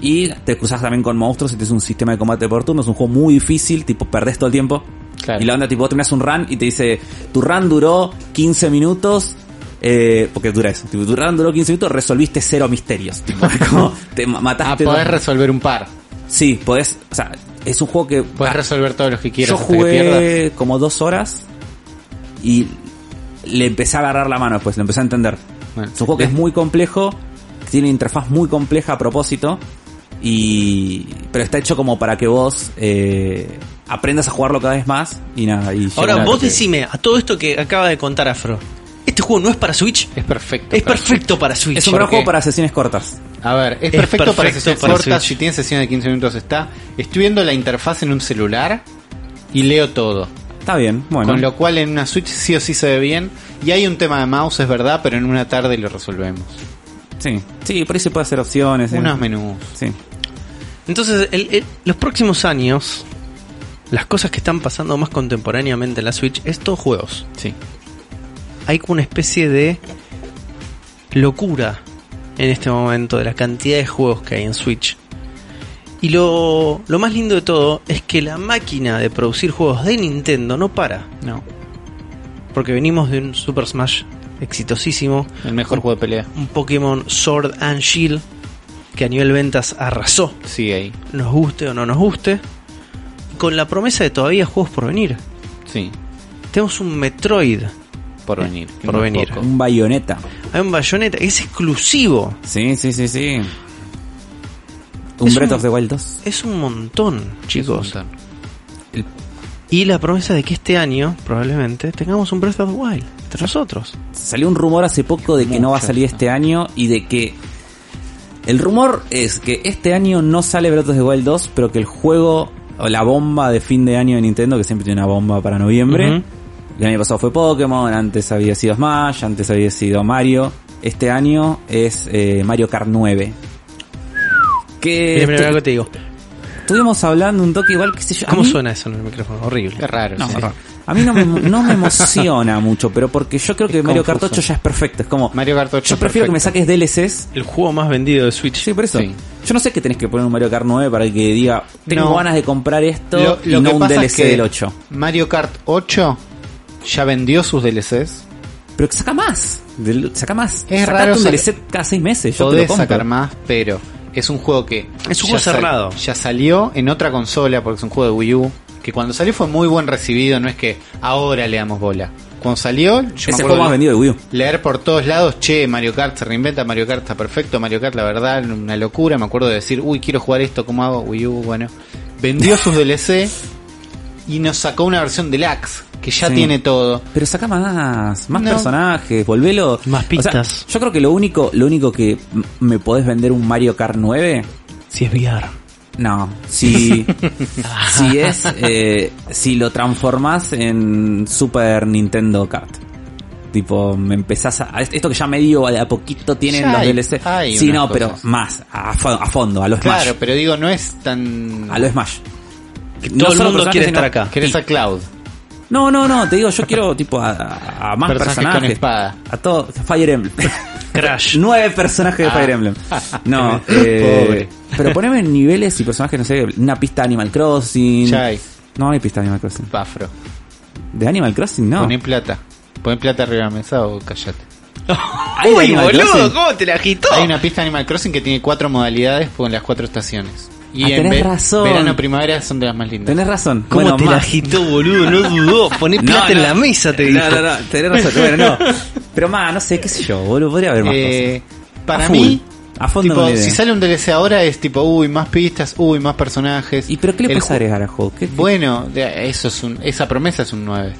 Y te cruzas también con monstruos y tienes un sistema de combate por turno. Es un juego muy difícil, tipo, perdés todo el tiempo. Claro. Y la onda, tipo, vos terminás un run y te dice, tu run duró 15 minutos. eh, porque dura eso. Tipo, tu run duró 15 minutos, resolviste cero misterios. Tipo, como te ma- Ah, mataste. podés dos- resolver un par. Sí, podés. O sea, es un juego que. Podés resolver todos los que quieras. Ah. Yo hasta que pierdas. jugué como dos horas y le empecé a agarrar la mano después, lo empecé a entender. Bueno. es un juego que es muy complejo, que tiene una interfaz muy compleja a propósito, y pero está hecho como para que vos eh, aprendas a jugarlo cada vez más y nada. Y Ahora, llegar a lo vos que- decime, a todo esto que acaba de contar Afro, ¿este juego no es para Switch? Es perfecto. Es perfecto para Switch. Es un gran ¿por qué? juego para sesiones cortas. A ver, es, Es perfecto, para perfecto sesiones para cortas. Switch. Si tienes sesión de 15 minutos, está. Estoy viendo la interfaz en un celular y leo todo. Está bien, bueno. Con lo cual en una Switch sí o sí se ve bien. Y hay un tema de mouse, es verdad, pero en una tarde lo resolvemos. Sí, sí, por ahí se puede hacer opciones. eh. Unos menús. Sí. Entonces, el- el- los próximos años, las cosas que están pasando más contemporáneamente en la Switch es todos juegos. Sí. Hay como una especie de locura en este momento de la cantidad de juegos que hay en Switch. Y lo, lo más lindo de todo es que la máquina de producir juegos de Nintendo no para. No. Porque venimos de un Super Smash exitosísimo, El mejor juego de pelea. un Pokémon Sword and Shield que a nivel ventas arrasó Sí, ahí. nos guste o no nos guste, con la promesa de todavía juegos por venir. Sí. Tenemos un Metroid, Eh, Por venir. Por No venir. poco. Un bayoneta. hay un Bayonetta, es exclusivo, Sí, sí, sí, sí. Un Es Breath un- of the Wild 2. es un montón, chicos. Es un montón. Y la promesa de que este año, probablemente, tengamos un Breath of the Wild entre nosotros. Salió un rumor hace poco de que no va a Mucho. salir este año y de que... El rumor es que este año no sale Breath of the Wild 2, pero que el juego o la bomba de fin de año de Nintendo, que siempre tiene una bomba para noviembre. Ujú. El año pasado fue Pokémon, antes había sido Smash, antes había sido Mario. Este año es eh, Mario Kart 9. Este, Que Mira, mira, estu- mira lo que te digo. estuvimos hablando un toque igual, qué sé yo. a ¿Cómo mí- suena eso en el micrófono? Horrible. Es raro. No, sí. sí. A mí no me, no me emociona mucho, pero porque yo creo que Mario Kart confuso. 8 ya es perfecto. Es como. Mario Kart 8 Yo es prefiero que me perfecto. saques DLCs. El juego más vendido de Switch. Sí, por eso. Sí. Yo no sé qué tenés que poner un Mario Kart 9 para que diga, tengo No. ganas de comprar esto Lo, y lo no que un pasa DLC es que del 8. Mario Kart 8 ya vendió sus DLCs. Pero saca más. del- Saca más. Sacate Es raro un sac- DLC cada seis meses. Yo te lo Podés compro. sacar más, pero es un juego que. Es un juego ya sal- cerrado. ya salió en otra consola, porque es un juego de Wii U. Que cuando salió fue muy buen recibido, no es que ahora le damos bola. Cuando salió, yo Es el juego más de vendido de Wii U. leer por todos lados, che, Mario Kart se reinventa, Mario Kart está perfecto, Mario Kart la verdad, una locura. Me acuerdo de decir, uy, quiero jugar esto, ¿cómo hago? Wii U, bueno. Vendió sus DLC y nos sacó una versión deluxe, que ya Sí. tiene todo. Pero saca más, más No. personajes, volvelo. Más O sea, pistas. yo creo que lo único, lo único que m- me podés vender un Mario Kart 9 Si es VR. No, si, si es, eh, si lo transformás en Super Nintendo Kart. Tipo, me empezás a... a Esto que ya medio de a poquito tienen Ya los hay- DLC. hay sí, unas no, pero cosas. más, a, fo- a fondo, a los Smash. Claro, pero digo, no es tan. A los Smash. No todo el solo mundo personajes, quiere sino- estar acá. Querés a Cloud. No, no, no, te digo, yo quiero tipo a, a- a más Personajes personajes. con espada. A todo, Fire Emblem. Crash. Nueve personajes de Fire Emblem. No, eh, Pobre. pero poneme en niveles y personajes, no sé, una pista de Animal Crossing. Ya hay. No hay pista de Animal Crossing. Bafro. ¿De Animal Crossing? No. Poné plata. Poné plata arriba de la mesa o callate. ¿Hay de Animal Crossing? ¿cómo te la agitó? Hay una pista de Animal Crossing que tiene cuatro modalidades con las cuatro estaciones. Y Ah, en tenés ve- razón. verano primavera son de las más lindas. Tenés razón. ¿Cómo Bueno, te la más. agitó, boludo? No dudó. Poné plata en la mesa, te dijo. No, no, no, tenés razón. Bueno, no. Pero más, no sé, qué sé yo, boludo, podría haber más Eh, para A full. mí, A fondo tipo, con la idea. si sale un DLC ahora es tipo, uy, más pistas, uy, más personajes. cosas. ¿Y pero qué le El puedes ju- agregar al juego? ¿Qué- qué- Bueno, de- eso es un, esa promesa es un 9.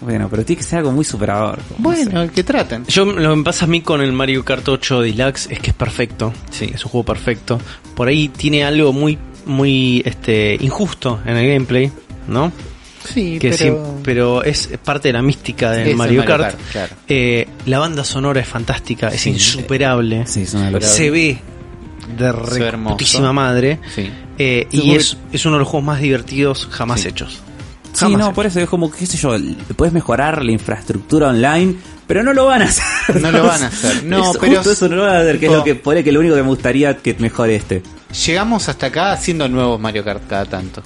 Bueno, pero tiene que ser algo muy superador. como, no sé. Bueno, el que tratan. Yo lo que me pasa a mí con el Mario Kart 8 Deluxe es que es perfecto. Sí, es un juego perfecto. Por ahí tiene algo muy muy este injusto en el gameplay, ¿no? Sí, Que pero... sí, pero es parte de la mística Es del el Mario, Mario Kart. Kart, claro. Eh, la banda sonora es fantástica, es Sí, insuperable. Sí, es una locura. se ve de Es re hermoso. putísima madre. Sí. Eh, y Supongo es, es uno de los juegos más divertidos jamás Sí. hechos. Sí, Jamás no, hechos. por eso es como, qué sé yo, puedes mejorar la infraestructura online, pero no lo van a hacer. No lo van a hacer. No, Es pero Oh. justo eso no lo van a hacer, que es tipo- lo que, por ahí que lo único que me gustaría que mejore este. Llegamos hasta acá haciendo nuevos Mario Kart cada tanto.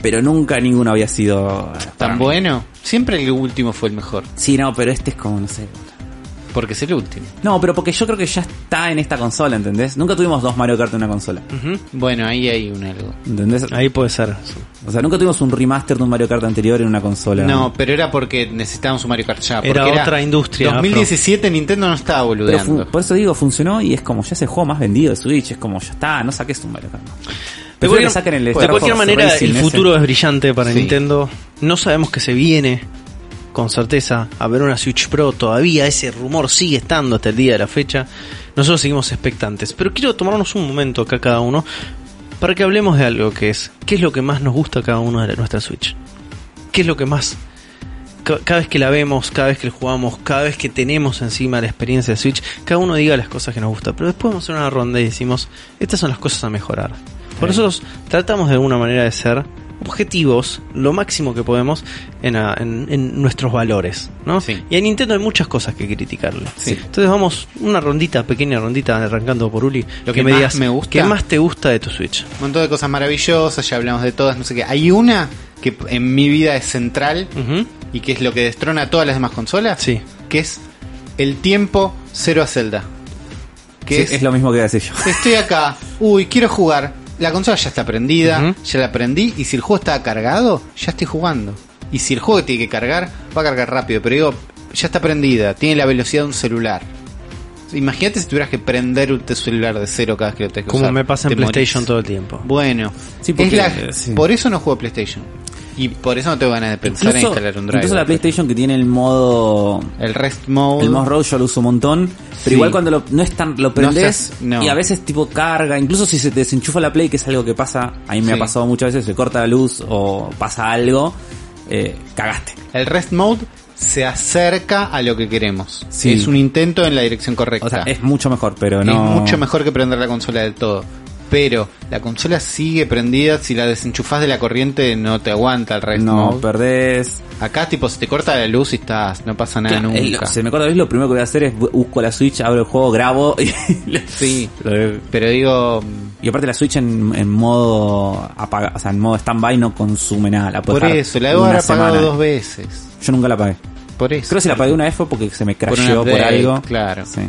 Pero nunca ninguno había sido... para ¿Tan mí. bueno? Siempre el último fue el mejor, Sí, no, pero este es como, no sé... porque es el último. No, pero porque yo creo que ya está en esta consola, ¿entendés? Nunca tuvimos dos Mario Kart en una consola, Ujú. Bueno, ahí hay un algo. ¿entendés? Ahí puede ser. O sea, nunca tuvimos un remaster de un Mario Kart anterior en una consola. No, pero era porque necesitábamos un Mario Kart ya. Era porque otra industria, 2017 Nintendo no estaba Pero boludeando. fu- por eso digo, funcionó y es como ya es el juego más vendido de Switch. Es como, ya está, no saques un Mario Kart. más. De Prefiero que cualquier, saquen el de Star cualquier Fox manera, Racing el ese. futuro es brillante para Sí. Nintendo. No sabemos qué se viene, con certeza. A ver una Switch Pro todavía, ese rumor sigue estando hasta el día de la fecha. Nosotros seguimos expectantes. Pero quiero tomarnos un momento acá cada uno para que hablemos de algo que es, ¿qué es lo que más nos gusta a cada uno de la- nuestra Switch? ¿Qué es lo que más... ca- Cada vez que la vemos, cada vez que la jugamos, cada vez que tenemos encima la experiencia de Switch, cada uno diga las cosas que nos gusta. Pero después vamos a hacer una ronda y decimos, estas son las cosas a mejorar. Por nosotros tratamos de alguna manera de ser objetivos lo máximo que podemos en, ah, en- en nuestros valores. ¿no? Sí. Y a Nintendo hay muchas cosas que criticarle. Sí. Entonces vamos, una rondita, pequeña rondita, arrancando por Uli. Lo que más me gusta. ¿Qué más te gusta de tu Switch? Un montón de cosas maravillosas, ya hablamos de todas, no sé qué. Hay una que en mi vida es central Ujú. y que es lo que destrona a todas las demás consolas, Sí. que es el tiempo cero a Zelda. Que Sí, es, es lo mismo que voy a decir yo. estoy acá, uy, quiero jugar. La consola ya está prendida, Ujú. ya la prendí y si el juego está cargado, ya estoy jugando. Y si el juego tiene que cargar, va a cargar rápido, pero digo, ya está prendida, tiene la velocidad de un celular. Imagínate si tuvieras que prender un te- celular de cero cada vez que lo tengas que Como usar, me pasa en te morís. PlayStation todo el tiempo. Bueno, Sí, porque, es la- eh, sí. por eso no juego a PlayStation. Y por eso no tengo ganas de pensar en instalar un drive. incluso la PlayStation que tiene el modo... El rest mode. El Moss Road yo lo uso un montón, pero Sí. igual cuando lo, no es tan, lo prendes estás- no. y a veces tipo carga, incluso si se te desenchufa la play, que es algo que pasa, a mí me Sí. ha pasado muchas veces, se corta la luz o pasa algo, eh, cagaste. El rest mode se acerca a lo que queremos. Sí. Es un intento en la dirección correcta. O sea, es mucho mejor, pero Es no... mucho mejor que prender la consola del todo. Pero la consola sigue prendida. Si la desenchufás de la corriente, no te aguanta el rest No, mode. perdés. Acá, tipo, se te corta la luz y estás. No pasa nada Claro, el- nunca. se me corta la luz, lo primero que voy a hacer es bu- busco la Switch, abro el juego, grabo y... Sí. Lo- Pero digo. Y aparte la Switch en, en modo apaga, o sea, en modo standby no consume nada. La puedes Por dejar eso, la debo una haber apagado semana. dos veces. Yo nunca la apagué. Por eso. Creo que si la apagué una vez fue porque se me un crasheó por, update, algo. claro. Sí.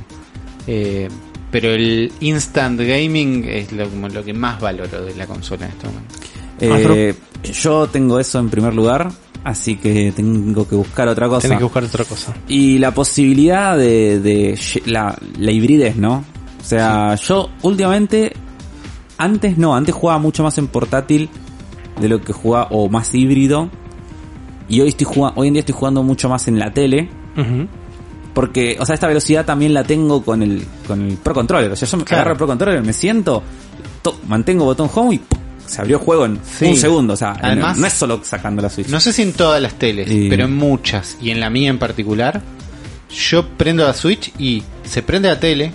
Eh, pero el instant gaming es lo, como lo que más valoro de la consola en este momento. Eh, yo tengo eso en primer lugar, así que tengo que buscar otra cosa. Tienes que buscar otra cosa. Y la posibilidad de, de lle- la, la hibridez, ¿no? O sea, yo últimamente, antes no, antes jugaba mucho más en portátil de lo que jugaba, o más híbrido. Y hoy, estoy jugando, hoy en día estoy jugando mucho más en la tele. Ujú. Porque, o sea, esta velocidad también la tengo con el, con el Pro Controller. O sea, yo me Claro. agarro el Pro Controller, me siento, to- mantengo botón home y ¡pum! se abrió juego en Sí. un segundo. O sea, en- Además- no es solo sacando la Switch. No sé si en todas las teles, Y- pero en muchas, y en la mía en particular, yo prendo la Switch y se prende la tele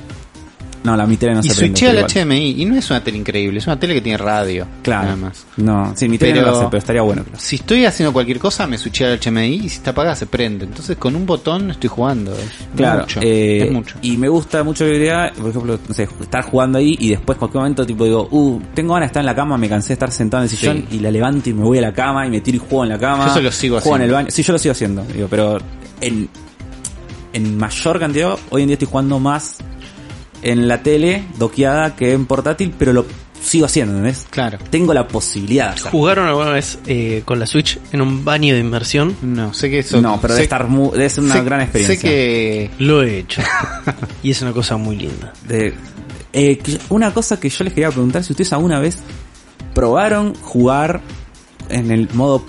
No, la mi tele no y se prende. switchea pero la igual. HDMI. Y no es una tele increíble, es una tele que tiene radio. Claro. Nada más. No, sí, mi tele Pero- no lo hace, pero estaría bueno. que lo haga. Si estoy haciendo cualquier cosa, me switchea el HMI y si está apagada se prende. Entonces con un botón estoy jugando. Es Claro, mucho. eh, es mucho. Y me gusta mucho la idea, por ejemplo, no sé, estar jugando ahí y después cualquier momento tipo digo, uh, tengo ganas de estar en la cama, me cansé de estar sentado en el sillón y la levanto y me voy a la cama y me tiro y juego en la cama. Yo eso lo sigo Juego en haciendo. el baño. Sí, yo lo sigo haciendo, digo, pero en, en mayor cantidad, hoy en día estoy jugando más en la tele, doqueada, que en portátil, pero lo sigo haciendo, ¿entendés? Claro. Tengo la posibilidad de hacerlo. ¿Jugaron alguna vez eh, con la Switch en un baño de inmersión? No, sé que eso. No, pero debe, sé- estar mu- debe ser una sé- gran experiencia. Sé que. Lo he hecho. y es una cosa muy linda. De- eh, que- una cosa que yo les quería preguntar, si ustedes alguna vez probaron jugar en el modo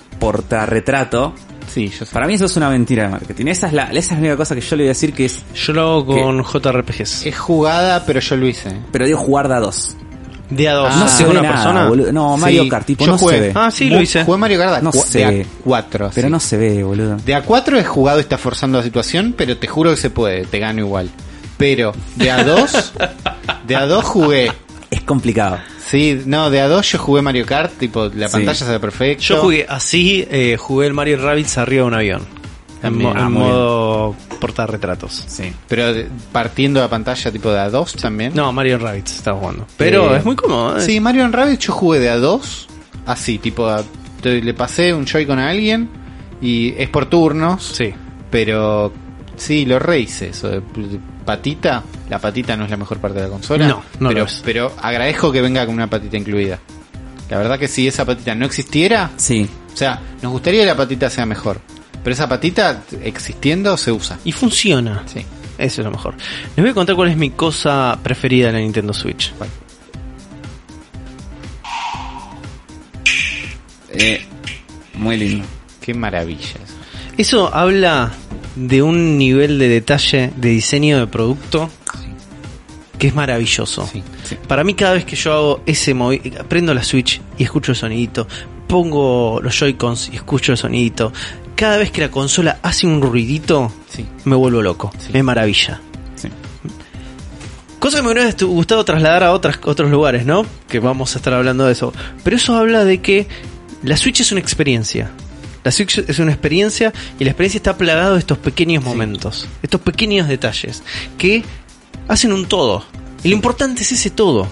portarretrato, Sí, yo sé. para mí eso es una mentira de marketing. Esa es la, esa es la única cosa que yo le voy a decir que es, Yo lo hago con JRPGs. Es jugada, pero yo lo hice. pero digo jugar de a dos. De a dos. Ah, no sé se ve una nada, persona. boludo. No, Mario Sí, Kart, tipo, yo no jugué. se ve. Ah, sí, lo Mu- hice. Jugué Mario Kart de a No cua- sé. de a cuatro. Pero sí. no se ve, boludo. De a 4 es jugado y está forzando la situación, pero te juro que se puede, te gano igual. Pero de a 2, de a 2 jugué. Es complicado. Sí, no, de a 2 yo jugué Mario Kart, tipo, la Sí. pantalla se ve perfecto. Yo jugué así, eh, jugué el Mario Rabbids arriba de un avión. En, mo- También. Ah, en muy modo portarretratos. Sí. Pero de- partiendo la pantalla tipo de a 2 también. No, Mario Rabbids estaba jugando. Pero Eh, es muy cómodo. ¿eh? Sí, Mario Rabbit yo jugué de a 2, así, tipo, a- te- le pasé un Joy-Con a alguien y es por turnos. Sí. Pero sí, lo rehice eso. de p- Patita, la patita no es la mejor parte de la consola. No, no pero, lo es. pero agradezco que venga con una patita incluida. La verdad que si esa patita no existiera, Sí. o sea, nos gustaría que la patita sea mejor. Pero esa patita existiendo se usa. Y funciona. Sí. Eso es lo mejor. Les voy a contar cuál es mi cosa preferida de la Nintendo Switch. Eh, muy lindo. Qué maravilla. eso. Eso habla de un nivel de detalle de diseño de producto que es maravilloso. Sí, sí. Para mí cada vez que yo hago ese movimiento, prendo la Switch y escucho el sonidito, pongo los Joy-Cons y escucho el sonidito, cada vez que la consola hace un ruidito, Sí. me vuelvo loco, Sí. me maravilla. Sí. Cosa que me hubiera estu- gustado trasladar a otras, otros lugares, ¿no? Que vamos a estar hablando de eso. Pero eso habla de que la Switch es una experiencia. La Switch es una experiencia y la experiencia está plagada de estos pequeños momentos, estos pequeños detalles que hacen un todo. Y lo importante es ese todo.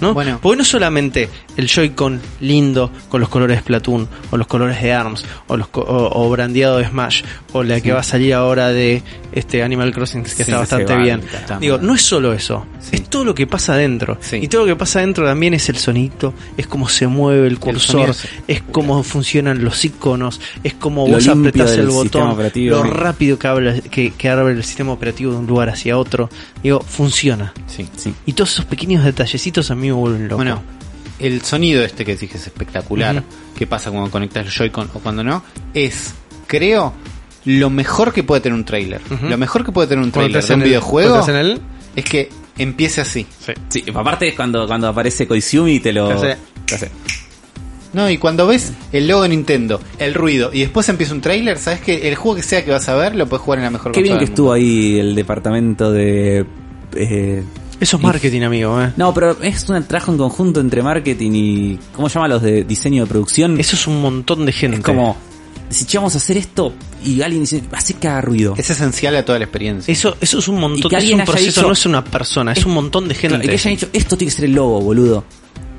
¿no? Bueno. Porque no solamente el Joy-Con lindo con los colores de Splatoon, o los colores de ARMS, o, los co- o, o brandeado de Smash, o la que va a salir ahora de este Animal Crossing, que Sí, está se bastante va, bien. está Digo, mal. no es solo eso, Sí. es todo lo que pasa adentro. Sí. Y todo lo que pasa adentro también es el sonito, es cómo se mueve el cursor, sonido es- es cómo funcionan los iconos, es cómo Lo vos limpio apretás del el sistema botón, operativo. lo rápido que, habla, que, que abre el sistema operativo de un lugar hacia otro. Digo, funciona. Sí. Sí. Y todos esos pequeños detallecitos a mí me vuelven loco. Bueno, el sonido este que dije es espectacular, Ujú. que pasa cuando conectas el Joy-Con o cuando no, es, creo, lo mejor que puede tener un trailer. Ujú. Lo mejor que puede tener un Cuando trailer estás de en un el- videojuego cuando estás en el- es que empiece así. Sí, aparte es cuando, cuando aparece Koizumi y te lo... Te hace- te hace. No, y cuando ves el logo de Nintendo, el ruido, y después empieza un trailer, sabes que el juego que sea que vas a ver lo puedes jugar en la mejor Qué bien que consola del estuvo mundo. ahí el departamento de... eh, Eso es marketing, amigo. eh. no, pero es un trabajo en conjunto entre marketing y... ¿Cómo se llama los de diseño de producción? Eso es un montón de gente. Mm. Es como... Si che, vamos a hacer esto y alguien dice, hace que haga ruido. Es esencial a toda la experiencia. Eso, eso es un Y montón, que es alguien un haya proceso, dicho- no es una persona, es, un montón de gente. Claro, y que hayan dicho, esto tiene que ser el logo, boludo.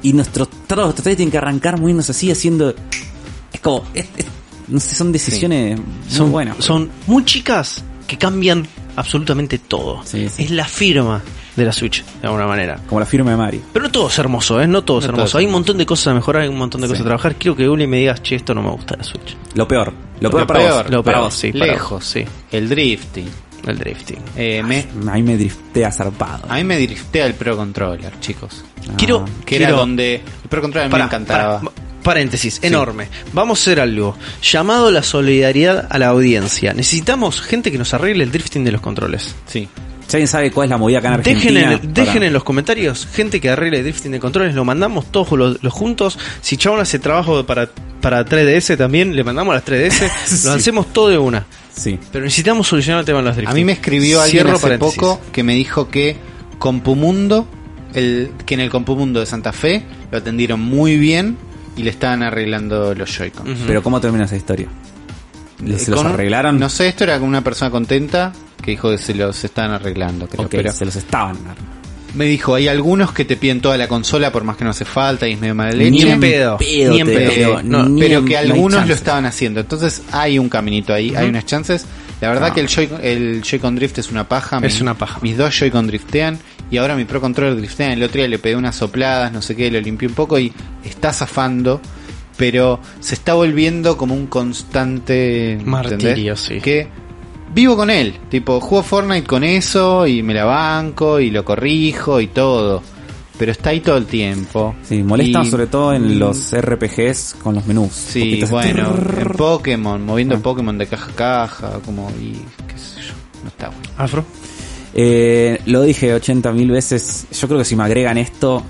Y nuestros, todos los tatuajes tienen que arrancar moviéndose así, haciendo... Es como... es- es- no sé, son decisiones son, muy buenas. son muy chicas que cambian absolutamente todo. Sí, sí. Es la firma de la Switch, de alguna manera. Como la firma de Mario. Pero no todo es hermoso, ¿eh? No todo es No todo hermoso. es hay un hermoso. montón de cosas a mejorar, hay un montón de Sí. cosas a trabajar. Quiero que Uli me digas, che, esto no me gusta de la Switch. Lo peor. Lo peor para vos. Lo para peor, vos. sí, para Lejos, vos, sí. El drifting. El drifting. Eh, me- Ahí me driftea zarpado. a mí me driftea el Pro Controller, chicos. Quiero, Que quiero- era donde... El Pro Controller Pará, me encantaba. pará, paréntesis, enorme. Vamos a hacer algo. Llamado la solidaridad a la audiencia. Necesitamos gente que nos arregle el drifting de los controles. Sí. Si alguien sabe cuál es la movida acá en Dejen Argentina. en, para- dejen en los comentarios gente que arregle el drifting de controles, lo mandamos todos los, los juntos. Si Chabón hace trabajo para, para 3DS también, le mandamos las 3DS, Sí. lo hacemos todo de una. Sí. Pero necesitamos solucionar el tema de los A drifting. mí me escribió alguien Cierro hace paréntesis. poco que me dijo que Compumundo, el, que en el Compumundo de Santa Fe lo atendieron muy bien y le estaban arreglando los Joy-Con. Ujú. Pero ¿cómo termina esa historia? Eh, ¿Se los con- arreglaron? No sé, esto era con una persona contenta que dijo que se los estaban arreglando. creo, Ok, pero se los estaban. me dijo, hay algunos que te piden toda la consola por más que no hace falta y es medio mala leche. Ni en en pedo, ni en te pedo, digo, no, ni pero en- que no hay algunos chance. lo estaban haciendo. Entonces hay un caminito ahí, hay unas chances. La verdad Ah. que el Joy- el Joy-Con Drift es una paja. Es una paja. Mis dos Joy-Con driftean Y ahora mi Pro Controller driftea. El otro día le pegué unas sopladas, no sé qué, lo limpié un poco y está zafando. Pero se está volviendo como un constante ¿entendés? Martirio, sí. Que vivo con él. Tipo, juego Fortnite con eso y me la banco y lo corrijo y todo. Pero está ahí todo el tiempo. Sí, molesta Y- mm, sobre todo en los RPGs con los menús. porque Sí, te hace bueno, en trrr. Pokémon, Ah. moviendo Pokémon de caja a caja, como y qué sé yo, no está bueno. Afro. Eh, lo dije 80.000 veces. Yo creo que si me agregan esto,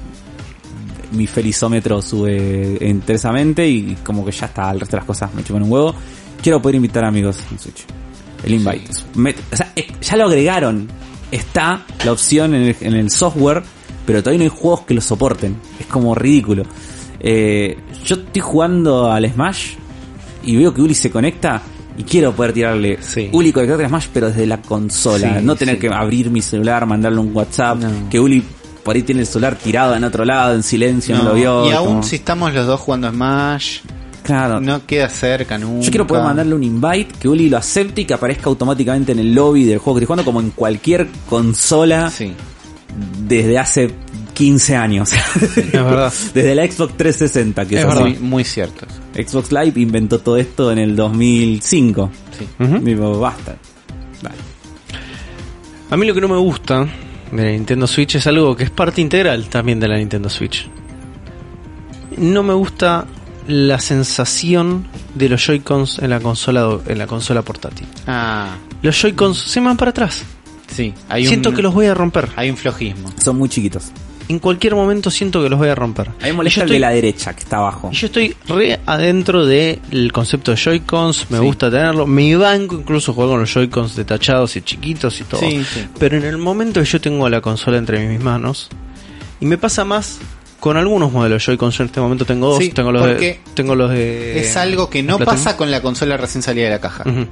mi felizómetro sube intensamente y como que ya está, el resto de las cosas me chupan un huevo. Quiero poder invitar amigos en Switch. El invite. Me- o sea, eh, ya lo agregaron. Está la opción en el, en el software, pero todavía no hay juegos que lo soporten. Es como ridículo. Eh, yo estoy jugando al Smash y veo que Uli se conecta y quiero poder tirarle Sí. Uli conectate al Smash, pero desde la consola. Sí, no tener sí. que abrir mi celular, mandarle un WhatsApp. No. Que Uli por ahí tiene el celular tirado en otro lado, en silencio, no, No, lo vio. y aún como- si estamos los dos jugando Smash, Claro. Ah. no queda cerca nunca. Yo quiero poder mandarle un invite, que Uli lo acepte y que aparezca automáticamente en el lobby del juego que estoy jugando, como en cualquier consola Sí. desde hace 15 años. Es verdad. desde la Xbox 360, que Es es, verdad. así. Muy, muy cierto. eso. Xbox Live inventó todo esto en el 2005. Sí. Digo, basta. Vale. A mí lo que no me gusta de la Nintendo Switch es algo que es parte integral también de la Nintendo Switch. No me gusta la sensación de los Joy-Cons en la consola do- en la consola portátil. Ah, Los Joy-Cons se van para atrás. sí. Hay siento un, que los voy a romper. hay un flojismo. Son muy chiquitos. En cualquier momento siento que los voy a romper. A mí me Y molesta yo el estoy- de la derecha, que está abajo. Y yo estoy re adentro del concepto de Joy-Cons, me Sí. gusta tenerlo. Mi banco incluso juega con los Joy-Cons detachados y chiquitos y todo. Sí, sí. Pero en el momento que yo tengo la consola entre mis manos, y me pasa más con algunos modelos Joy-Cons, yo en este momento tengo dos, Sí, tengo, los de, porque tengo los de... es algo que no Platinum. pasa con la consola recién salida de la caja. Eh, Ujú,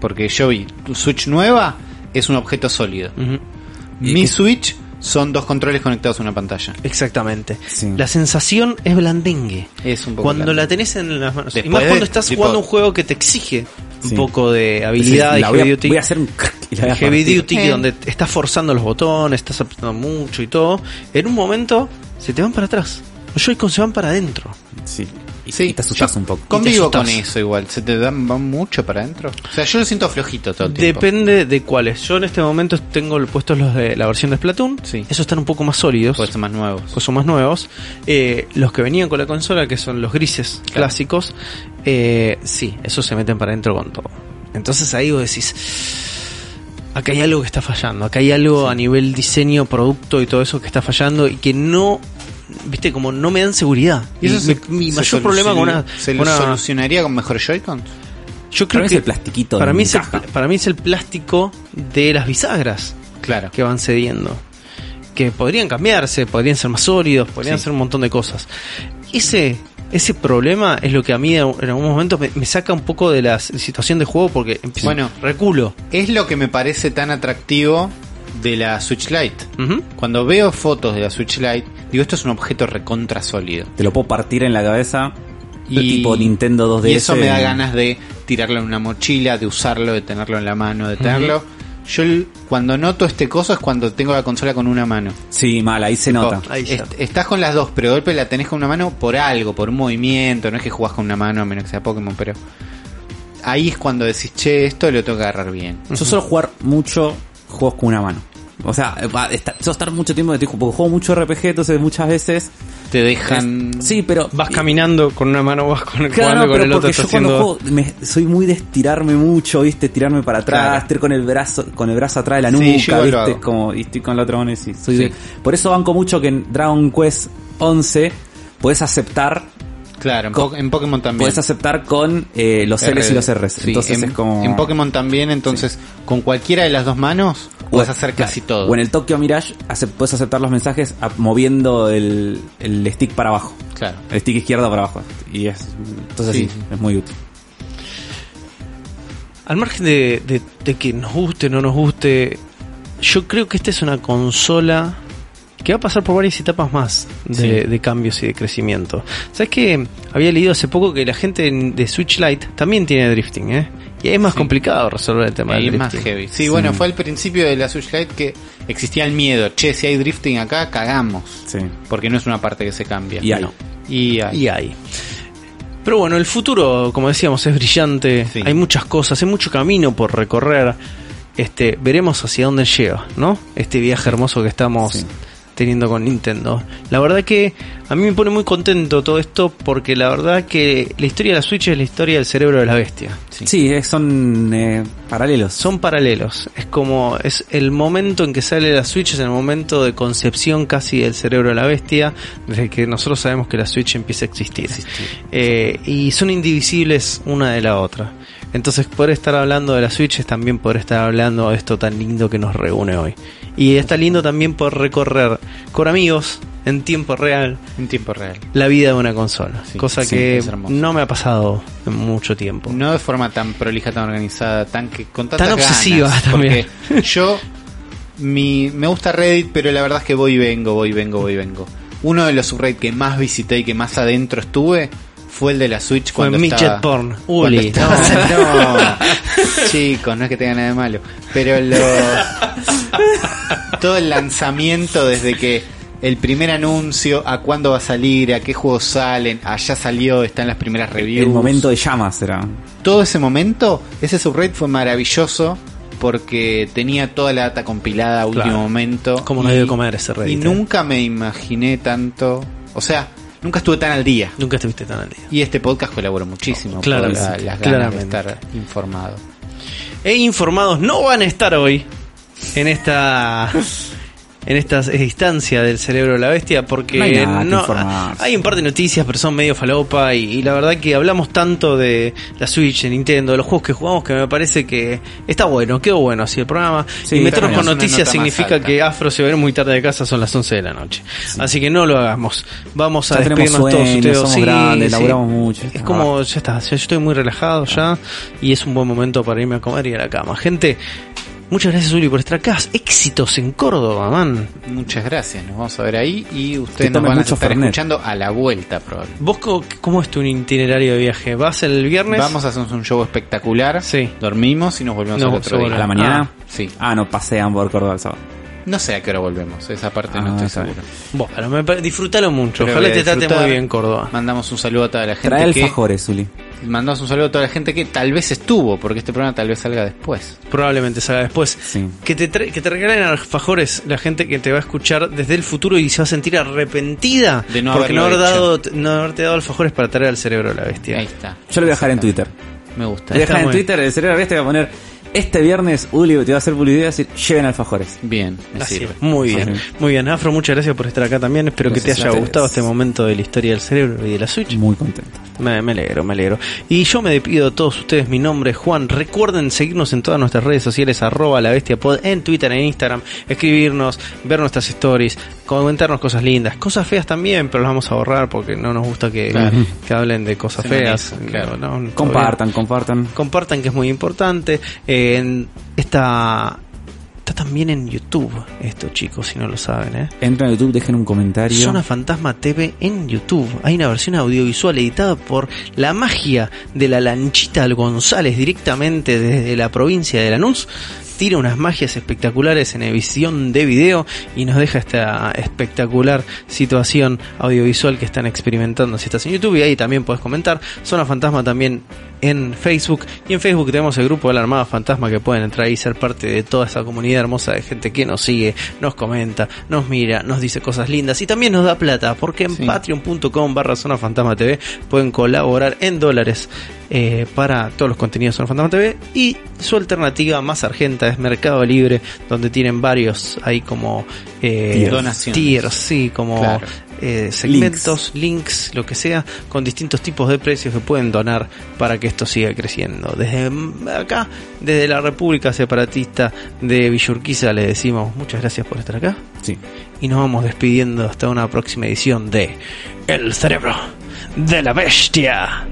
Porque yo vi, tu Switch nueva es un objeto sólido. ujú. Mi Switch son dos controles conectados a una pantalla. Exactamente. Sí. La sensación es blandengue. Es un poco Cuando blando. la tenés en las manos. y Después más de- cuando estás tipo- jugando un juego que te exige un Sí. poco de habilidad Sí, y la voy, heavy a, duty. voy a hacer un crack y la voy a Heavy partir. Duty, Eh. donde estás forzando los botones, estás apretando mucho y todo, en un momento se te van para atrás. Los Joy-Con se van para adentro. Sí. Y, Sí, y te asustás yo un poco. Convivo asustás. con eso igual. ¿Se te dan van mucho para adentro? O sea, yo lo siento flojito todo el tiempo. Depende de cuáles. Yo en este momento tengo puestos los de la versión de Splatoon. Sí. Esos están un poco más sólidos, Porque son más nuevos. pues son más nuevos. Eh, los que venían con la consola, que son los grises Claro. clásicos, eh, sí, esos se meten para adentro con todo. Entonces ahí vos decís, acá hay algo que está fallando, acá hay algo a nivel diseño, producto y todo eso que está fallando y que no, viste, como no me dan seguridad. Y Y eso se- mi, mi se mayor solu- problema con una... ¿Se con lo una- solucionaría con mejor Joy-Con? yo creo Para mí es que el plastiquito. de para mí, es el, caja. para mí es el plástico de las bisagras Claro. que van cediendo. Que podrían cambiarse, podrían ser más sólidos, podrían Sí. ser un montón de cosas. Ese, ese problema es lo que a mí en algún momento me, me saca un poco de la situación de juego porque empiezo Bueno. reculo. Es lo que me parece tan atractivo de la Switch Lite. Ujú. Cuando veo fotos de la Switch Lite, digo, esto es un objeto recontra sólido. Te lo puedo partir en la cabeza. Y- tipo Nintendo 2DS. Y eso me da ganas de tirarlo en una mochila, de usarlo, de tenerlo en la mano, de tenerlo. Yo el- cuando noto este coso es cuando tengo la consola con una mano. Sí, mal, Oh, ahí se Tipo, nota. Ahí ya. est- estás con las dos, pero de golpe la tenés con una mano por algo, por un movimiento. No es que jugás con una mano, a menos que sea Pokémon, pero. Ahí es cuando decís, che, esto lo tengo que agarrar bien. Yo suelo jugar mucho juegos con una mano. O sea, va- está- suelo estar mucho tiempo de porque juego mucho RPG, entonces muchas veces. Te dejan. Este, Sí, pero. Vas caminando con una mano, vas con, Claro, jugando no, con pero el otro. porque estás yo cuando haciendo- juego me- soy muy de estirarme mucho, ¿viste? Tirarme para atrás, Claro. estar con el brazo con el brazo atrás de la Sí, nuca, yo igual lo ¿viste? hago. Como, y estoy con la otra mano y sí, soy Sí. de- Por eso banco mucho que en Dragon Quest 11 puedes aceptar Claro, en, po- en Pokémon también. puedes aceptar con eh, los L's y los R's. Sí, Entonces en, es como en Pokémon también, entonces, con cualquiera de las dos manos, o- puedes hacer casi claro. todo. O en el Tokyo Mirage acep- puedes aceptar los mensajes a- moviendo el, el stick para abajo. Claro. El stick izquierdo para abajo. Y es entonces Sí, sí, sí. es muy útil. Al margen de, de- de que nos guste o no nos guste, yo creo que esta es una consola que va a pasar por varias etapas más de, Sí. de cambios y de crecimiento. ¿Sabes que Había leído hace poco que la gente en- de Switch Lite también tiene drifting, ¿eh? Y es más complicado resolver el tema Ahí del es más drifting. heavy. Sí, bueno, fue al principio de la Switch Lite que existía el miedo. Che, si hay drifting acá, cagamos. Sí. Porque no es una parte que se cambia. Y hay. Y hay. Y hay. Pero bueno, el futuro, como decíamos, es brillante. Sí. Hay muchas cosas, hay mucho camino por recorrer. Este, veremos hacia dónde lleva, ¿no? Este viaje hermoso que estamos Sí. teniendo con Nintendo. La verdad que a mí me pone muy contento todo esto porque la verdad que la historia de la Switch es la historia del cerebro de la bestia. Sí, eh, son eh, paralelos. Son paralelos. Es como es el momento en que sale la Switch es el momento de concepción casi del cerebro de la bestia desde que nosotros sabemos que la Switch empieza a existir. Eh, y son indivisibles una de la otra. Entonces poder estar hablando de la Switch es también poder estar hablando de esto tan lindo que nos reúne hoy. Y está lindo también poder recorrer con amigos en tiempo real En tiempo real. la vida de una consola. Sí, cosa sí, que es hermoso. no me ha pasado en mucho tiempo. No de forma tan prolija, tan organizada, tan que, con tantas Tan ganas, obsesiva porque también. Yo mi, me gusta Reddit, pero la verdad es que voy y vengo, voy y vengo, voy y vengo. Uno de los subreddits que más visité y que más adentro estuve fue el de la Switch Fue cuando midget estaba- porn. cuando Uli, estaba- no. Chicos, no es que tenga nada de malo, pero los- todo el lanzamiento desde que el primer anuncio, a cuándo va a salir, a qué juegos salen, allá salió, están las primeras reviews El momento de llamas era. todo ese momento, ese subreddit fue maravilloso porque tenía toda la data compilada a último Claro. momento. Como no y- hay de comer ese Reddit. Y eh. nunca me imaginé tanto. O sea, nunca estuve tan al día. Nunca estuviste tan al día. Y este podcast colaboró muchísimo Claro, por la- sí, las ganas claramente. de estar informado. E informados no van a estar hoy en esta en esta eh, instancia del cerebro de la bestia porque No hay nada que no- informarse. hay un par de noticias pero son medio falopa y, y la verdad que hablamos tanto de la Switch, de Nintendo, de los juegos que jugamos que me parece que está bueno, quedó bueno así el programa Sí, y meternos tenemos con una nota noticias más significa alta. que Afro se va a ir muy tarde de casa son las 11 de la noche así que no lo hagamos vamos a Ya tenemos despedirnos todos sueño, ustedes somos grandes, laburamos mucho, es la como ya está, ya yo estoy muy relajado ya y es un buen momento para irme a comer y ir a la cama. Gente, muchas gracias Uli por estar acá. Éxitos en Córdoba, man. Muchas gracias, nos vamos a ver ahí y ustedes nos tomen van a mucho estar Fernet. escuchando a la vuelta probablemente. ¿Vos co- cómo es tu itinerario de viaje? ¿Vas el viernes? Vamos a hacer un show espectacular. Sí. Dormimos y nos volvemos Nos al otro volvemos. día. ¿A la mañana? Ah, sí. Ah, no, pasean por Córdoba el sábado. No sé a qué hora volvemos, esa parte Ah, no estoy está seguro. Bueno, me pare- disfrutalo mucho. Pero Ojalá voy a te trate muy disfrutar. bien Córdoba. Mandamos un saludo a toda la gente Trae que alfajores, Zuli. mandamos un saludo a toda la gente que tal vez estuvo, porque este programa tal vez salga después. Probablemente salga después. Sí. Que te, tra- que te regalen alfajores la gente que te va a escuchar desde el futuro y se va a sentir arrepentida De no porque no, haber haberlo dado, no haberte dado alfajores para traer al cerebro a la bestia. Ahí está. Yo lo voy a dejar en Twitter. Me Lo gusta. voy a dejar en muy bien. Twitter, el cerebro de la bestia va a poner. Este viernes, Uli, te va a hacer publicidad y va a decir, lleven alfajores. Bien, me Así sirve. es. Muy bien, Así. muy bien. Afro, muchas gracias por estar acá también. Espero que Gracias te a haya ustedes. gustado este momento de la historia del cerebro y de la Switch. Muy contento. Me, me alegro, me alegro. Y yo me despido de todos ustedes. Mi nombre es Juan. Recuerden seguirnos en todas nuestras redes sociales, arroba la bestia pod, en Twitter, en Instagram, escribirnos, ver nuestras stories, comentarnos cosas lindas, cosas feas también, pero las vamos a borrar porque no nos gusta que, Claro. que hablen de cosas Se feas. analiza, No, claro. no, todo bien Compartan, compartan. compartan que es muy importante. Eh, en- está, está también en YouTube esto, chicos, si no lo saben. ¿eh? Entran a YouTube, dejen un comentario. Zona Fantasma TV en YouTube. Hay una versión audiovisual editada por la magia de la lanchita al González directamente desde la provincia de Lanús. Tira unas magias espectaculares en edición de video y nos deja esta espectacular situación audiovisual que están experimentando si estás en YouTube y ahí también podés comentar. Zona Fantasma también en Facebook y en Facebook tenemos el grupo de la Armada Fantasma que pueden entrar ahí y ser parte de toda esa comunidad hermosa de gente que nos sigue, nos comenta, nos mira, nos dice cosas lindas y también nos da plata porque en Sí. patreon.com barra Zona Fantasma TV pueden colaborar en dólares eh, para todos los contenidos de Zona Fantasma TV y su alternativa más argenta es Mercado Libre donde tienen varios ahí como eh, Tiers. Donaciones. tiers, sí, como Claro. eh, segmentos, links, lo que sea, con distintos tipos de precios que pueden donar para que esto siga creciendo. Desde mm, acá, desde la República Separatista de Villurquiza, le decimos muchas gracias por estar acá Sí. y nos vamos despidiendo hasta una próxima edición de El Cerebro de la Bestia.